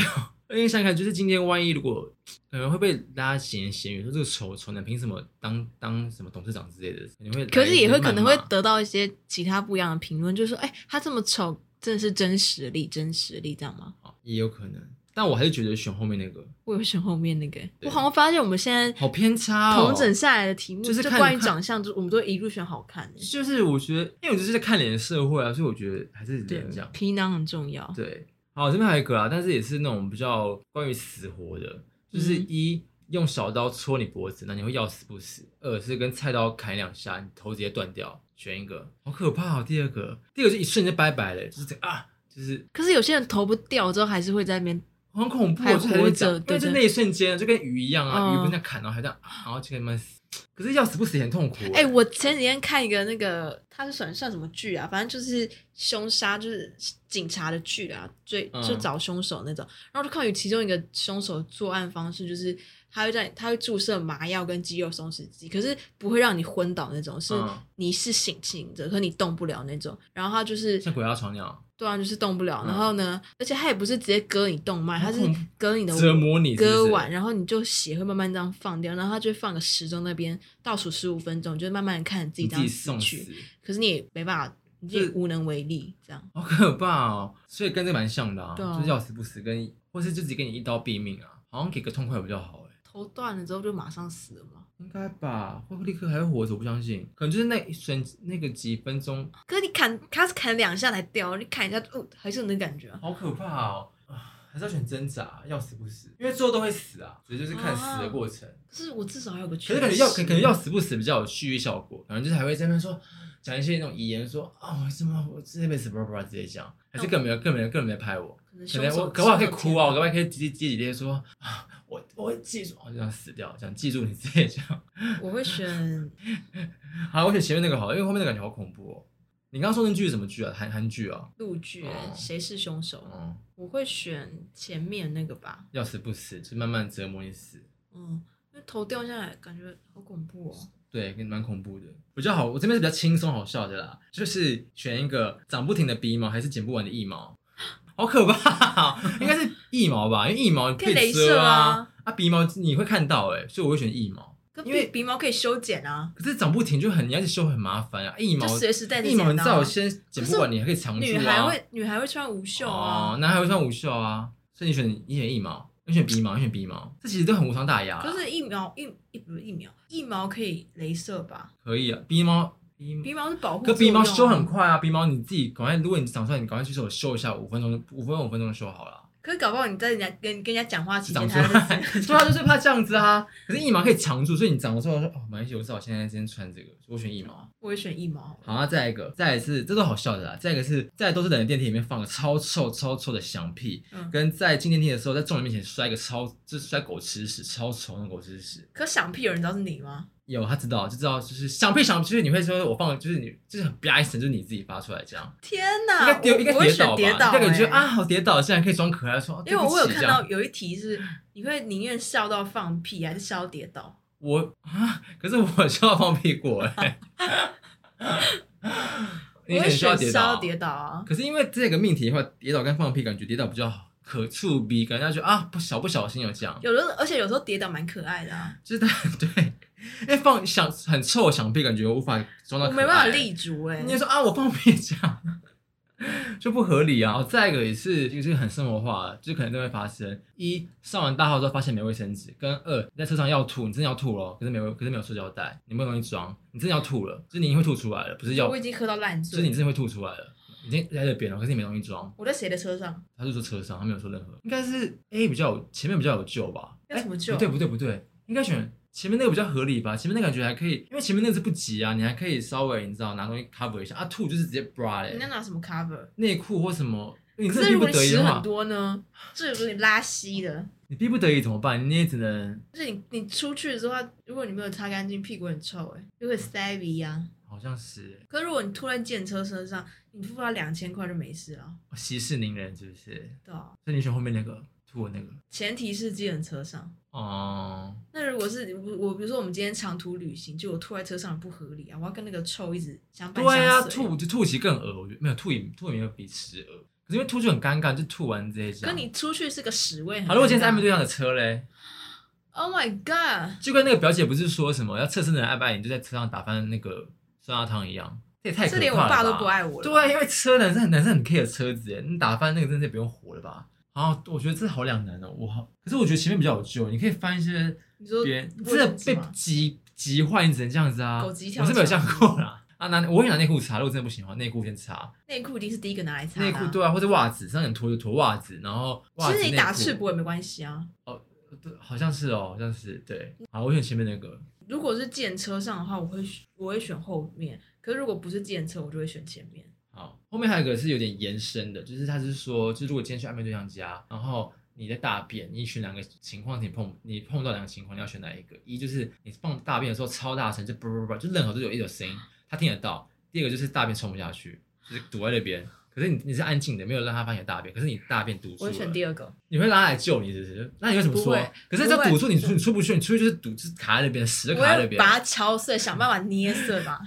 [SPEAKER 1] 而且你想想看，就是今天万一如果可能会被大家闲言闲语说这个丑丑男凭什么当当什么董事长之类的，肯定会来一些谩骂。
[SPEAKER 2] 可是也会可能会得到一些其他不一样的评论，就说：“哎、他这么丑，真的是真实力，真实力，这样吗
[SPEAKER 1] 哦也有可能，但我还是觉得选后面那个？”
[SPEAKER 2] 我有选后面那个欸、我好像发现我们现在
[SPEAKER 1] 好偏差哦。
[SPEAKER 2] 统整下来的题目，
[SPEAKER 1] 就是看
[SPEAKER 2] 关于
[SPEAKER 1] 看
[SPEAKER 2] 长相，就我们都一路选好看、欸。
[SPEAKER 1] 就是我觉得，因为我就是在看脸的社会啊，所以我觉得还是
[SPEAKER 2] 对
[SPEAKER 1] 脸这样，。
[SPEAKER 2] 皮囊很重要。
[SPEAKER 1] 对，好，这边还有一个啊，但是也是那种比较关于死活的，就是
[SPEAKER 2] 嗯
[SPEAKER 1] 一、用小刀戳你脖子，那你会要死不死；二是跟菜刀砍两下，你头直接断掉，选一个，好可怕哦。第二个，第二个就一瞬间拜拜了，就是这个啊，就是
[SPEAKER 2] 可是有些人头不掉之后，还是会在那边
[SPEAKER 1] 很恐怖，
[SPEAKER 2] 还
[SPEAKER 1] 就是在
[SPEAKER 2] 活着
[SPEAKER 1] 讲因为
[SPEAKER 2] 对
[SPEAKER 1] 就
[SPEAKER 2] 对
[SPEAKER 1] 那一瞬间就跟鱼一样啊，
[SPEAKER 2] 嗯
[SPEAKER 1] 鱼不是在砍，然后还这样，啊然后就给你们死。可是要死不死也很痛苦。欸
[SPEAKER 2] 哎、我前几天看一个那个，它是算算什么剧啊？反正就是凶杀，就是警察的剧啊，追
[SPEAKER 1] 嗯
[SPEAKER 2] 就找凶手那种。然后就看有其中一个凶手作案方式，就是他会在他会注射麻药跟肌肉松弛剂，可是不会让你昏倒那种，是
[SPEAKER 1] 嗯
[SPEAKER 2] 你是醒醒着，可你动不了那种。然后他就是
[SPEAKER 1] 像鬼压床那样
[SPEAKER 2] 对啊，就是动不了。
[SPEAKER 1] 嗯
[SPEAKER 2] 然后呢，而且他也不是直接割你动脉，他是
[SPEAKER 1] 恐怖
[SPEAKER 2] 割你的
[SPEAKER 1] 折磨你是不是，
[SPEAKER 2] 割完，然后你就血会慢慢这样放掉，然后他就放个时钟那边倒数十五分钟，你就慢慢地看着自己
[SPEAKER 1] 你
[SPEAKER 2] 这
[SPEAKER 1] 自己
[SPEAKER 2] 样死
[SPEAKER 1] 送
[SPEAKER 2] 去。
[SPEAKER 1] 死。
[SPEAKER 2] 可是你也没办法，你
[SPEAKER 1] 就
[SPEAKER 2] 也
[SPEAKER 1] 是
[SPEAKER 2] 无能为力，这样
[SPEAKER 1] 好可怕哦！所以跟这蛮像的啊，
[SPEAKER 2] 对啊
[SPEAKER 1] 就是要死不死跟，或是就只给你一刀毙命啊，好像给个痛快比较好哎，
[SPEAKER 2] 头断了之后就马上死了嘛。
[SPEAKER 1] 应该吧？会不会立刻还会活着？我不相信，可能就是那一瞬那个几分钟，
[SPEAKER 2] 可是你砍，他是砍两下才掉，你砍一下，哦，还是有那感觉啊。
[SPEAKER 1] 好可怕哦！啊还是要选挣扎，要死不死，因为最后都会死啊，只是就是看死的过程。
[SPEAKER 2] 可是我至少还有个
[SPEAKER 1] 可是
[SPEAKER 2] 确实，
[SPEAKER 1] 感觉要，可可能要死不死比较有蓄意效果，然后就是还会在那边说讲一些那种遗言说，啊，我怎么我这辈子不不不直接讲，还是更没有更没有更没有拍我。
[SPEAKER 2] 可能
[SPEAKER 1] 可
[SPEAKER 2] 凶
[SPEAKER 1] 能
[SPEAKER 2] 手
[SPEAKER 1] 我可不好可以
[SPEAKER 2] 凶手
[SPEAKER 1] 哭啊，我可不
[SPEAKER 2] 天
[SPEAKER 1] 好可以接接几天说啊，我我会记住，我就想死掉，想记住你自己这样。
[SPEAKER 2] 哪我会选，
[SPEAKER 1] 好，我选前面那个好了，因为后面那个感觉好恐怖哦。你刚刚说那剧是什么剧啊？韩韩剧啊？
[SPEAKER 2] 陆剧
[SPEAKER 1] 哦
[SPEAKER 2] 谁是凶手？
[SPEAKER 1] 嗯，
[SPEAKER 2] 我会选前面那个吧，
[SPEAKER 1] 要死不死，就慢慢折磨你死。
[SPEAKER 2] 嗯，因为头掉下来感觉好恐怖哦。
[SPEAKER 1] 对，蛮恐怖的。我觉得好，我这边是比较轻松好笑的啦，就是选一个长不停的鼻毛，还是剪不完的腋毛，好可怕、应该是腋毛吧，因为腋毛
[SPEAKER 2] 可以
[SPEAKER 1] 以
[SPEAKER 2] 镭
[SPEAKER 1] 遮
[SPEAKER 2] 射
[SPEAKER 1] 啊
[SPEAKER 2] 啊，
[SPEAKER 1] 啊鼻毛你会看到哎、所以我会选腋毛。
[SPEAKER 2] 可
[SPEAKER 1] 因为
[SPEAKER 2] 鼻鼻毛可以修剪啊，
[SPEAKER 1] 可是长不停就很，你要去修很麻烦啊，腋毛
[SPEAKER 2] 就随时带着
[SPEAKER 1] 一毛
[SPEAKER 2] 剪
[SPEAKER 1] 你知
[SPEAKER 2] 刀
[SPEAKER 1] 道
[SPEAKER 2] 啊
[SPEAKER 1] 我。先剪不完，你还可以藏住啊。
[SPEAKER 2] 女孩会女孩会穿无袖
[SPEAKER 1] 哦
[SPEAKER 2] 啊，，
[SPEAKER 1] 男孩会穿无袖啊。所以你选你选一毛，你选鼻毛，你选鼻毛，这其实都很无伤大雅、啊。
[SPEAKER 2] 就是疫苗疫一不是疫苗，疫苗可以镭射吧？
[SPEAKER 1] 可以啊，鼻毛鼻毛
[SPEAKER 2] 鼻毛是保护
[SPEAKER 1] 可
[SPEAKER 2] 作用啊，
[SPEAKER 1] 鼻毛修很快啊，鼻毛你自己赶快，如果你长出来，你赶快去手修一下，五分钟五分钟五分钟修好了。
[SPEAKER 2] 可是搞不好你在人家跟跟人家讲话期
[SPEAKER 1] 长
[SPEAKER 2] 间，
[SPEAKER 1] 出
[SPEAKER 2] 他
[SPEAKER 1] 来，
[SPEAKER 2] 在
[SPEAKER 1] 对啊，就是怕这样子啊。可是腋毛可以藏住，所以你长的时候说哦，没关系，我至少现在先穿这个，所以我选腋毛。
[SPEAKER 2] 我会选疫苗。
[SPEAKER 1] 好，那再来一个，再来是这都好笑的啦。再一个是在都是等电梯里面放个超臭超臭的响屁，
[SPEAKER 2] 嗯
[SPEAKER 1] 跟在进电梯的时候在众人面前摔个超就是摔狗吃屎，超臭那种狗吃屎。
[SPEAKER 2] 可响屁有人知道是你吗？
[SPEAKER 1] 有他知道就知道，就是响屁响，就是你会说我放就是你就是很啪一声，就是你自己发出来这样。
[SPEAKER 2] 天
[SPEAKER 1] 应
[SPEAKER 2] 哪，
[SPEAKER 1] 该跌
[SPEAKER 2] 啊我
[SPEAKER 1] 应该
[SPEAKER 2] 我会
[SPEAKER 1] 跌
[SPEAKER 2] 选
[SPEAKER 1] 倒吧？
[SPEAKER 2] 跌倒
[SPEAKER 1] 那个你觉得
[SPEAKER 2] 欸
[SPEAKER 1] 啊，好跌倒，现在可以装可爱说，哦
[SPEAKER 2] 因为我有
[SPEAKER 1] 对不起
[SPEAKER 2] 看
[SPEAKER 1] 这样
[SPEAKER 2] 到有一题是你会宁愿笑到放屁，还是笑到跌倒？
[SPEAKER 1] 我啊，可是我笑到放屁过哎、欸你
[SPEAKER 2] 我
[SPEAKER 1] 很
[SPEAKER 2] 会
[SPEAKER 1] 需要
[SPEAKER 2] 选
[SPEAKER 1] 跌倒
[SPEAKER 2] 烧
[SPEAKER 1] 啊。
[SPEAKER 2] 跌倒啊。
[SPEAKER 1] 可是因为这个命题的话，跌倒跟放屁感觉跌倒比较可触鼻，感觉他觉得啊，不小不小心有这样，
[SPEAKER 2] 有的，而且有时候跌倒蛮可爱的啊，
[SPEAKER 1] 就是他对，因为放想很臭想屁，感觉无法装到
[SPEAKER 2] 我
[SPEAKER 1] 可
[SPEAKER 2] 没办法
[SPEAKER 1] 爱
[SPEAKER 2] 立足哎、
[SPEAKER 1] 你也说啊，我放屁这样就不合理啊！哦再一个也是，就是很生活化，就可能都会发生：一上完大号之后发现没卫生纸，跟二你在车上要吐，你真的要吐了，可是没有，可是没有塑胶袋，你没有东西装，你真的要吐了，就是你一定会吐出来了，不是要，
[SPEAKER 2] 我已
[SPEAKER 1] 就
[SPEAKER 2] 经喝到烂
[SPEAKER 1] 是你
[SPEAKER 2] 醉。
[SPEAKER 1] 真的会吐出来了，已经在这边了，可是你没东西装。
[SPEAKER 2] 我在谁的车上？
[SPEAKER 1] 他就说车上，他没有说任何，应该是 A 比较有前面比较有救吧？
[SPEAKER 2] 要怎么救
[SPEAKER 1] 哎不对不对不对，应该选前面那个比较合理吧？前面那个感觉还可以，因为前面那个是不急啊，你还可以稍微你知道拿东西 cover 一下啊，吐就是直接 bra 嘞、
[SPEAKER 2] 你要拿什么 cover？
[SPEAKER 1] 内裤或什么，你
[SPEAKER 2] 可
[SPEAKER 1] 真
[SPEAKER 2] 是
[SPEAKER 1] 的逼不
[SPEAKER 2] 如果你
[SPEAKER 1] 得已
[SPEAKER 2] 屎
[SPEAKER 1] 的
[SPEAKER 2] 很
[SPEAKER 1] 话，
[SPEAKER 2] 多呢，这有点拉稀的。
[SPEAKER 1] 你逼不得已怎么办？你也只能
[SPEAKER 2] 就是你你出去的话，如果你没有擦干净，屁股很臭哎、就会塞鼻呀。
[SPEAKER 1] 好像是
[SPEAKER 2] 可是如果你突然见车身上，你付他两千块就没事了，
[SPEAKER 1] 息事宁人，是不是？
[SPEAKER 2] 对啊。
[SPEAKER 1] 所以你选后面那个吐的那个，
[SPEAKER 2] 前提是计程车上。
[SPEAKER 1] 哦、
[SPEAKER 2] 那如果是我，我比如说我们今天长途旅行，就我吐在车上不合理啊，我要跟那个臭一直相伴相
[SPEAKER 1] 对啊，
[SPEAKER 2] 随。
[SPEAKER 1] 吐就吐其实更恶，我觉得没有吐也吐也没有比吃恶，可是因为吐就很尴尬，就吐完直接这
[SPEAKER 2] 可
[SPEAKER 1] 样。
[SPEAKER 2] 你出去是个屎味很尴尬。
[SPEAKER 1] 好，如果今天是暧昧对象的车嘞，
[SPEAKER 2] ，Oh my God！
[SPEAKER 1] 就跟那个表姐不是说什么要测试人爱不爱你，就在车上打翻那个酸辣汤一样，这也太可怕
[SPEAKER 2] 这
[SPEAKER 1] 了
[SPEAKER 2] 连我爸都
[SPEAKER 1] 吧
[SPEAKER 2] 不爱我了。
[SPEAKER 1] 对啊，因为车男生男生很 care 车子耶，你打翻那个真的不用活了吧？然后我觉得这好两难哦，我好，可是我觉得前面比较有救，你可以翻一些
[SPEAKER 2] 你说
[SPEAKER 1] 别人真
[SPEAKER 2] 卫
[SPEAKER 1] 的
[SPEAKER 2] 生纸
[SPEAKER 1] 被
[SPEAKER 2] 吗
[SPEAKER 1] 急急坏，你只能这样子啊。
[SPEAKER 2] 狗急跳
[SPEAKER 1] 我是没有这
[SPEAKER 2] 墙
[SPEAKER 1] 样过啦。啊，拿我会拿内裤擦，如果真的不行的话，内裤先擦，
[SPEAKER 2] 内裤一定是第一个拿来擦的
[SPEAKER 1] 内
[SPEAKER 2] 啊
[SPEAKER 1] 裤对啊，或者袜子，这样你脱就脱袜子，然后袜
[SPEAKER 2] 其
[SPEAKER 1] 子
[SPEAKER 2] 实你
[SPEAKER 1] 内
[SPEAKER 2] 打
[SPEAKER 1] 裤
[SPEAKER 2] 赤膊也没关系啊。
[SPEAKER 1] 对好像是哦，好像是对。好，我选前面那个，
[SPEAKER 2] 如果是见车上的话，我会选我会选后面。可是如果不是见车，我就会选前面。
[SPEAKER 1] 好，后面还有一个是有点延伸的，就是他是说，就是如果今天去暧昧对象家，然后你在大便，你选两个情况，你碰你碰到两个情况，你要选哪一个？一就是你放大便的时候超大声，就啵啵啵，就任何都有一种声音，他听得到；第二个就是大便冲不下去，就是堵在那边。可是你你是安静的，没有让他发现大便，可是啊你大便堵住
[SPEAKER 2] 我会选
[SPEAKER 1] 了，
[SPEAKER 2] 第二个，
[SPEAKER 1] 你会拉来救你，是不是？那你为什么
[SPEAKER 2] 不
[SPEAKER 1] 说
[SPEAKER 2] 会？
[SPEAKER 1] 可是
[SPEAKER 2] 不
[SPEAKER 1] 这
[SPEAKER 2] 会
[SPEAKER 1] 堵住你出你出不去，你出去就是堵，就是卡在那边，屎
[SPEAKER 2] 我
[SPEAKER 1] 就卡在
[SPEAKER 2] 会
[SPEAKER 1] 那边。
[SPEAKER 2] 把它敲碎，想办法捏碎 吧。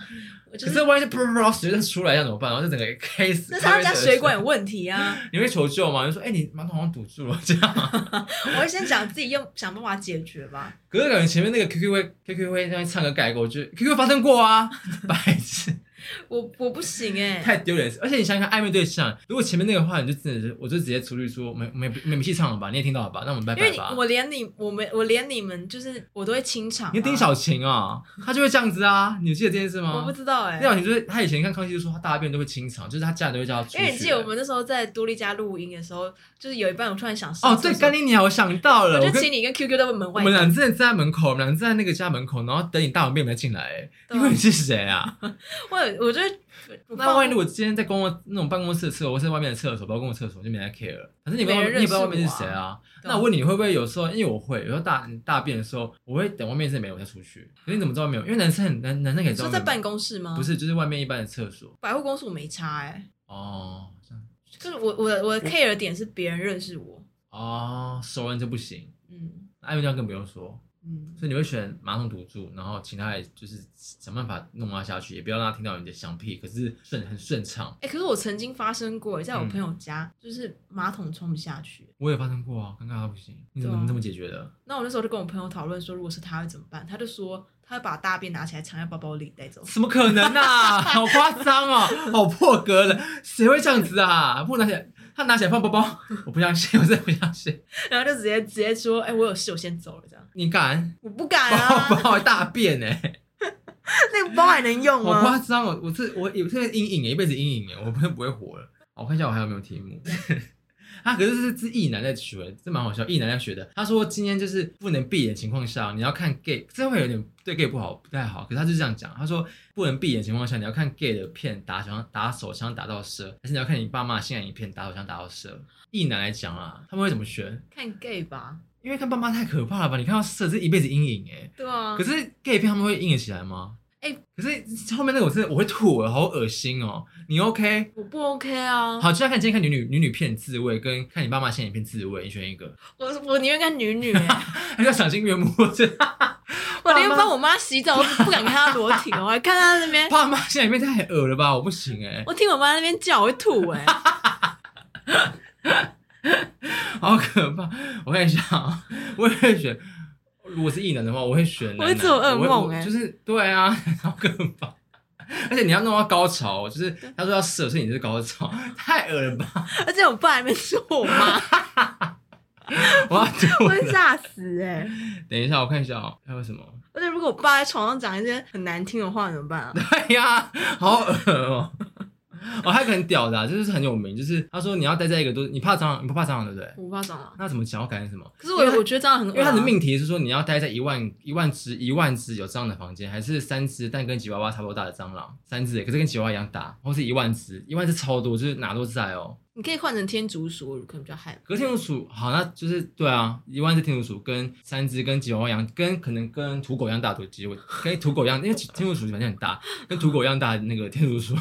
[SPEAKER 2] 我就
[SPEAKER 1] 可
[SPEAKER 2] 是
[SPEAKER 1] 是，万一是噗噗噗水就出来，要怎么办？然后就整个 case。
[SPEAKER 2] 那是他们家水管有问题啊！
[SPEAKER 1] 你会求救吗？就说，哎、你马桶好像堵住了，这样。
[SPEAKER 2] 我会先想自己用想办法解决吧。
[SPEAKER 1] 可是感觉前面那个 QQ 会 QQ 会在那边唱歌盖过，就是 QQ 发生过啊， 白 痴，
[SPEAKER 2] 我我不行 哎、
[SPEAKER 1] 太丢脸了。而且你想想看，暧昧对象，如果前面那个话，你就真的是，我就直接出去说，没没没没戏唱了吧？你也听到了吧？那我们拜
[SPEAKER 2] 因为
[SPEAKER 1] 拜
[SPEAKER 2] 你
[SPEAKER 1] 吧。
[SPEAKER 2] 我连你我们我连你们就是我都会清场、啊。
[SPEAKER 1] 你丁小晴啊、她就会这样子啊，你有记得这件事
[SPEAKER 2] 我
[SPEAKER 1] 吗
[SPEAKER 2] 不？知道哎、
[SPEAKER 1] 丁小晴就是她以前看康熙就说她大便都会清场，就是她家人都会叫她出去、
[SPEAKER 2] 因为你记得我们那时候在多利家录音的时候，就是有一半我突然想上
[SPEAKER 1] 哦，
[SPEAKER 2] 厕所
[SPEAKER 1] 对，甘霖你好，我想到了，我
[SPEAKER 2] 我就
[SPEAKER 1] 跟
[SPEAKER 2] 请你跟 QQ 在门
[SPEAKER 1] 我
[SPEAKER 2] 外
[SPEAKER 1] 们
[SPEAKER 2] 等，
[SPEAKER 1] 俩真的站在门口，我们俩站在那个家门口，然后等你大完便才进来、哎
[SPEAKER 2] 对
[SPEAKER 1] 因为你是谁啊？
[SPEAKER 2] 我我就我
[SPEAKER 1] 那万一我今天在公共那种办公室的厕所，或是外面的厕所，包括公共厕所，就没人 care 了。反正你不知道
[SPEAKER 2] 没人
[SPEAKER 1] 你也不知道外
[SPEAKER 2] 认识
[SPEAKER 1] 面是
[SPEAKER 2] 我啊
[SPEAKER 1] 谁啊。
[SPEAKER 2] 对
[SPEAKER 1] 那我问你，你会不会有时候，因为我会，有时候大大便的时候，我会等外面是没有我才出去。可是你怎么知道没有？因为男生很男男生可以
[SPEAKER 2] 你
[SPEAKER 1] 知道
[SPEAKER 2] 说
[SPEAKER 1] 没有。
[SPEAKER 2] 在办公室吗？
[SPEAKER 1] 不，是，就是外面一般的厕所。
[SPEAKER 2] 百货公司我没差哎、
[SPEAKER 1] 哦，这样
[SPEAKER 2] 就是我我的我的 care 的点是别人认识我，
[SPEAKER 1] 哦，熟人就不行，
[SPEAKER 2] 嗯
[SPEAKER 1] 暧昧这样更不用说。
[SPEAKER 2] 嗯，
[SPEAKER 1] 所以你会选马桶堵住，然后请他来就是想办法弄他下去，也不要让他听到你的响屁，可是顺很顺畅。
[SPEAKER 2] 哎、可是我曾经发生过，欸在我
[SPEAKER 1] 嗯
[SPEAKER 2] 朋友家，就是马桶冲不下去，
[SPEAKER 1] 我也发生过啊，尴尬到不行。你怎么、
[SPEAKER 2] 对啊
[SPEAKER 1] 你怎么解决的？
[SPEAKER 2] 那我那时候就跟我朋友讨论说，如果是他会怎么办，他就说他会把大便拿起来藏在包包里带走。
[SPEAKER 1] 怎么可能啊？好夸张哦，好破格的，谁会这样子啊？不拿起来，他拿起来放包包，我不相信，我真的不相信。
[SPEAKER 2] 然后就直接直接说：“哎、我有事，我先走了。”这样，
[SPEAKER 1] 你敢？
[SPEAKER 2] 我不敢
[SPEAKER 1] 包
[SPEAKER 2] 啊，
[SPEAKER 1] 包大便哎、
[SPEAKER 2] 那个包还能用
[SPEAKER 1] 好夸
[SPEAKER 2] 吗？
[SPEAKER 1] 张哦！我这我有这个阴影欸，一辈子阴影哎，我不会不会活了。好我看一下我还有没有题目。 啊，可是这是这意男在学，这蛮好笑。意男在学的，他说今天就是不能闭眼情况下，你要看 gay，这会有点对 gay 不好，不太好。可是他就这样讲，他说不能闭眼情况下，你要看 gay 的片打手枪打手枪打到射，还是你要看你爸妈的性爱影片打手枪打到射？意男来讲啊，他们会怎么学？
[SPEAKER 2] 看 gay 吧，
[SPEAKER 1] 因为看爸妈太可怕了吧？你看到射是一辈子阴影哎、
[SPEAKER 2] 对啊。
[SPEAKER 1] 可是 gay 片他们会硬得起来吗？
[SPEAKER 2] 哎
[SPEAKER 1] 可是后面那个我真的我会吐，我好恶心哦。你 OK？
[SPEAKER 2] 我不 OK 啊，
[SPEAKER 1] 好，就像看今天看女女女女片自慰，跟看你爸妈现影片自慰，你选一个。
[SPEAKER 2] 我我宁愿看女女、欸，
[SPEAKER 1] 还是要赏心悦目？这
[SPEAKER 2] 我连帮我妈洗澡，我不敢看她裸体，我还看她那边，
[SPEAKER 1] 爸妈现在里面太恶了吧，我不行哎、
[SPEAKER 2] 我听我妈那边叫，我会吐 哎、
[SPEAKER 1] 好可怕！我看一下啊，我也会选，如果是异能的话，我会选男
[SPEAKER 2] 我
[SPEAKER 1] 男，
[SPEAKER 2] 会做噩
[SPEAKER 1] 我
[SPEAKER 2] 梦
[SPEAKER 1] 我
[SPEAKER 2] 欸
[SPEAKER 1] 就是对啊， 好可怕。而且你要弄到高潮，哦就是他说要射，所以你是高潮，太恶了吧！
[SPEAKER 2] 而且我爸还没说我妈，
[SPEAKER 1] 我要吐
[SPEAKER 2] 我
[SPEAKER 1] 了
[SPEAKER 2] 会吓死哎、
[SPEAKER 1] 等一下，我看一下哦，还有什么？
[SPEAKER 2] 而且如果我爸在床上讲一些很难听的话怎么办啊？
[SPEAKER 1] 对哎呀、好恶哦、哦，还有一个很屌的、啊，就是很有名，就是他说你要待在一个都，你怕蟑螂，你不怕蟑螂对不对？
[SPEAKER 2] 我不怕蟑螂，
[SPEAKER 1] 那怎么讲？要改成什么？
[SPEAKER 2] 可是我
[SPEAKER 1] 因为他
[SPEAKER 2] 我觉得蟑螂很恶啊、
[SPEAKER 1] 因为它的命题是说你要待在一万一万只一万只有蟑螂的房间，还是三只但跟吉娃娃差不多大的蟑螂，三只耶，可是跟吉娃娃一样大，或是一万只，一万只超多，就是哪都在哦。
[SPEAKER 2] 你可以换成天竺鼠，我可能比较害怕。
[SPEAKER 1] 可是天竺鼠好，那就是对啊，一万只天竺鼠跟三只跟吉娃娃一样，跟可能跟土狗一样大的吉娃，跟土狗一样，因为天竺鼠反正很大，跟土狗一样大的那个天竺鼠，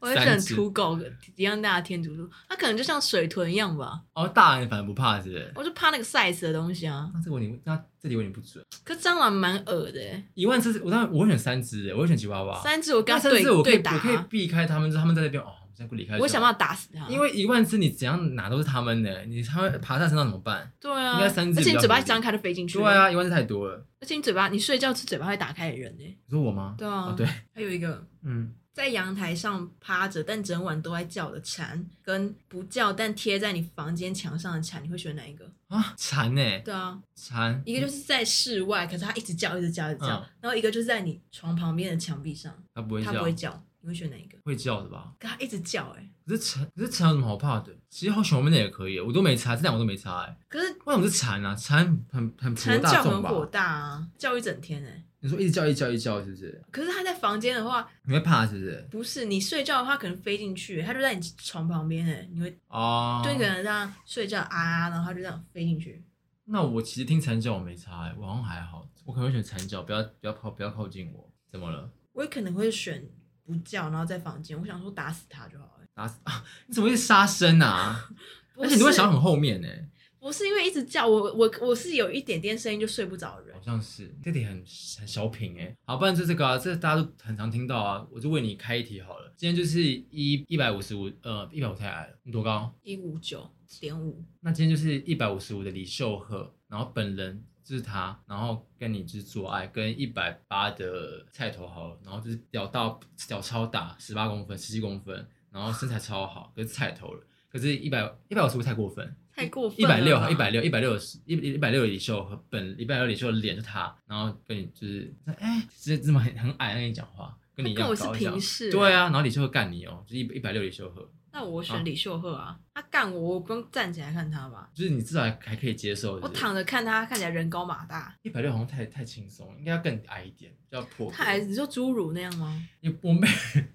[SPEAKER 2] 我会
[SPEAKER 1] 三
[SPEAKER 2] 选
[SPEAKER 1] 只
[SPEAKER 2] 土狗一样大的天竺鼠，它可能就像水豚一样吧。
[SPEAKER 1] 哦，大人反而不怕是不是？
[SPEAKER 2] 我就怕那个 size 的东西啊。
[SPEAKER 1] 那这个问题，那这里有点不准。
[SPEAKER 2] 可是蟑螂蛮恶的欸，
[SPEAKER 1] 一万只，我当然我会选三只欸耶，我会选吉娃娃。
[SPEAKER 2] 啊三只我跟
[SPEAKER 1] 那
[SPEAKER 2] 它
[SPEAKER 1] 甚
[SPEAKER 2] 对
[SPEAKER 1] 至我可以
[SPEAKER 2] 对
[SPEAKER 1] 我
[SPEAKER 2] 打
[SPEAKER 1] 可以
[SPEAKER 2] 啊，
[SPEAKER 1] 避开他们，就他们在那边哦，我现在不离开就好。
[SPEAKER 2] 我想要打死它。
[SPEAKER 1] 因为一万只你怎样拿都是他们的，你他们爬在身上怎么办？
[SPEAKER 2] 对啊，
[SPEAKER 1] 应该三只
[SPEAKER 2] 而
[SPEAKER 1] 比
[SPEAKER 2] 且你
[SPEAKER 1] 较
[SPEAKER 2] 嘴巴
[SPEAKER 1] 合
[SPEAKER 2] 一
[SPEAKER 1] 理
[SPEAKER 2] 张开就飞进去。
[SPEAKER 1] 对，啊，一万只太多了。
[SPEAKER 2] 而且你嘴巴，你睡觉是嘴巴会打开的人呢。
[SPEAKER 1] 你说我吗？
[SPEAKER 2] 对啊
[SPEAKER 1] 哦对，
[SPEAKER 2] 还有一个
[SPEAKER 1] 嗯，
[SPEAKER 2] 在阳台上趴着但整晚都在叫的蝉，跟不叫但贴在你房间墙上的蝉，你会选哪一个？
[SPEAKER 1] 啊，蝉呢、
[SPEAKER 2] 对啊，
[SPEAKER 1] 蝉，
[SPEAKER 2] 一个就是在室外，可是它一直叫，一直叫，一直叫，
[SPEAKER 1] 嗯
[SPEAKER 2] 然后一个就是在你床旁边的墙壁上，
[SPEAKER 1] 它不会
[SPEAKER 2] 它
[SPEAKER 1] 叫，
[SPEAKER 2] 不会叫，你会选哪一个？
[SPEAKER 1] 会叫的吧？
[SPEAKER 2] 可它一直叫、欸，哎，
[SPEAKER 1] 可是蝉，可是蝉有什么好怕的？其实好喜欢我们的也可以，啊我都没查，这两个都没查哎、
[SPEAKER 2] 可是
[SPEAKER 1] 为什么是蝉啊？蝉很很普罗
[SPEAKER 2] 蝉
[SPEAKER 1] 大
[SPEAKER 2] 叫
[SPEAKER 1] 众
[SPEAKER 2] 很
[SPEAKER 1] 吧？
[SPEAKER 2] 火大啊，叫一整天、欸，哎。
[SPEAKER 1] 你说一直叫一直叫一直叫是不是？
[SPEAKER 2] 可是它在房间的话，
[SPEAKER 1] 你会怕是不是？
[SPEAKER 2] 不是你睡觉的话，可能飞进去，它就在你床旁边，哎，你会
[SPEAKER 1] 哦，
[SPEAKER 2] 就一个人这样睡觉啊，然后它就这样飞进去。
[SPEAKER 1] 那我其实听蝉叫我没差、欸，我好像还好，我可能会选蝉叫，不要不要靠不要靠近我，怎么了？
[SPEAKER 2] 我也可能会选不叫，然后在房间，我想说打死它就好了。
[SPEAKER 1] 打死 啊！你怎么会杀生啊？
[SPEAKER 2] 不
[SPEAKER 1] 而且你会
[SPEAKER 2] 是
[SPEAKER 1] 想到很后面呢、欸
[SPEAKER 2] 不是因为一直叫我，我我是有一点点声音就睡不着的人
[SPEAKER 1] 好。像是这点很很小品哎、好，不然就这个啊，这大家都很常听到啊，我就为你开一题好了。今天就是一一百五十五，呃，一百五太矮了，你多高？
[SPEAKER 2] 一五九点五，
[SPEAKER 1] 那今天就是一百五十五的李秀赫，然后本人就是他，然后跟你就是做爱，跟一百八的菜头好了，然后就是屌到屌超大，十八公分、十七公分，然后身材超好，可是菜头了，可是一百一百五十五太过分，
[SPEAKER 2] 太过分
[SPEAKER 1] 哦一
[SPEAKER 2] 了
[SPEAKER 1] 百
[SPEAKER 2] 吧。
[SPEAKER 1] 六，一百六，一百六十，一一百六李秀和本一百六李秀的脸就他，然后跟你就是哎，这这么很很矮跟你讲话，跟你一
[SPEAKER 2] 跟
[SPEAKER 1] 样
[SPEAKER 2] 我是
[SPEAKER 1] 高一样
[SPEAKER 2] 平。视。欸
[SPEAKER 1] 对，啊，然后李秀赫干你哦，就是一一百六李秀赫，
[SPEAKER 2] 那我
[SPEAKER 1] 啊
[SPEAKER 2] 选李秀赫啊，他干我，我不用站起来看他吧。
[SPEAKER 1] 就是你至少还还可以接受。
[SPEAKER 2] 我躺着看他，看起来人高马大。
[SPEAKER 1] 一百六好像太太轻松，应该要更矮一点，比较破格。
[SPEAKER 2] 他还你说侏儒那样吗？
[SPEAKER 1] 也我没，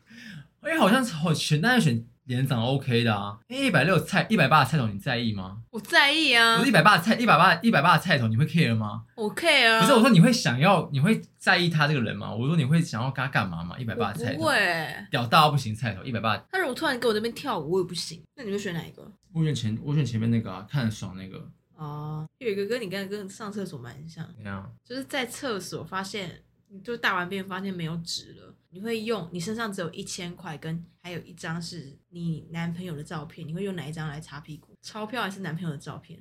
[SPEAKER 1] 因为好像好选，但是选脸长 OK 的啊。因为一百六菜一百八的菜头你在意吗？
[SPEAKER 2] 我在意啊
[SPEAKER 1] 不是，一百八菜一百八一百八的菜头你会 care 吗？
[SPEAKER 2] 我 care 啊。
[SPEAKER 1] 不是我说你会想要，你会在意他这个人吗？我说你会想要跟他干嘛吗？一百八
[SPEAKER 2] 我
[SPEAKER 1] 的菜
[SPEAKER 2] 不
[SPEAKER 1] 头，
[SPEAKER 2] 会欸。
[SPEAKER 1] 屌到不行，菜头一百八。
[SPEAKER 2] 他如果突然给我那边跳舞，我也不行。那你会选哪一个？
[SPEAKER 1] 我选前，我选前面那个啊，看得爽那个，
[SPEAKER 2] 哦，有一个跟你刚才跟上厕所蛮像，
[SPEAKER 1] 怎样？
[SPEAKER 2] 就是在厕所发现，你就大完便发现没有纸了，你会用你身上只有一千块，跟还有一张是你男朋友的照片，你会用哪一张来擦屁股？钞票还是男朋友的照 片？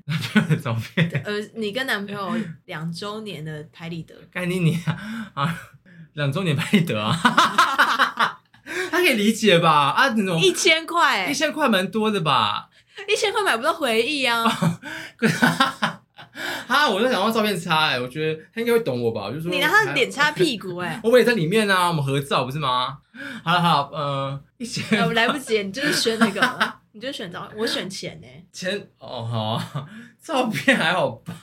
[SPEAKER 1] 照片，
[SPEAKER 2] 呃，你跟男朋友两周年的拍 立得，
[SPEAKER 1] 干你你啊！啊两周年拍得啊， 他可以理解吧？啊，那种
[SPEAKER 2] 一千块、
[SPEAKER 1] 一
[SPEAKER 2] 欸，
[SPEAKER 1] 千块蛮多的吧？
[SPEAKER 2] 一千块买不到回忆啊！
[SPEAKER 1] 可是哈，我就想要照片擦哎、我觉得他应该会懂我吧？我就说，
[SPEAKER 2] 你拿他的脸擦屁股、欸，哎
[SPEAKER 1] 我也在里面啊，我们合照不是吗？好了好了，呃，一千
[SPEAKER 2] 我来不及了，你就是选那个，你就选照，我选钱呢、欸。
[SPEAKER 1] 前哦好、啊，照片还好吧？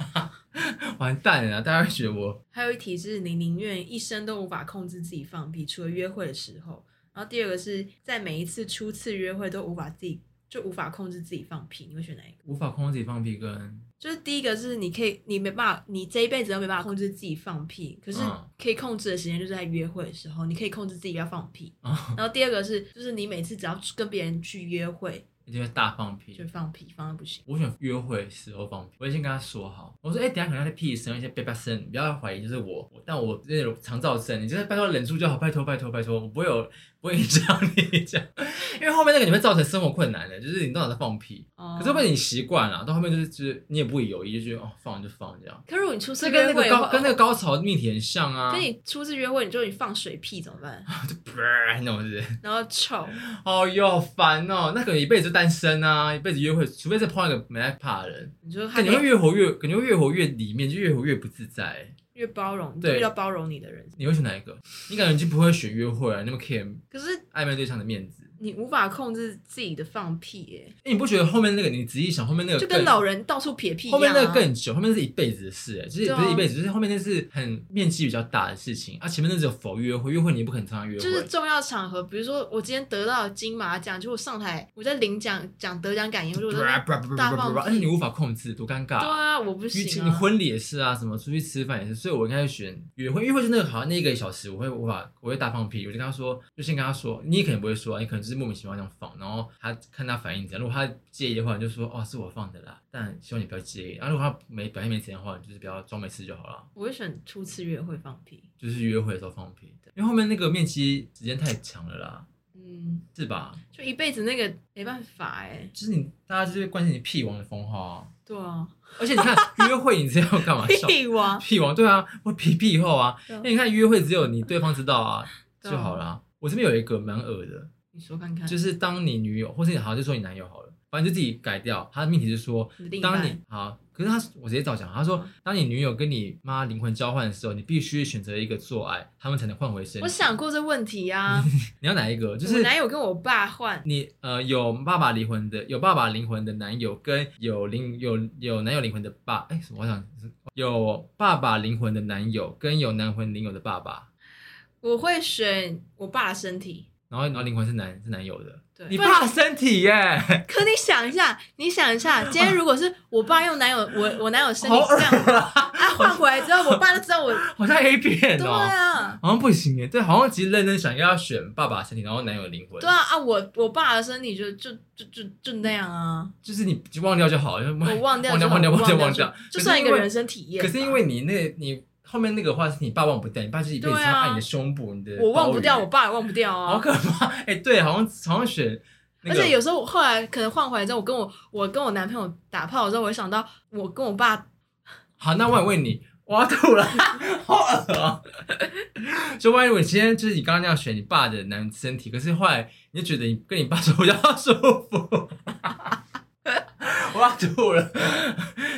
[SPEAKER 1] 完蛋了，大家会觉得我
[SPEAKER 2] 还有一题是你宁愿一生都无法控制自己放屁，除了约会的时候。然后第二个是在每一次初次约会都无法自己就无法控制自己放屁，你会选哪一个？
[SPEAKER 1] 无法控制自己放屁跟
[SPEAKER 2] 就是第一个是你可以，你没办法，你这一辈子都没办法控制自己放屁，可是
[SPEAKER 1] 嗯
[SPEAKER 2] 可以控制的时间就是在约会的时候，你可以控制自己不要放屁。
[SPEAKER 1] 啊、
[SPEAKER 2] 然后第二个是，就是你每次只要跟别人去约会，
[SPEAKER 1] 一定会大放屁
[SPEAKER 2] 就。放屁放的不行。
[SPEAKER 1] 我选约会时候放屁，我会先跟他说好，我说哎、欸等一下可能在屁声，一些叭叭声，你不要怀疑就是我，我但我那种常造声，你就是拜托忍住就好，拜托拜托拜托，我不会有不会影响你这样， 因为后面那个你会造成生活困难的，就是你到底在放屁，
[SPEAKER 2] 哦
[SPEAKER 1] 可是被你习惯了，到后面就是就是你也不会犹豫，就觉得哦放就放这样，
[SPEAKER 2] 可是如果你初次
[SPEAKER 1] 这跟那
[SPEAKER 2] 约会
[SPEAKER 1] 个
[SPEAKER 2] 的
[SPEAKER 1] 高
[SPEAKER 2] 话，
[SPEAKER 1] 跟那个高潮命题很像啊，
[SPEAKER 2] 跟你初次约会，你就你放水屁怎么办？
[SPEAKER 1] 就啵那种是不是。
[SPEAKER 2] 然后臭，
[SPEAKER 1] 哦哟，烦哦！那个一辈子就单身啊，一辈子约会，除非是碰到一个没在怕的人，
[SPEAKER 2] 你就还
[SPEAKER 1] 感
[SPEAKER 2] 没
[SPEAKER 1] 觉会越活越，感觉会越活越里面，就越活越不自在。
[SPEAKER 2] 越包容，你就
[SPEAKER 1] 对
[SPEAKER 2] 遇到包容你的人。
[SPEAKER 1] 你会选哪一个？你感觉已经不会选约会啊了，你那么 care
[SPEAKER 2] 可是
[SPEAKER 1] 暧昧对象的面子。
[SPEAKER 2] 你无法控制自己的放屁、耶，
[SPEAKER 1] 哎，你不觉得后面那个？你仔细想，后面那个
[SPEAKER 2] 就
[SPEAKER 1] 更
[SPEAKER 2] 跟老人到处撇屁一样、
[SPEAKER 1] 后
[SPEAKER 2] 啊。
[SPEAKER 1] 面那个更久，后面是一辈子的事，哎，就是
[SPEAKER 2] 对啊
[SPEAKER 1] 不是一辈子，就是后面那是很面积比较大的事情，啊，前面那只有否约会，约会你也不可能常常约会，
[SPEAKER 2] 就是重要场合，比如说我今天得到了金马奖，就我上台我在领奖讲得奖感言，我就在那边大放屁
[SPEAKER 1] 而且你无法控制，多尴尬。
[SPEAKER 2] 对啊，我不
[SPEAKER 1] 因为
[SPEAKER 2] 行、
[SPEAKER 1] 你
[SPEAKER 2] 啊。
[SPEAKER 1] 婚礼也是啊，什么出去吃饭也是，所以我应该选约会，约会就那个好像那一个小时，我会无法，我会大放屁，我就跟他说，就先跟他说，你也可能不会说啊，你可能就是莫名其妙这样放，然后他看他反应怎样，如果他介意的话，你就说哦是我放的啦，但希望你不要介意，啊然、后如果他没表现没怎样的话，你就是不要装没事就好了，
[SPEAKER 2] 我会选初次约会放屁。
[SPEAKER 1] 就是约会的时候放屁，因为后面那个面积时间太长了啦，
[SPEAKER 2] 嗯，
[SPEAKER 1] 是吧？
[SPEAKER 2] 就一辈子那个没办法哎、
[SPEAKER 1] 就是你大家就是关心你屁王的封号啊，
[SPEAKER 2] 对啊，
[SPEAKER 1] 而且你看约会你知道要干嘛笑？
[SPEAKER 2] 屁 王，
[SPEAKER 1] 屁王对啊，我屁屁后啊，
[SPEAKER 2] 对啊
[SPEAKER 1] 因为你看约会只有你对方知道啊就
[SPEAKER 2] 对啊
[SPEAKER 1] 好啦。我这边有一个蛮恶的，
[SPEAKER 2] 你说看看，
[SPEAKER 1] 就是当你女友或是你好像就说你男友好了，反正就自己改掉。他的命题是说，
[SPEAKER 2] 你的另一
[SPEAKER 1] 当
[SPEAKER 2] 半
[SPEAKER 1] 你好，可是他我直接照讲，他
[SPEAKER 2] 嗯
[SPEAKER 1] 说当你女友跟你妈灵魂交换的时候，你必须选择一个做爱，他们才能换回身体。
[SPEAKER 2] 我想过这问题啊，
[SPEAKER 1] 你要哪一个？ 就是
[SPEAKER 2] 我男友跟我爸换，
[SPEAKER 1] 你呃有爸爸灵魂的有爸爸灵魂的男友跟有灵有有男友灵魂的爸哎什么我想有爸爸灵魂的男友跟有男魂灵友的爸爸，
[SPEAKER 2] 我会选我爸的身体。
[SPEAKER 1] 然后然后灵魂是男是男友的，啊
[SPEAKER 2] 对，
[SPEAKER 1] 你
[SPEAKER 2] 不然
[SPEAKER 1] 爸身体耶，
[SPEAKER 2] 可你想一下，你想一下，今天如果是我爸用男友，我我男友身体
[SPEAKER 1] 好恶
[SPEAKER 2] 这样啊，换回来之后，我爸就知 道我，
[SPEAKER 1] 好像 A 片
[SPEAKER 2] 对
[SPEAKER 1] 哦、
[SPEAKER 2] 啊，
[SPEAKER 1] 好像不行耶，对，好像其实认真想要选爸爸身体，然后男友灵魂，
[SPEAKER 2] 对啊啊，我我爸的身体就就就就就那样啊，
[SPEAKER 1] 就是你就忘掉就好， 就
[SPEAKER 2] 我忘掉
[SPEAKER 1] 忘
[SPEAKER 2] 就
[SPEAKER 1] 掉
[SPEAKER 2] 好
[SPEAKER 1] 忘掉
[SPEAKER 2] 我
[SPEAKER 1] 忘掉
[SPEAKER 2] 忘
[SPEAKER 1] 忘掉，
[SPEAKER 2] 就就算一
[SPEAKER 1] 可是
[SPEAKER 2] 个
[SPEAKER 1] 因为
[SPEAKER 2] 人生体验吧。
[SPEAKER 1] 可是因为你那你后面那个话是你爸忘不掉，你爸是一辈子
[SPEAKER 2] 对
[SPEAKER 1] 要
[SPEAKER 2] 啊
[SPEAKER 1] 按你的胸部，你的
[SPEAKER 2] 我忘
[SPEAKER 1] 包
[SPEAKER 2] 不
[SPEAKER 1] 围
[SPEAKER 2] 掉，我爸也忘不掉
[SPEAKER 1] 好
[SPEAKER 2] 啊。
[SPEAKER 1] 可怕！哎、对，好像好像选那
[SPEAKER 2] 而
[SPEAKER 1] 个，
[SPEAKER 2] 且有时候我后来可能换回来之后，我跟我我跟我男朋友打炮的时候，我会想到我跟我爸
[SPEAKER 1] 好，那我也问你，我要吐了，好恶 啊！就万一我今天就是你刚刚那样选你爸的男身体，可是后来你就觉得你跟你爸说我要舒服， 我要吐了，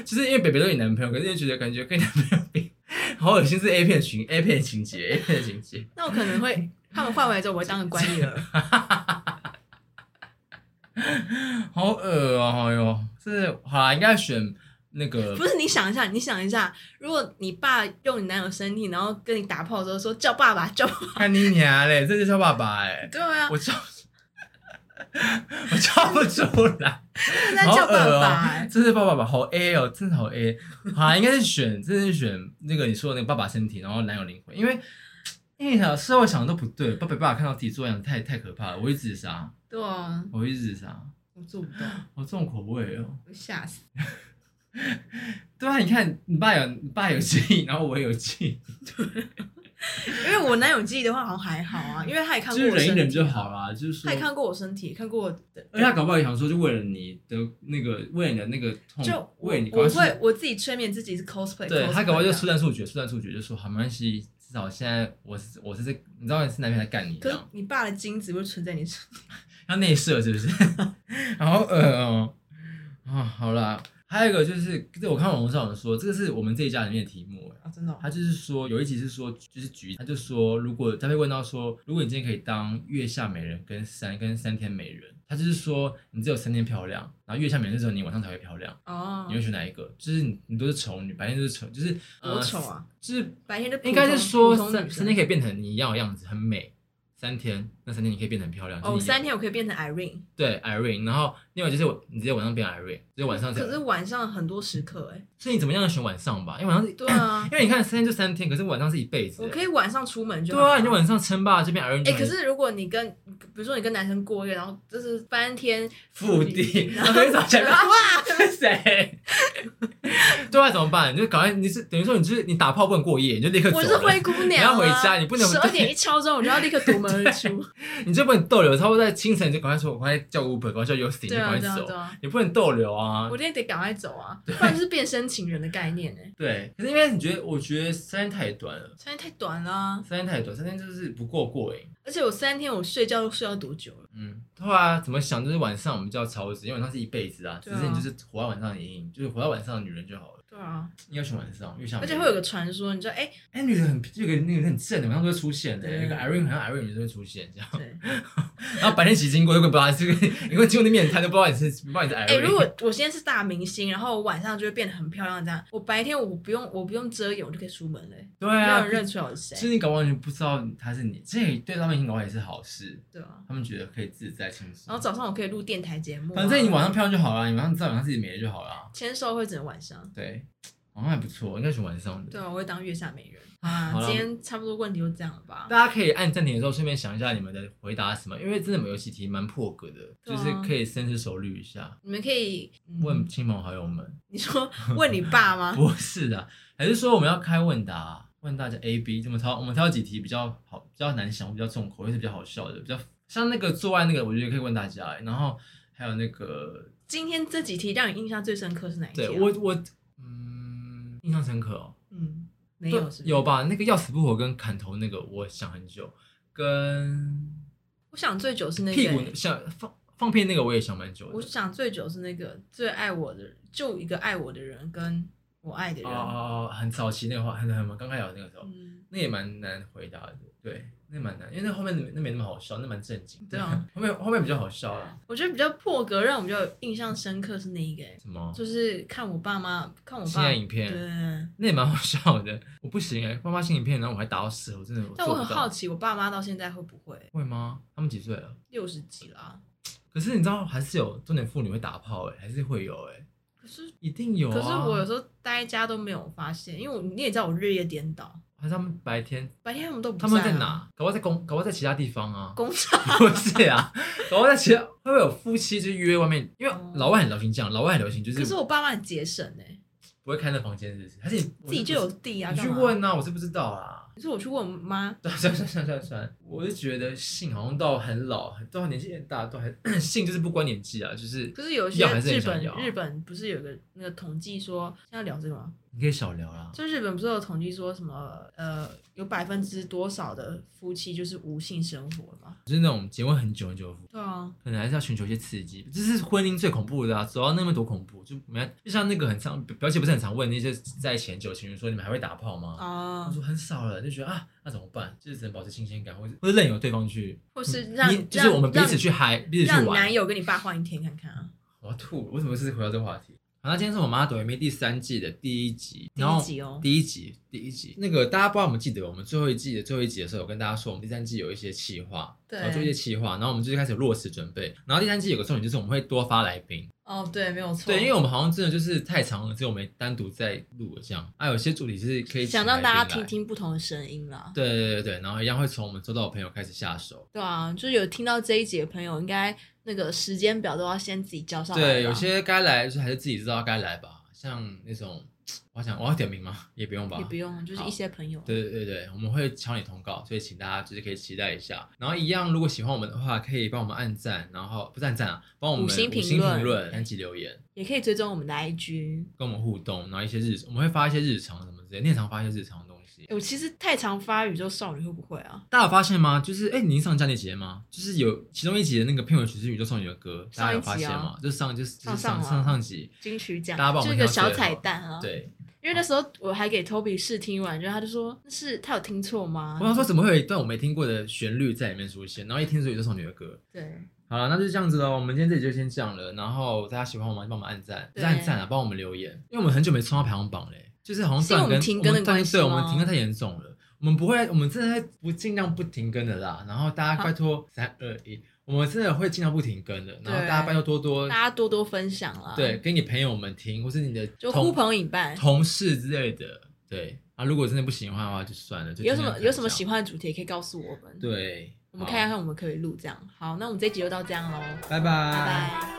[SPEAKER 1] 就是因为北北都是你男朋友，可是你就觉得感觉跟你男朋友比，好恶心，是 A 片情 A 片情节 A 片情节。
[SPEAKER 2] 那我可能会他们换回来之后，我会当个乖女儿。
[SPEAKER 1] 好恶哦、哎呦，是好啦，应该选那个
[SPEAKER 2] 不是你想一下，你想一下，如果你爸用你男友身体，然后跟你打炮的时候说叫爸爸叫爸爸，
[SPEAKER 1] 看你娘啊嘞，这就叫爸爸哎、
[SPEAKER 2] 对 啊，
[SPEAKER 1] 我叫，我叫不出来，
[SPEAKER 2] 真的
[SPEAKER 1] 好
[SPEAKER 2] 叫
[SPEAKER 1] 恶
[SPEAKER 2] 爸爸、
[SPEAKER 1] 哦、真是爸爸吧，好 A 哦，真的好 A，好啊，应该是选，真的是选那个你说的那个爸爸身体，然后男友灵魂，因为。哎因为小时候我想的都不对，爸爸爸爸看到自己做的样子太太可怕了，我会自杀，
[SPEAKER 2] 对啊，
[SPEAKER 1] 我会自杀，
[SPEAKER 2] 我做不到，
[SPEAKER 1] 好重口味哦。
[SPEAKER 2] 我吓死。
[SPEAKER 1] 对啊，你看你爸有你爸有记忆，然后我也有记忆，
[SPEAKER 2] 因为我男友记忆的话好像还好啊，因为他也看
[SPEAKER 1] 就是
[SPEAKER 2] 过我
[SPEAKER 1] 忍
[SPEAKER 2] 身
[SPEAKER 1] 一忍
[SPEAKER 2] 体，啊
[SPEAKER 1] 就好啦。就是说
[SPEAKER 2] 他，也看过我身体，看过我的。
[SPEAKER 1] 而且他搞不好也想说，就为了你的那个，为了你的那个痛，
[SPEAKER 2] 就我
[SPEAKER 1] 为嗯了你
[SPEAKER 2] 我
[SPEAKER 1] 关系
[SPEAKER 2] 会我自己催眠自己是 cosplay，
[SPEAKER 1] 对
[SPEAKER 2] cosplay
[SPEAKER 1] 他搞不好就
[SPEAKER 2] 这样
[SPEAKER 1] 速战速决，速战速决就说好没关系，至少现在我是我是这，你知道是男朋友在干你这
[SPEAKER 2] 可是
[SPEAKER 1] 样，
[SPEAKER 2] 你爸的精子不是存在你身 上，
[SPEAKER 1] 要内射是不 是？然后呃哦，啊好啦，还有一个就是，这我看网络上有人说，这个是我们这一家里面的题目欸，
[SPEAKER 2] 啊，真的哦、
[SPEAKER 1] 他就是说有一集是说就是局，他就说如果他被问到说，如果你今天可以当月下美人跟三跟三天美人，他就是说你只有三天漂亮，然后月下美人的时候你晚上才会漂亮，
[SPEAKER 2] 哦，
[SPEAKER 1] 你会选哪一个？就是你你都是丑女，白天都是丑，就是
[SPEAKER 2] 多
[SPEAKER 1] 呃
[SPEAKER 2] 丑啊！
[SPEAKER 1] 就是
[SPEAKER 2] 白天就普通
[SPEAKER 1] 呃应该是说
[SPEAKER 2] 普通
[SPEAKER 1] 三
[SPEAKER 2] 女
[SPEAKER 1] 三
[SPEAKER 2] 生
[SPEAKER 1] 天可以变成你一样的样子，很美。三天，那三天你可以变得很漂亮。就是
[SPEAKER 2] 哦，
[SPEAKER 1] 你
[SPEAKER 2] 三天我可以变成 Irene，
[SPEAKER 1] 对 Irene，然后另外就是我你直接晚上变 Irene，直接晚上才
[SPEAKER 2] 可是晚上很多时刻 哎、
[SPEAKER 1] 所以你怎么样选晚上吧，因为晚上是，
[SPEAKER 2] 对啊，
[SPEAKER 1] 因为你看三天就三天，可是晚上是一辈子、
[SPEAKER 2] 我
[SPEAKER 1] 欸。
[SPEAKER 2] 可以晚上出门就
[SPEAKER 1] 对
[SPEAKER 2] 好了
[SPEAKER 1] 啊，你就晚上称霸这边 Irene，
[SPEAKER 2] 哎、
[SPEAKER 1] 就
[SPEAKER 2] 可是如果你跟，比如说你跟男生过夜，然后就是翻天
[SPEAKER 1] 腹地， 然
[SPEAKER 2] 然后
[SPEAKER 1] 后你早起来
[SPEAKER 2] 然后
[SPEAKER 1] 哇是谁？对啊，怎么办？你就赶快，你是等于说你就是你打炮不能过夜，你就立刻走
[SPEAKER 2] 我是
[SPEAKER 1] 了，
[SPEAKER 2] 灰姑娘、啊，
[SPEAKER 1] 你要回家你不能
[SPEAKER 2] 十二点一敲钟，我就要立刻夺门而 出。
[SPEAKER 1] 你就不能逗留，差不多在清晨你就赶快说，我赶快叫 Uber，赶快叫 Uber，你就
[SPEAKER 2] 对
[SPEAKER 1] 赶
[SPEAKER 2] 啊，
[SPEAKER 1] 快
[SPEAKER 2] 对啊，
[SPEAKER 1] 走
[SPEAKER 2] 对，啊，
[SPEAKER 1] 你不能逗留啊
[SPEAKER 2] 我。今天得赶快走啊，不然就是变身情人的概念哎、
[SPEAKER 1] 对，可是因为你觉得，我觉得三天太短了，
[SPEAKER 2] 三天太短啦、
[SPEAKER 1] 三天太短，三天就是不够过瘾。
[SPEAKER 2] 而且我三天我睡觉都睡到多久了？
[SPEAKER 1] 嗯，对啊，怎么想就是晚上我们就要超值，因为晚上是一辈子啊，只
[SPEAKER 2] 对啊
[SPEAKER 1] 是你就是活到晚上的阴影，就是活到晚上的女人就好了。
[SPEAKER 2] 对啊，
[SPEAKER 1] 应该选晚上，越想
[SPEAKER 2] 而且会有个传说，你知道哎、
[SPEAKER 1] 哎、女人很这个那个很正的，晚上都会出现的、
[SPEAKER 2] 对
[SPEAKER 1] 那个 Irene 好像 Irene 女生会出现这样，
[SPEAKER 2] 对，
[SPEAKER 1] 然后白天一起经过，又不知道这个，你会经过那面，他都不知道你是不知道你是 Irene。
[SPEAKER 2] 哎、如果我现在是大明星，然后我晚上就会变得很漂亮，这样我白天我不用我不用遮掩，我就可以出门了、欸，
[SPEAKER 1] 对
[SPEAKER 2] 没有
[SPEAKER 1] 啊
[SPEAKER 2] 人，认出来我
[SPEAKER 1] 其
[SPEAKER 2] 是谁。
[SPEAKER 1] 实你搞不好完全不知道他是你，这对他们应该也是好事，
[SPEAKER 2] 对啊，
[SPEAKER 1] 他们觉得可以自在轻松。
[SPEAKER 2] 然后早上我可以录电台节目啊、
[SPEAKER 1] 反正你晚上漂亮就好了，你晚上知道晚上自己美就好了。
[SPEAKER 2] 签售会只能晚上。
[SPEAKER 1] 对，晚上还不错，应该选晚上的。
[SPEAKER 2] 对啊，我会当月下美人啊
[SPEAKER 1] 好。啦
[SPEAKER 2] 今天差不多问题就这样了吧？
[SPEAKER 1] 大家可以按暂停的时候，顺便想一下你们的回答是什么，因为真的有些题蛮破格的，
[SPEAKER 2] 对
[SPEAKER 1] 就
[SPEAKER 2] 啊
[SPEAKER 1] 是可以深思熟虑一下。
[SPEAKER 2] 你们可以、嗯啊
[SPEAKER 1] 问亲朋好友们，
[SPEAKER 2] 你说问你爸吗？
[SPEAKER 1] 不是的，还是说我们要开问答、啊问大家 A、B 怎么挑？我们挑几题比较好，比较难想，比较重口味，是比较好笑的，比较像那个做爱那个，我觉得可以问大家。欸然后还有那个，
[SPEAKER 2] 今天这几题让你印象最深刻是哪一题、啊？
[SPEAKER 1] 对我我嗯，印象深刻哦，
[SPEAKER 2] 嗯，没有
[SPEAKER 1] 对
[SPEAKER 2] 是不是
[SPEAKER 1] 有？吧？那个要死不活跟砍头那个，我想很久，跟
[SPEAKER 2] 我想最久是那
[SPEAKER 1] 屁
[SPEAKER 2] 个、
[SPEAKER 1] 股想放放屁那个，我也想蛮久的。
[SPEAKER 2] 我想最久是那个最爱我的，就一个爱我的人跟我爱的人。
[SPEAKER 1] 哦，很早期那个话，很很刚开始那个时候，
[SPEAKER 2] 嗯，
[SPEAKER 1] 那也蛮难回答的，对，那也蛮难，因为那后面那没那么好笑，那蛮正经。
[SPEAKER 2] 对啊，
[SPEAKER 1] 后面后面比较好笑 啦。
[SPEAKER 2] 我觉得比较破格，让我比较有印象深刻是那一个、欸
[SPEAKER 1] 什么？
[SPEAKER 2] 就是看我爸妈，看我
[SPEAKER 1] 性
[SPEAKER 2] 爸
[SPEAKER 1] 爱，影
[SPEAKER 2] 对，
[SPEAKER 1] 片，那也蛮好笑的。我不行哎、欸，爸妈性影片，然后我还打到死，我真的我
[SPEAKER 2] 但
[SPEAKER 1] 做
[SPEAKER 2] 我
[SPEAKER 1] 不
[SPEAKER 2] 很好
[SPEAKER 1] 到。
[SPEAKER 2] 奇，我爸妈到现在会不会
[SPEAKER 1] 会吗？他们几岁了？
[SPEAKER 2] 六十几啦？
[SPEAKER 1] 可是你知道，还是有中年妇女会打炮哎、欸，还是会有哎、欸，
[SPEAKER 2] 可是
[SPEAKER 1] 一定有、啊。
[SPEAKER 2] 可是我有时候待在家都没有发现，因为我你也知道我日夜颠倒，
[SPEAKER 1] 还是他们白天，
[SPEAKER 2] 白天他们都不
[SPEAKER 1] 他们
[SPEAKER 2] 啊
[SPEAKER 1] 在？哪？搞不好在工，搞不好在其他地方啊。
[SPEAKER 2] 工厂
[SPEAKER 1] 不是啊，老外在其他会不会有夫妻就是约外面？因为老外很流行这样，老外很流行就
[SPEAKER 2] 哦可是
[SPEAKER 1] 是
[SPEAKER 2] 我爸妈很节省哎、
[SPEAKER 1] 不会开那房间，是不是？而且你
[SPEAKER 2] 自己就有地啊。
[SPEAKER 1] 你去
[SPEAKER 2] 干嘛？
[SPEAKER 1] 问啊，我是不知道啊。
[SPEAKER 2] 可是我去问我妈，
[SPEAKER 1] 算算算算算算，我是觉得性好像到很老，到年纪很大都还 性就是不关年纪啊，就是
[SPEAKER 2] 可是有一些
[SPEAKER 1] 要还是很
[SPEAKER 2] 日
[SPEAKER 1] 想
[SPEAKER 2] 本
[SPEAKER 1] 要啊
[SPEAKER 2] 日本不是有个那个统计说，现在聊这个吗？
[SPEAKER 1] 你可以少聊啦。
[SPEAKER 2] 就日本不是有统计说什么呃，有百分之多少的夫妻就是无性生活吗？
[SPEAKER 1] 就是那种结婚很久很久的夫妻，
[SPEAKER 2] 对啊，
[SPEAKER 1] 可能还是要寻求一些刺激。这是婚姻最恐怖的啊！走到那边多恐怖，就没就像那个很常表姐不是很常问那些在前久情侣说你们还会打炮吗？
[SPEAKER 2] 啊、
[SPEAKER 1] 他说很少了，就觉得啊，那怎么办？就是只能保持新鲜感，或者或者任由对方去，
[SPEAKER 2] 或是让
[SPEAKER 1] 你就是我们彼
[SPEAKER 2] 让
[SPEAKER 1] 此去嗨，彼此
[SPEAKER 2] 让
[SPEAKER 1] 去
[SPEAKER 2] 男
[SPEAKER 1] 玩。
[SPEAKER 2] 友跟你爸换一天看看啊。
[SPEAKER 1] 我要吐了，为什么是回到这个话题？好，那今天是我妈抖音妹第三季的第一集，
[SPEAKER 2] 第一
[SPEAKER 1] 然后
[SPEAKER 2] 集哦
[SPEAKER 1] 第一集，第一集。那个大家不知道我们记得，我们最后一季的最后一集的时候，有跟大家说我们第三季有一些企划，哦
[SPEAKER 2] 对
[SPEAKER 1] 然后做一些企划，然后我们就是开始有落实准备。然后第三季有个重点就是我们会多发来宾，
[SPEAKER 2] 哦，对，没有错。
[SPEAKER 1] 对，因为我们好像真的就是太长了，只有我们单独在录了这样。啊，有些主题是可以
[SPEAKER 2] 想
[SPEAKER 1] 请
[SPEAKER 2] 让大
[SPEAKER 1] 来
[SPEAKER 2] 家
[SPEAKER 1] 宾来
[SPEAKER 2] 听听不同的声音啦。
[SPEAKER 1] 对对对对，然后一样会从我们周到的朋友开始下手。
[SPEAKER 2] 对啊，就是有听到这一节的朋友，应该那个时间表都要先自己交上来吧。
[SPEAKER 1] 对，有些该来就是还是自己知道该来吧。像那种，我想我要点名吗？也不用吧
[SPEAKER 2] 也。不用，就是一些朋友。
[SPEAKER 1] 对对对对，我们会敲你通告，所以请大家就是可以期待一下。然后一样，如果喜欢我们的话，可以帮我们按赞，然后不是按赞啊，帮我们
[SPEAKER 2] 五星评
[SPEAKER 1] 评
[SPEAKER 2] 论
[SPEAKER 1] 论、单击留言，
[SPEAKER 2] 也可以追踪我们的 IG。
[SPEAKER 1] 跟我们互动。然后一些日，我们会发一些日常什么之类，念常发一些日常的东西
[SPEAKER 2] 诶。哎我其实太常发宇宙少女会不会啊？
[SPEAKER 1] 大家有发现吗？就是哎，您上佳那节吗？就是有其中一集的那个片尾曲是宇宙少女的歌，大家有发现
[SPEAKER 2] 上一啊
[SPEAKER 1] 吗？就是上就是就是
[SPEAKER 2] 上
[SPEAKER 1] 上
[SPEAKER 2] 上啊
[SPEAKER 1] 上上集，
[SPEAKER 2] 金曲奖
[SPEAKER 1] 大家帮我
[SPEAKER 2] 就
[SPEAKER 1] 们
[SPEAKER 2] 一个
[SPEAKER 1] 挑最后
[SPEAKER 2] 小彩蛋啊。，
[SPEAKER 1] 对，
[SPEAKER 2] 因为那时候我还给 Toby 试听完，然后他就说那是他有听错吗？
[SPEAKER 1] 我想说，怎么会有一段我没听过的旋律在里面出现？然后一听说有这首女的歌。
[SPEAKER 2] 对，
[SPEAKER 1] 好了，那就是这样子喽。我们今天这里就先这样了。然后大家喜欢我们，帮我们按赞，不
[SPEAKER 2] 对
[SPEAKER 1] 是按赞啊，帮我们留言，因为我们很久没冲到排行榜嘞，就是好像断
[SPEAKER 2] 是因为我们
[SPEAKER 1] 更，
[SPEAKER 2] 停
[SPEAKER 1] 我
[SPEAKER 2] 更的
[SPEAKER 1] 们断
[SPEAKER 2] 关系
[SPEAKER 1] 对，我
[SPEAKER 2] 吗
[SPEAKER 1] 们停更太严重了。我我们不会，我们真的会不尽量不停更的啦。然后大家拜托三二一，呃我们真的会尽量不停更的。然后
[SPEAKER 2] 对
[SPEAKER 1] 大家拜托多多
[SPEAKER 2] 大家多多分享啦。
[SPEAKER 1] 对，，给你朋友呃们听，或是你的
[SPEAKER 2] 就呼
[SPEAKER 1] 同
[SPEAKER 2] 朋引伴。
[SPEAKER 1] 同事之类的。对啊，如果真的不喜欢的话，就算了。就
[SPEAKER 2] 有什
[SPEAKER 1] 尽
[SPEAKER 2] 么
[SPEAKER 1] 量
[SPEAKER 2] 有什么
[SPEAKER 1] 看
[SPEAKER 2] 喜
[SPEAKER 1] 一下
[SPEAKER 2] 欢的主题也可以告诉我们，
[SPEAKER 1] 对，
[SPEAKER 2] 我们
[SPEAKER 1] 好
[SPEAKER 2] 看看看我们可以录这样。好，那我们这一集就到这样喽，
[SPEAKER 1] 拜拜
[SPEAKER 2] 拜拜。